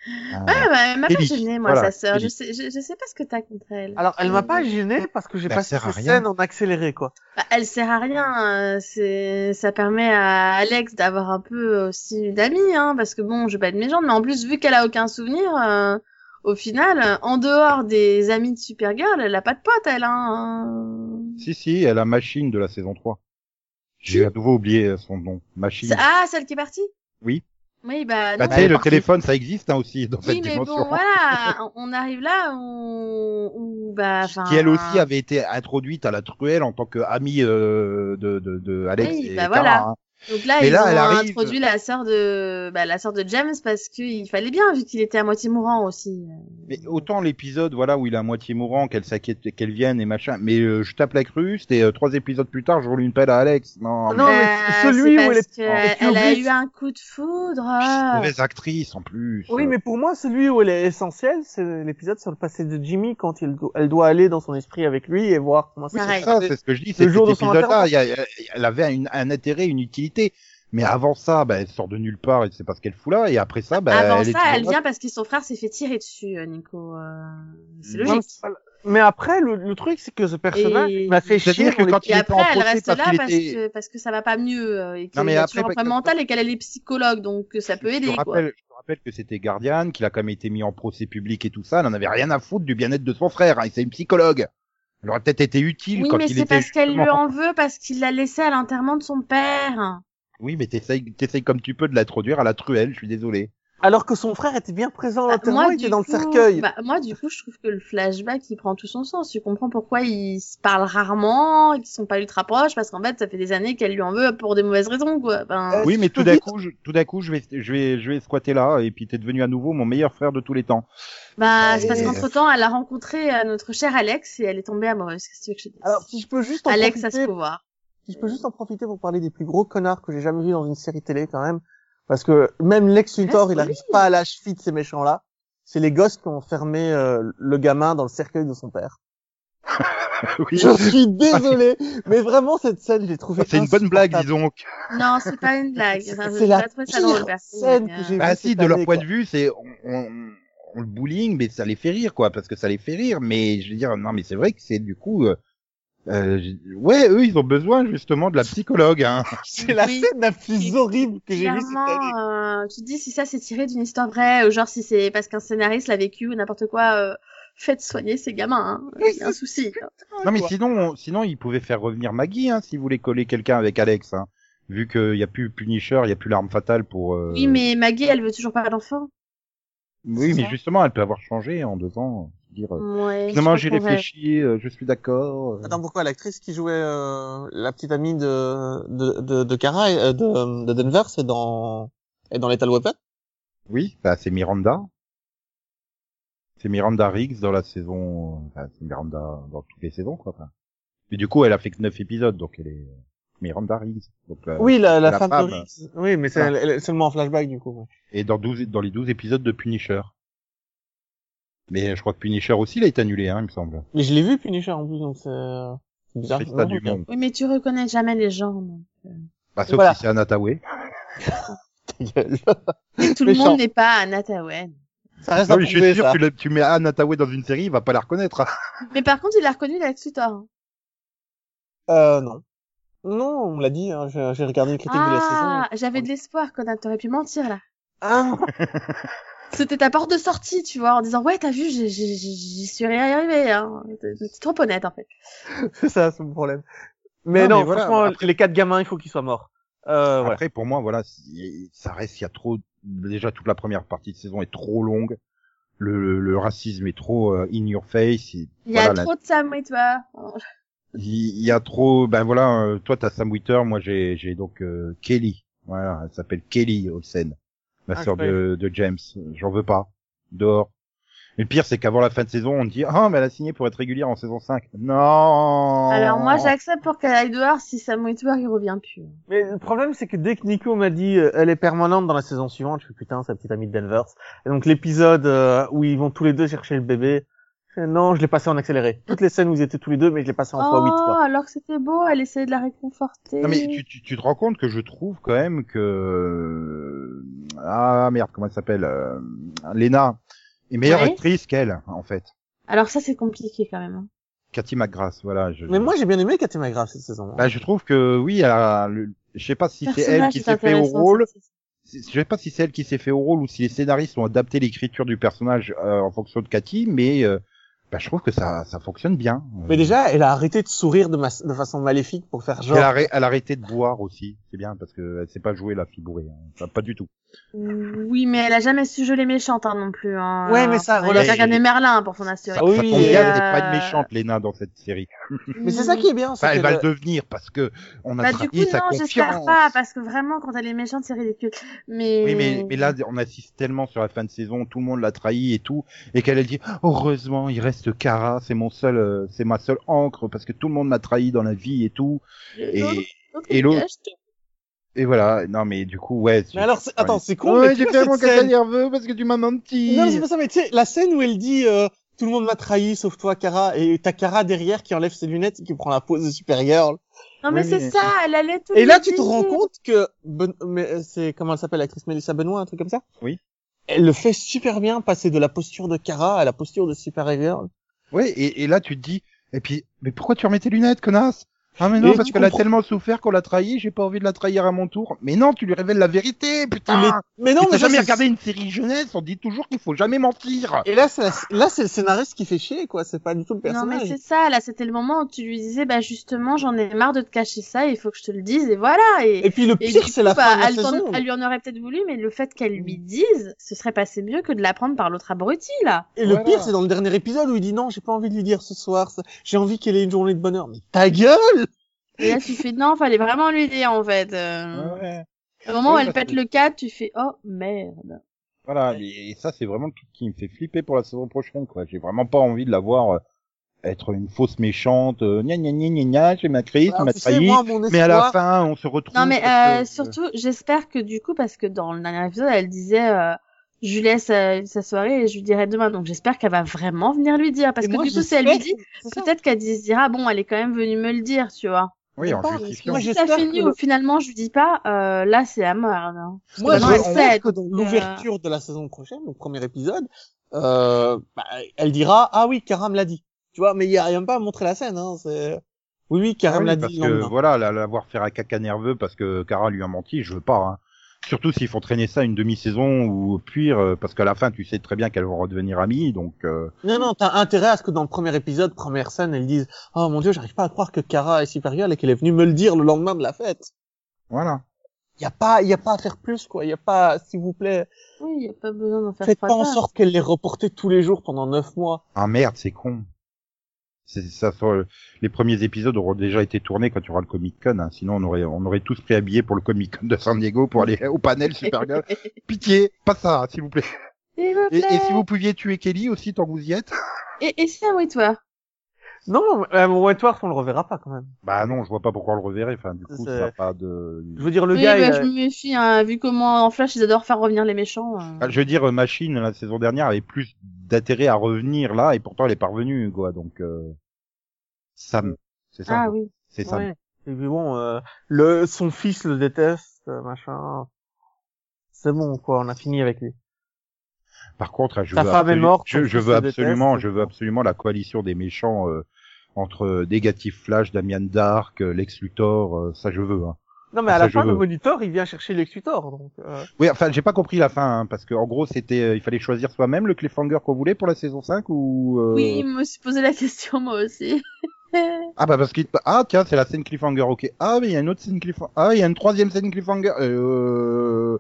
[SPEAKER 2] Ouais, bah, elle m'a pas
[SPEAKER 1] Ellie.
[SPEAKER 2] gênée, moi,
[SPEAKER 1] Voilà,
[SPEAKER 2] sa sœur. Je
[SPEAKER 1] Ellie.
[SPEAKER 2] sais, je, je sais pas ce que t'as contre elle.
[SPEAKER 4] Alors, elle m'a pas gêné parce que j'ai
[SPEAKER 1] Bah,
[SPEAKER 4] passé
[SPEAKER 1] elle sert à
[SPEAKER 4] ces
[SPEAKER 1] rien.
[SPEAKER 4] scènes en accéléré, quoi.
[SPEAKER 2] Bah, elle sert à rien. euh, C'est, ça permet à Alex d'avoir un peu aussi une amie, hein, parce que bon, je vais pas de méchante, mais en plus vu qu'elle a aucun souvenir, euh, au final, euh, en dehors des amis de Supergirl, elle a pas de pote, elle. Hein.
[SPEAKER 1] Si si, elle a Machine de la saison 3. J'ai à nouveau oublié son nom. Machine.
[SPEAKER 2] C'est- Ah, celle qui est partie.
[SPEAKER 1] Oui.
[SPEAKER 2] Oui, bah
[SPEAKER 1] Bah,
[SPEAKER 2] non.
[SPEAKER 1] tu sais,
[SPEAKER 4] elle est
[SPEAKER 1] le
[SPEAKER 4] partie.
[SPEAKER 1] téléphone, ça existe hein, aussi dans
[SPEAKER 2] oui,
[SPEAKER 1] cette
[SPEAKER 2] mais
[SPEAKER 1] dimension.
[SPEAKER 2] bon, voilà, on arrive là où, où bah, enfin.
[SPEAKER 1] qui elle aussi avait été introduite à la truelle en tant qu'amie euh, de, de, de Alex
[SPEAKER 2] Oui,
[SPEAKER 1] et
[SPEAKER 2] bah
[SPEAKER 1] Tara,
[SPEAKER 2] voilà.
[SPEAKER 1] hein.
[SPEAKER 2] Donc là,
[SPEAKER 7] Mais
[SPEAKER 2] ils
[SPEAKER 7] là,
[SPEAKER 2] ont
[SPEAKER 7] elle arrive.
[SPEAKER 2] introduit la sœur de, bah, la sœur de James parce qu'il fallait bien, vu qu'il était à moitié mourant aussi.
[SPEAKER 1] Mais autant l'épisode voilà où il est à moitié mourant, qu'elle s'inquiète, qu'elle vienne et machin. Mais euh, je tape la cruste et euh, trois épisodes plus tard, je roule une pelle à Alex.
[SPEAKER 2] Ah
[SPEAKER 1] Non,
[SPEAKER 7] Non, mais celui
[SPEAKER 2] Euh, c'est
[SPEAKER 7] où elle
[SPEAKER 2] parce
[SPEAKER 7] est-
[SPEAKER 2] que
[SPEAKER 7] et tu
[SPEAKER 2] elle a
[SPEAKER 7] oublies-
[SPEAKER 2] eu un coup de foudre.
[SPEAKER 1] mais...
[SPEAKER 2] ah.
[SPEAKER 1] mauvaise actrice en plus.
[SPEAKER 4] Oui, mais pour moi, celui où elle est essentielle, c'est l'épisode sur le passé de Jimmy quand il do- elle doit aller dans son esprit avec lui et voir comment ça
[SPEAKER 2] Pareil.
[SPEAKER 4] s'est
[SPEAKER 1] C'est ça,
[SPEAKER 4] passé.
[SPEAKER 1] c'est ce que je dis. C'est que
[SPEAKER 4] jour
[SPEAKER 1] cet
[SPEAKER 4] de son
[SPEAKER 1] épisode-là, il y a- il y a- elle avait une- un intérêt, une utilité. Mais avant ça, bah, elle sort de nulle part, elle sait pas ce qu'elle fout là. Et après ça, bah,
[SPEAKER 2] Avant
[SPEAKER 1] est
[SPEAKER 2] ça,
[SPEAKER 1] toujours
[SPEAKER 2] elle
[SPEAKER 1] là.
[SPEAKER 2] vient parce que son frère s'est fait tirer dessus, euh, Nico. euh, c'est
[SPEAKER 1] Non,
[SPEAKER 2] logique.
[SPEAKER 4] Mais après, le, le truc, c'est que ce personnage
[SPEAKER 2] Et-
[SPEAKER 4] il m'a fait chier.
[SPEAKER 1] C'est-à-dire que
[SPEAKER 4] mon
[SPEAKER 1] quand il
[SPEAKER 2] Et
[SPEAKER 1] était
[SPEAKER 2] après,
[SPEAKER 1] en
[SPEAKER 2] elle
[SPEAKER 1] procès
[SPEAKER 2] reste
[SPEAKER 1] parce
[SPEAKER 2] là
[SPEAKER 1] qu'il
[SPEAKER 2] parce
[SPEAKER 1] était-
[SPEAKER 2] que parce que ça va pas mieux euh, et
[SPEAKER 1] Non,
[SPEAKER 2] qu'elle
[SPEAKER 1] mais
[SPEAKER 2] est
[SPEAKER 1] après,
[SPEAKER 2] toujours en
[SPEAKER 1] parce
[SPEAKER 2] problème
[SPEAKER 1] que-
[SPEAKER 2] mental et qu'elle elle est psychologue, donc euh, ça peut
[SPEAKER 1] Je
[SPEAKER 2] aider.
[SPEAKER 1] te
[SPEAKER 2] quoi.
[SPEAKER 1] rappelle, je te rappelle que c'était Guardian, qu'il a quand même été mis en procès public et tout ça. Elle en avait rien à foutre du bien-être de son frère. Hein, c'est une psychologue. Elle aurait peut-être été utile
[SPEAKER 2] Oui,
[SPEAKER 1] quand
[SPEAKER 2] mais
[SPEAKER 1] il
[SPEAKER 2] c'est
[SPEAKER 1] était.
[SPEAKER 2] parce qu'elle lui
[SPEAKER 1] justement-
[SPEAKER 2] en veut parce qu'il l'a laissée à l'enterrement de son père.
[SPEAKER 1] Oui, mais t'essayes, t'essayes comme tu peux de l'introduire à la truelle. Je suis désolé.
[SPEAKER 4] Alors que son frère était bien
[SPEAKER 1] Oh,
[SPEAKER 4] présent à
[SPEAKER 2] Bah,
[SPEAKER 4] l'enterrement, il
[SPEAKER 2] du
[SPEAKER 4] était dans
[SPEAKER 2] coup-
[SPEAKER 4] le cercueil.
[SPEAKER 2] bah, moi, du coup, je trouve que le flashback, il prend tout son sens. Tu comprends pourquoi ils se parlent rarement, et qu'ils sont pas ultra proches, parce qu'en fait, ça fait des années qu'elle lui en veut pour des mauvaises raisons, quoi. Ben,
[SPEAKER 4] Euh,
[SPEAKER 1] oui,
[SPEAKER 4] si
[SPEAKER 1] mais
[SPEAKER 4] je peux
[SPEAKER 1] tout d'un
[SPEAKER 4] dire-
[SPEAKER 1] coup, je, tout d'un coup, je vais, je vais, je vais squatter là. Et puis t'es devenu à nouveau mon meilleur frère de tous les temps.
[SPEAKER 2] bah, c'est parce
[SPEAKER 1] euh,
[SPEAKER 2] qu'entre temps, elle a rencontré euh, notre cher Alex et elle est tombée amoureuse. Qu'est-ce que tu veux que je te dise
[SPEAKER 4] Alors, si je peux juste en
[SPEAKER 2] Alex à
[SPEAKER 4] profiter,
[SPEAKER 2] se voir.
[SPEAKER 4] si je peux juste en profiter pour parler des plus gros connards que j'ai jamais vu dans une série télé, quand même. Parce que même Lex Luthor,
[SPEAKER 2] c'est
[SPEAKER 4] il arrive
[SPEAKER 2] horrible.
[SPEAKER 4] pas à la cheville de ces méchants-là. C'est les gosses qui ont enfermé euh, le gamin dans le cercueil de son père.
[SPEAKER 1] Oui.
[SPEAKER 4] Je suis désolé, mais vraiment cette scène, j'ai trouvé.
[SPEAKER 1] C'est une bonne blague,
[SPEAKER 4] insupportable.
[SPEAKER 1] disons.
[SPEAKER 2] Non, c'est pas une blague.
[SPEAKER 4] C'est-
[SPEAKER 2] Enfin,
[SPEAKER 4] c'est
[SPEAKER 2] j'ai
[SPEAKER 4] la
[SPEAKER 2] pas trouvé ça drôle,
[SPEAKER 4] pire
[SPEAKER 2] perso,
[SPEAKER 4] scène
[SPEAKER 2] mais,
[SPEAKER 4] que
[SPEAKER 2] euh,
[SPEAKER 4] j'ai-
[SPEAKER 1] Bah
[SPEAKER 4] vu
[SPEAKER 1] si,
[SPEAKER 4] cette
[SPEAKER 1] de leur
[SPEAKER 4] année,
[SPEAKER 1] point
[SPEAKER 4] quoi.
[SPEAKER 1] de vue, c'est on, on, on le bullying, mais ça les fait rire, quoi, parce que ça les fait rire. Mais je veux dire, non, mais c'est vrai que c'est du coup, euh, euh, je- ouais, eux, ils ont besoin justement de la psychologue. Hein.
[SPEAKER 4] C'est la
[SPEAKER 3] Oui.
[SPEAKER 4] scène la plus horrible que j'ai vue cette année.
[SPEAKER 2] Clairement, euh, tu te dis si ça c'est tiré d'une histoire vraie, ou genre si c'est parce qu'un scénariste l'a vécu ou n'importe quoi, euh, faites soigner ces gamins, hein.
[SPEAKER 4] Oui,
[SPEAKER 2] il y a un souci.
[SPEAKER 4] Euh,
[SPEAKER 1] Non, mais
[SPEAKER 4] quoi.
[SPEAKER 1] sinon, on- sinon, ils pouvaient faire revenir Maggie, hein, si vous voulez coller quelqu'un avec Alex, hein, vu qu'il y a plus Punisher, il y a plus l'arme fatale pour. euh,
[SPEAKER 2] Oui, mais Maggie, elle veut toujours pas d'enfant.
[SPEAKER 1] oui,
[SPEAKER 3] c'est
[SPEAKER 1] mais
[SPEAKER 3] ça.
[SPEAKER 1] justement, elle peut avoir changé en deux ans. je veux Dire, euh,
[SPEAKER 2] Ouais,
[SPEAKER 1] finalement,
[SPEAKER 2] je
[SPEAKER 1] j'ai
[SPEAKER 2] comprends.
[SPEAKER 1] réfléchi, euh, je suis d'accord. euh.
[SPEAKER 4] Attends, pourquoi l'actrice qui jouait euh, la petite amie de de de, de Cara euh, de, de Denver, c'est dans est dans Lethal Weapon
[SPEAKER 1] Oui, bah, c'est Miranda. C'est Miranda Riggs dans la saison, enfin, c'est Miranda dans toutes les saisons, quoi. Enfin. Mais du coup, elle a fait que neuf épisodes, donc elle est euh, Miranda Riggs. Donc, euh,
[SPEAKER 4] Oui, la, la,
[SPEAKER 1] la
[SPEAKER 4] femme,
[SPEAKER 1] femme.
[SPEAKER 4] de Riggs. Oui, mais c'est
[SPEAKER 1] Ah.
[SPEAKER 4] elle est seulement en flashback du coup.
[SPEAKER 1] Et dans 12, dans les 12 épisodes de Punisher. Mais euh, je crois que Punisher aussi, il a été annulé, hein, il me semble.
[SPEAKER 4] Mais je l'ai vu Punisher en plus, donc c'est euh, c'est bizarre.
[SPEAKER 1] Trista
[SPEAKER 4] Non,
[SPEAKER 1] du
[SPEAKER 4] ok.
[SPEAKER 1] monde.
[SPEAKER 2] Oui, mais tu reconnais jamais les gens. non.
[SPEAKER 1] Bah, sauf
[SPEAKER 4] Voilà. Ah,
[SPEAKER 1] si c'est Anataway.
[SPEAKER 2] Et tout le
[SPEAKER 4] Méchant.
[SPEAKER 2] monde n'est pas à Natawen.
[SPEAKER 4] Ça reste
[SPEAKER 1] Non,
[SPEAKER 4] à
[SPEAKER 1] mais Ah je
[SPEAKER 4] prouver
[SPEAKER 1] suis sûr,
[SPEAKER 4] ça.
[SPEAKER 1] tu, le- tu mets Anataway dans une série, il va pas la reconnaître. hein.
[SPEAKER 2] Mais par contre, il a reconnu Lex Luthor. hein.
[SPEAKER 4] Euh, non. Non, on me l'a dit. hein, j'ai j'ai regardé une critique de la
[SPEAKER 2] Ah,
[SPEAKER 4] saison. hein.
[SPEAKER 2] j'avais de l'espoir, Conan, t'aurais pu mentir là.
[SPEAKER 4] Ah,
[SPEAKER 2] C'était ta porte de sortie, tu vois, en disant ouais, t'as vu, j'ai- j'ai- j'ai- j'y suis arrivé. Hein. T'es t'es trop honnête en fait.
[SPEAKER 4] c'est Ah, ça, c'est mon problème. Mais
[SPEAKER 1] Non,
[SPEAKER 4] non,
[SPEAKER 1] mais voilà,
[SPEAKER 4] franchement,
[SPEAKER 1] bah,
[SPEAKER 4] les quatre gamins, il faut qu'ils soient morts. Euh, voilà.
[SPEAKER 1] Après, pour moi, voilà, si- ça reste, il y a trop, déjà toute la première partie de saison est trop longue. Le, le, le racisme est trop euh, in your face. Il
[SPEAKER 2] Il y a
[SPEAKER 1] Voilà, la- Oh.
[SPEAKER 2] trop de Sam et toi.
[SPEAKER 1] il y, a trop, ben voilà, euh, toi t'as Sam Witter, moi j'ai, j'ai donc euh, Kelly. Voilà, elle s'appelle Kelly Olsen, la sœur de, de James. J'en veux pas. Dehors. Et le pire, c'est qu'avant la fin de saison, on dit ah mais elle a signé pour être régulière en saison 5. Non.
[SPEAKER 2] Alors moi, j'accepte pour qu'elle aille dehors si Sam Witwer il revient plus.
[SPEAKER 4] Mais le problème, c'est que dès que Nico m'a dit euh, elle est permanente dans la saison suivante, je fais putain, sa petite amie de Denver. Et donc l'épisode euh, où ils vont tous les deux chercher le bébé, je fais, non, je l'ai passé en accéléré. Toutes les scènes où ils étaient tous les deux, mais je l'ai passé en
[SPEAKER 2] oh,
[SPEAKER 4] x8 quoi.
[SPEAKER 2] alors que c'était beau, elle essayait de la réconforter.
[SPEAKER 1] Non mais tu, tu, tu te rends compte que je trouve quand même que ah merde comment elle s'appelle euh, Lena est meilleure
[SPEAKER 2] Ouais.
[SPEAKER 1] actrice qu'elle en fait
[SPEAKER 2] Alors ça, c'est compliqué quand même. hein.
[SPEAKER 1] Cathy McGrath voilà je
[SPEAKER 4] Mais moi, j'ai bien aimé Cathy McGrath cette saison.
[SPEAKER 1] bah, je trouve que oui elle a le- je sais pas si c'est elle
[SPEAKER 2] Personnage
[SPEAKER 1] qui
[SPEAKER 2] est
[SPEAKER 1] s'est fait au
[SPEAKER 2] intéressant,
[SPEAKER 1] rôle
[SPEAKER 2] c'est- c'est-
[SPEAKER 1] je sais pas si c'est elle qui s'est fait au rôle ou si les scénaristes ont adapté l'écriture du personnage euh, en fonction de Cathy mais euh, bah, je trouve que ça ça fonctionne bien
[SPEAKER 4] Mais déjà, elle a arrêté de sourire de, ma- de façon maléfique pour faire
[SPEAKER 1] elle
[SPEAKER 4] genre.
[SPEAKER 1] a, arrê- elle a arrêté de boire aussi, c'est bien parce que elle sait pas jouer la fille bourrée, hein. Enfin, pas du tout.
[SPEAKER 2] Oui, mais elle a jamais su jouer les méchantes hein, non plus. Hein.
[SPEAKER 4] Ouais, mais ça,
[SPEAKER 2] Elle a
[SPEAKER 4] voilà.
[SPEAKER 2] déjà regardé Merlin pour s'en assurer.
[SPEAKER 4] Ah oui,
[SPEAKER 1] De toute façon,
[SPEAKER 4] oui,
[SPEAKER 1] Léa
[SPEAKER 2] euh,
[SPEAKER 1] n'est pas une méchante, Léna, dans cette série.
[SPEAKER 4] Mais c'est ça qui est bien.
[SPEAKER 1] Enfin,
[SPEAKER 4] c'est
[SPEAKER 1] Bah, elle
[SPEAKER 4] que
[SPEAKER 1] va
[SPEAKER 4] le-
[SPEAKER 1] le devenir parce que on a
[SPEAKER 2] Bah, du
[SPEAKER 1] trahi
[SPEAKER 2] coup,
[SPEAKER 1] sa
[SPEAKER 2] non, j'espère
[SPEAKER 1] confiance.
[SPEAKER 2] pas, parce que vraiment, quand elle est méchante, c'est ridicule. Mais...
[SPEAKER 1] Oui, mais, mais là, on assiste tellement sur la fin de saison, tout le monde l'a trahi et tout, et qu'elle elle dit heureusement, il reste Cara, c'est mon seul, euh, c'est ma seule encre parce que tout le monde m'a trahi dans la vie et tout. Et, et l'autre- et voilà. Non, mais du coup, ouais. tu-
[SPEAKER 4] Mais alors, c'est- attends, c'est con. mais
[SPEAKER 1] ouais,
[SPEAKER 4] tu
[SPEAKER 1] j'ai
[SPEAKER 4] vois
[SPEAKER 1] fait
[SPEAKER 4] cette
[SPEAKER 1] mon
[SPEAKER 4] scène-
[SPEAKER 1] caca nerveux parce que tu m'as menti.
[SPEAKER 4] Non, mais c'est pas ça, mais tu sais, la scène où elle dit euh, tout le monde m'a trahi sauf toi, Cara, et t'as Cara derrière qui enlève ses lunettes et qui prend la pose de Supergirl.
[SPEAKER 2] Non, mais
[SPEAKER 1] Oui,
[SPEAKER 2] c'est
[SPEAKER 1] mais-
[SPEAKER 2] ça, elle allait tout
[SPEAKER 4] Et là,
[SPEAKER 2] lui
[SPEAKER 4] tu te rends
[SPEAKER 2] dire.
[SPEAKER 4] compte que Ben- mais euh, c'est comment elle s'appelle, l'actrice Melissa Benoît, un truc comme ça.
[SPEAKER 1] Oui.
[SPEAKER 4] Elle le fait super bien, passer de la posture de Cara à la posture de Supergirl.
[SPEAKER 1] Ouais, et, et là, tu te dis, et puis, mais pourquoi tu remets tes lunettes, connasse Ah, mais non,
[SPEAKER 4] Et
[SPEAKER 1] parce
[SPEAKER 4] tu
[SPEAKER 1] qu'elle a
[SPEAKER 4] comprends-
[SPEAKER 1] tellement souffert qu'on l'a trahi, j'ai pas envie de la trahir à mon tour. Mais non, tu lui révèles la vérité,
[SPEAKER 2] Ah.
[SPEAKER 1] putain
[SPEAKER 4] Mais, mais non,
[SPEAKER 1] Si
[SPEAKER 4] mais
[SPEAKER 1] t'as
[SPEAKER 4] genre,
[SPEAKER 1] jamais
[SPEAKER 4] c'est-
[SPEAKER 1] regardé une série jeunesse, on dit toujours qu'il faut jamais mentir.
[SPEAKER 4] Et là, c'est la- là, c'est le scénariste qui fait chier, quoi. C'est pas du tout le
[SPEAKER 2] Non, mais
[SPEAKER 4] personnage.
[SPEAKER 2] c'est ça, là, c'était le moment où tu lui disais, bah, justement, j'en ai marre de te cacher ça, il faut que je te le dise, et voilà. Et,
[SPEAKER 4] et puis le
[SPEAKER 2] et
[SPEAKER 4] pire,
[SPEAKER 2] du
[SPEAKER 4] c'est la
[SPEAKER 2] coup,
[SPEAKER 4] fin
[SPEAKER 2] bah,
[SPEAKER 4] de
[SPEAKER 2] elle,
[SPEAKER 4] la
[SPEAKER 2] t'en-
[SPEAKER 4] saison. Mm.
[SPEAKER 2] elle lui en aurait peut-être voulu, mais le fait qu'elle lui dise, ce serait passé mieux que de la prendre par l'autre abruti, là.
[SPEAKER 4] Et le
[SPEAKER 1] Voilà.
[SPEAKER 4] pire, c'est dans le dernier épisode où il dit non, j'ai pas envie de lui dire ce soir, ça- j'ai envie qu'elle ait une journée de bonheur. Mais ta gueule!
[SPEAKER 2] Et là, tu fais, non, fallait vraiment lui dire, en fait. Euh... Au moment où
[SPEAKER 1] Oui,
[SPEAKER 2] elle
[SPEAKER 1] parce
[SPEAKER 2] pète le câble, tu fais, oh, merde.
[SPEAKER 1] Voilà, et, et ça c'est vraiment le truc qui me fait flipper pour la saison prochaine, quoi. J'ai vraiment pas envie de la voir euh, être une fausse méchante, euh, gna gna gna gna gna, j'ai ma crise, tu m'as
[SPEAKER 4] Alors, hein, Bah, tu sais,
[SPEAKER 1] trahi,
[SPEAKER 4] moi, mon
[SPEAKER 1] mais à la
[SPEAKER 4] espoir-
[SPEAKER 1] fin on se retrouve.
[SPEAKER 2] Non, mais
[SPEAKER 1] parce
[SPEAKER 2] euh,
[SPEAKER 1] que-
[SPEAKER 2] surtout, j'espère que du coup, parce que dans le dernier épisode, elle disait, euh, je lui laisse euh, sa soirée et je lui dirai demain. Donc j'espère qu'elle va vraiment venir lui dire. Parce
[SPEAKER 4] Et
[SPEAKER 2] que
[SPEAKER 4] moi,
[SPEAKER 2] du coup, si elle lui dit,
[SPEAKER 4] j'espère- c'est ça.
[SPEAKER 2] peut-être qu'elle se dira, bon, elle est quand même venue me le dire, tu vois.
[SPEAKER 1] Oui, en
[SPEAKER 4] pas, parce que
[SPEAKER 1] justifiant.
[SPEAKER 4] moi,
[SPEAKER 2] Si ça
[SPEAKER 4] j'espère
[SPEAKER 2] finit
[SPEAKER 4] que
[SPEAKER 2] où
[SPEAKER 4] le-
[SPEAKER 2] finalement je lui dis pas, euh, là c'est à mort. hein.
[SPEAKER 4] Moi,
[SPEAKER 1] que
[SPEAKER 4] je
[SPEAKER 1] maintenant, elle
[SPEAKER 4] pense
[SPEAKER 2] cède,
[SPEAKER 4] que dans
[SPEAKER 2] donc,
[SPEAKER 4] l'ouverture de la saison prochaine, au premier épisode, euh, bah, elle dira, ah oui, Karam l'a dit. Tu vois, mais il y a même pas à montrer la scène, hein, c'est, oui, oui,
[SPEAKER 1] Ah
[SPEAKER 4] Karam
[SPEAKER 1] oui,
[SPEAKER 4] l'a
[SPEAKER 1] parce
[SPEAKER 4] dit. le
[SPEAKER 1] que
[SPEAKER 4] lendemain.
[SPEAKER 1] voilà, la, la voir faire un caca nerveux parce que Cara lui a menti, je veux pas. Hein. Surtout s'ils font traîner ça une demi-saison ou pire, euh, parce qu'à la fin tu sais très bien qu'elles vont redevenir amies, donc. euh,
[SPEAKER 4] Non, non, t'as intérêt à ce que dans le premier épisode, première scène, elles disent, oh mon dieu, j'arrive pas à croire que Kara est supérieure et qu'elle est venue me le dire le lendemain de la fête.
[SPEAKER 1] Voilà.
[SPEAKER 4] Y a pas, y a pas à faire plus, quoi. Y a pas, s'il vous plaît,
[SPEAKER 2] Oui, il n'y a pas besoin d'en faire
[SPEAKER 4] faites
[SPEAKER 2] trois
[SPEAKER 4] pas en
[SPEAKER 2] tas.
[SPEAKER 4] sorte qu'elle les reportée tous les jours pendant neuf mois.
[SPEAKER 1] Ah merde, c'est con. C'est ça. ça- les premiers épisodes auront déjà été tournés quand il y aura le Comic Con. Hein. Sinon, on aurait, on aurait tous pris habillés pour le Comic Con de San Diego pour aller au panel Supergirl. Pitié, pas ça, s'il vous plaît.
[SPEAKER 2] S'il vous
[SPEAKER 1] Et, et si
[SPEAKER 2] plaît.
[SPEAKER 1] vous pouviez tuer Kelly aussi tant que vous y êtes
[SPEAKER 2] Et, et c'est à oui, toi.
[SPEAKER 4] Non, euh, Wentworth, on le reverra pas, quand même.
[SPEAKER 1] Bah non, je vois pas pourquoi on le reverrait. Enfin, du coup,
[SPEAKER 4] C'est-
[SPEAKER 1] ça n'a pas de.
[SPEAKER 4] Je veux dire, le
[SPEAKER 2] oui,
[SPEAKER 4] gars,
[SPEAKER 2] bah,
[SPEAKER 4] il a-
[SPEAKER 2] je me méfie, hein, vu comment en Flash ils adorent faire revenir les méchants. euh.
[SPEAKER 1] Ah, je veux dire, Machine la saison dernière avait plus d'intérêt à revenir là, et pourtant elle est parvenue, quoi. Donc euh... Sam, c'est ça,
[SPEAKER 2] Ah oui.
[SPEAKER 1] c'est Sam.
[SPEAKER 4] Ouais. Et puis bon, euh, le, son fils le déteste, euh, machin. C'est bon, quoi, on a fini avec lui.
[SPEAKER 1] Par contre, je
[SPEAKER 4] Ta
[SPEAKER 1] veux,
[SPEAKER 4] femme est
[SPEAKER 1] absolu-
[SPEAKER 4] morte, ton
[SPEAKER 1] je, je
[SPEAKER 4] fils
[SPEAKER 1] veux
[SPEAKER 4] te déteste,
[SPEAKER 1] absolument,
[SPEAKER 4] c'est
[SPEAKER 1] je veux
[SPEAKER 4] bon.
[SPEAKER 1] absolument la coalition des méchants euh, entre Négatif Flash, Damian Dark, euh, Lex Luthor, euh, ça je veux. Hein.
[SPEAKER 4] Non, mais
[SPEAKER 1] Ah,
[SPEAKER 4] à
[SPEAKER 1] ça,
[SPEAKER 4] la
[SPEAKER 1] je
[SPEAKER 4] fin,
[SPEAKER 1] veux.
[SPEAKER 4] le monitor, il vient chercher Lex Luthor, donc, euh,
[SPEAKER 1] Oui, enfin, j'ai pas compris la fin, hein, parce que en gros, c'était, euh, il fallait choisir soi-même le cliffhanger qu'on voulait pour la saison 5 ou. euh,
[SPEAKER 2] Oui, je me suis posé la question moi aussi.
[SPEAKER 1] Ah bah parce qu'il ah tiens c'est la scène cliffhanger ok ah mais il y a une autre scène cliffhanger ah il y a une troisième scène cliffhanger euh...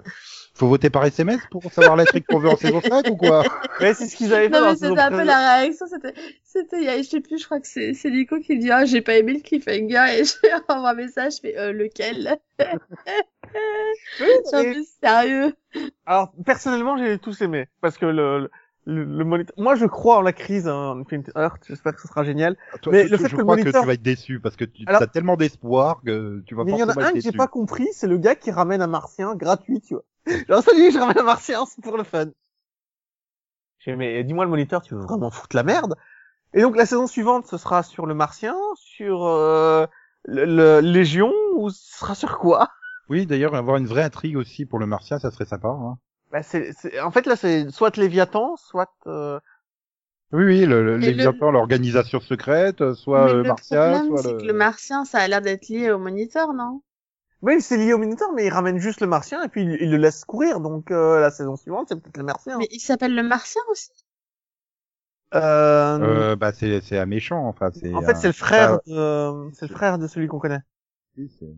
[SPEAKER 1] faut voter par SMS pour savoir la truc qu'on veut en saison 5 ou quoi
[SPEAKER 4] Mais c'est ce qu'ils avaient fait
[SPEAKER 2] Non
[SPEAKER 4] dans la
[SPEAKER 2] mais
[SPEAKER 4] saison
[SPEAKER 2] c'était un peu
[SPEAKER 4] pré-
[SPEAKER 2] la réaction, c'était, c'était, il y a- je sais plus, je crois que c'est, c'est Nico qui me dit ah j'ai pas aimé le cliffhanger et j'ai envoyé un message, je fais euh, lequel
[SPEAKER 4] Oui,
[SPEAKER 2] Je suis un
[SPEAKER 4] mais-
[SPEAKER 2] peu sérieux.
[SPEAKER 4] Alors, personnellement, j'ai tous aimé. Parce que le, le, le monitor... Moi, je crois en la crise, hein, en Infinite Earth. J'espère que ce sera génial.
[SPEAKER 1] Toi,
[SPEAKER 4] Mais
[SPEAKER 1] tu-
[SPEAKER 4] le
[SPEAKER 1] tu-
[SPEAKER 4] fait
[SPEAKER 1] je
[SPEAKER 4] que le
[SPEAKER 1] crois que
[SPEAKER 4] moniteur-
[SPEAKER 1] tu vas être déçu parce que tu
[SPEAKER 4] Alors-
[SPEAKER 1] as tellement d'espoir que tu vas
[SPEAKER 4] Mais il y en
[SPEAKER 1] forcément
[SPEAKER 4] a un
[SPEAKER 1] être
[SPEAKER 4] que j'ai
[SPEAKER 1] déçu
[SPEAKER 4] pas compris, c'est le gars qui ramène un martien gratuit, tu vois. Genre, salut, je ramène un martien, c'est pour le fun. J'ai dit, mais dis-moi le moniteur, tu veux vraiment foutre la merde Et donc, la saison suivante, ce sera sur le martien, sur euh, le, le- Légion, ou ce sera sur quoi
[SPEAKER 1] oui d'ailleurs avoir une vraie intrigue aussi pour le martien ça serait sympa hein.
[SPEAKER 4] bah, c'est, c'est- En fait, là, c'est soit Léviathan, soit... euh,
[SPEAKER 1] oui oui le, le,
[SPEAKER 2] Et le-
[SPEAKER 1] Léviathan, l'organisation secrète euh, soit
[SPEAKER 2] Mais
[SPEAKER 1] euh,
[SPEAKER 2] le
[SPEAKER 1] martien
[SPEAKER 2] problème,
[SPEAKER 1] soit
[SPEAKER 2] c'est
[SPEAKER 1] le...
[SPEAKER 2] que le martien, ça a l'air d'être lié au moniteur, non
[SPEAKER 4] Oui, c'est lié au Minotaur, mais il ramène juste le martien et puis il, il le laisse courir. Donc euh, la saison suivante, c'est peut-être le martien.
[SPEAKER 2] Mais il s'appelle le martien aussi.
[SPEAKER 4] Euh,
[SPEAKER 1] Euh, bah c'est c'est un méchant enfin c'est
[SPEAKER 4] en fait,
[SPEAKER 1] un-
[SPEAKER 4] c'est le frère,
[SPEAKER 1] Ah,
[SPEAKER 4] de, c'est le frère de celui qu'on connaît.
[SPEAKER 1] oui, c'est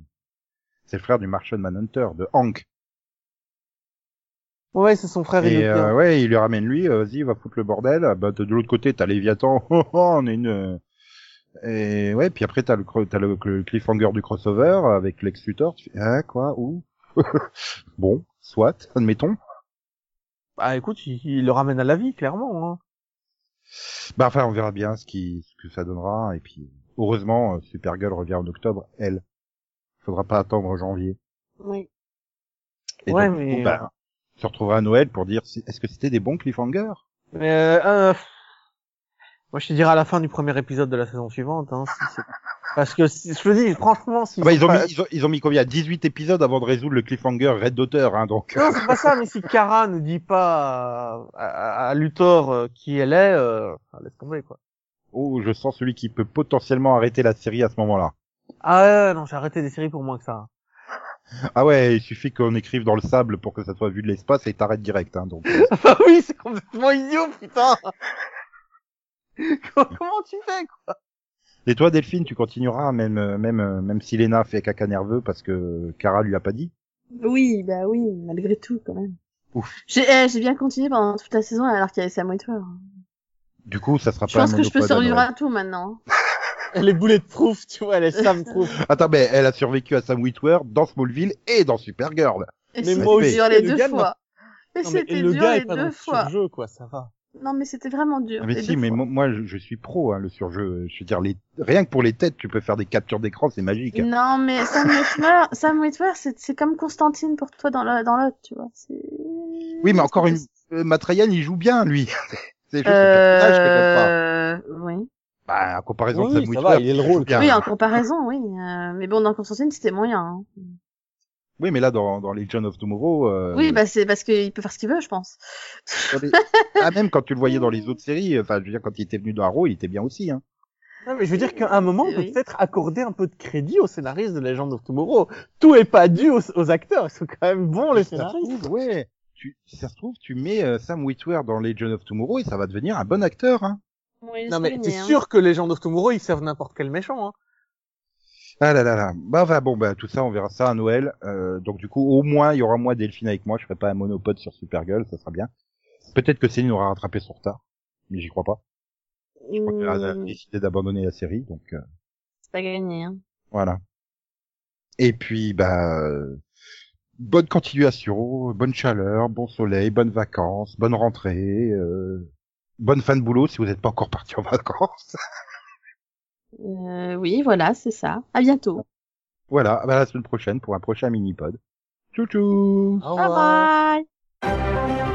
[SPEAKER 1] c'est le frère du Martian Manhunter de Hank
[SPEAKER 4] Ouais, c'est son frère
[SPEAKER 1] Et
[SPEAKER 4] Inuki.
[SPEAKER 1] euh,
[SPEAKER 4] hein.
[SPEAKER 1] ouais, il lui ramène lui, euh, vas-y, va foutre le bordel. Bah, de de l'autre côté, t'as Léviathan, Oh, oh, on est une... Et ouais, puis après, t'as le, cro- t'as le, le cliffhanger du crossover avec Lex Luthor. Tu fais, ah, quoi, où Bon, soit, admettons.
[SPEAKER 4] Bah écoute, il, il le ramène à la vie, clairement. Hein.
[SPEAKER 1] Bah enfin, on verra bien ce, qui, ce que ça donnera. Et puis, heureusement, euh, Supergirl revient en octobre, elle. Faudra pas attendre janvier.
[SPEAKER 2] Oui.
[SPEAKER 1] Et
[SPEAKER 4] Ouais,
[SPEAKER 1] donc, du coup,
[SPEAKER 4] mais, euh,
[SPEAKER 1] bah, on se retrouvera à Noël pour dire, si- est-ce que c'était des bons cliffhangers
[SPEAKER 4] Mais euh, euh, moi, je te dirai à la fin du premier épisode de la saison suivante. Hein, si c'est- Parce que si- je te dis, franchement, si
[SPEAKER 1] Ah bah, ils, ont mis, ils, ont, ils ont mis combien 18 épisodes avant de résoudre le cliffhanger raid d'auteur, hein, donc...
[SPEAKER 4] Non, c'est pas ça, mais si Kara ne dit pas à, à- à Luthor euh, qui elle est, euh, enfin, laisse tomber, quoi.
[SPEAKER 1] Oh, je sens celui qui peut potentiellement arrêter la série à ce moment-là.
[SPEAKER 4] Ah ouais, non, j'ai arrêté des séries pour moins que ça.
[SPEAKER 1] Ah ouais, il suffit qu'on écrive dans le sable pour que ça soit vu de l'espace et t'arrêtes direct. Hein, donc, euh,
[SPEAKER 4] Bah oui, c'est complètement idiot, putain Comment- Comment tu fais, quoi
[SPEAKER 1] et toi, Delphine, tu continueras même euh, même euh, même si Lena fait caca nerveux parce que Kara lui a pas dit.
[SPEAKER 2] Oui, bah oui, malgré tout, quand même.
[SPEAKER 1] Ouf.
[SPEAKER 2] J'ai eh, j'ai bien continué pendant toute la saison alors qu'il y avait Sam Witwer.
[SPEAKER 1] Du coup, ça sera Ah,
[SPEAKER 2] Je
[SPEAKER 1] pas.
[SPEAKER 2] pense
[SPEAKER 1] un
[SPEAKER 2] que je peux
[SPEAKER 1] monopode à
[SPEAKER 2] survivre
[SPEAKER 1] Noël.
[SPEAKER 2] à tout maintenant.
[SPEAKER 4] Elle est bulletproof, tu vois, elle est Sam-proof.
[SPEAKER 1] Attends, mais elle a survécu à Sam Witwer dans Smallville et dans Supergirl.
[SPEAKER 2] Et
[SPEAKER 4] Mais
[SPEAKER 2] c'était
[SPEAKER 1] moi aussi,
[SPEAKER 2] dur les
[SPEAKER 4] et le
[SPEAKER 2] deux
[SPEAKER 4] gars,
[SPEAKER 2] fois. Et
[SPEAKER 4] Non, mais- et
[SPEAKER 2] c'était
[SPEAKER 4] le
[SPEAKER 2] dur
[SPEAKER 4] gars
[SPEAKER 2] les
[SPEAKER 4] est pas
[SPEAKER 2] deux
[SPEAKER 4] dans
[SPEAKER 2] fois.
[SPEAKER 4] le jeu, quoi, ça va.
[SPEAKER 2] Non, mais c'était vraiment dur.
[SPEAKER 1] Ah, mais
[SPEAKER 2] les
[SPEAKER 1] si,
[SPEAKER 2] deux
[SPEAKER 1] mais
[SPEAKER 2] fois.
[SPEAKER 1] moi, moi, je, je suis pro hein, le surjeu. Je veux dire, les... rien que pour les têtes, tu peux faire des captures d'écran, c'est magique.
[SPEAKER 2] Non, mais Sam Witwer, Sam Witwer, c'est c'est comme Constantine pour toi dans le- dans l'autre, tu vois. c'est-
[SPEAKER 1] Oui, mais encore une, euh, Matrayan, il joue bien, lui. c'est juste le personnage que j'aime pas.
[SPEAKER 2] Euh, Oui.
[SPEAKER 1] Bah, en comparaison
[SPEAKER 4] Oui,
[SPEAKER 1] de Sam
[SPEAKER 4] ça
[SPEAKER 1] Witwer,
[SPEAKER 4] va, il est le
[SPEAKER 1] joue
[SPEAKER 4] rôle.
[SPEAKER 1] bien.
[SPEAKER 2] Oui, hein. en comparaison, oui. euh, mais bon, dans Constantine, c'était moyen. hein.
[SPEAKER 1] Oui, mais là, dans, dans Legion of Tomorrow, euh,
[SPEAKER 2] Oui, bah c'est parce qu'il peut faire ce qu'il veut, je pense.
[SPEAKER 1] dans les- ah, même quand tu le voyais dans les autres séries, enfin, je veux dire, quand il était venu dans Arrow, il était bien aussi. Hein.
[SPEAKER 4] Non, mais je veux dire qu'à un moment, on peut
[SPEAKER 2] Oui.
[SPEAKER 4] peut-être accorder un peu de crédit aux scénaristes de Legend of Tomorrow. Tout est pas dû aux, aux acteurs, ils sont quand même bons, Oh, les
[SPEAKER 1] Si ça se
[SPEAKER 4] scénaristes.
[SPEAKER 1] trouve, ouais. Tu, si ça se trouve, tu mets euh, Sam Witwer dans Legion of Tomorrow et ça va devenir un bon acteur. Hein.
[SPEAKER 4] Non, mais
[SPEAKER 2] hein.
[SPEAKER 4] t'es sûr que Legend of Tomorrow, ils servent n'importe quel méchant, hein.
[SPEAKER 1] Ah là là là. Bah, bah, bon, bah, tout ça, on verra ça à Noël. Euh, donc, du coup, au moins, il y aura moi Delphine avec moi. Je ferai pas un monopode sur Supergirl, ça sera bien. Peut-être que Céline aura rattrapé son retard, mais j'y crois pas. Je crois qu'elle
[SPEAKER 2] Mmh.
[SPEAKER 1] a décidé d'abandonner la série, donc. euh,
[SPEAKER 2] C'est pas gagné. Hein.
[SPEAKER 1] Voilà. Et puis, bah, euh, bonne continuation, bonne chaleur, bon soleil, bonnes vacances, bonne rentrée, euh, bonne fin de boulot si vous n'êtes pas encore parti en vacances.
[SPEAKER 2] Euh, oui, voilà, c'est ça. À bientôt.
[SPEAKER 1] voilà, bah, à la semaine prochaine pour un prochain mini-pod. Tchou tchou
[SPEAKER 4] Au
[SPEAKER 2] Bye bye.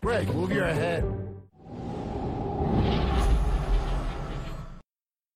[SPEAKER 5] Greg, move your head.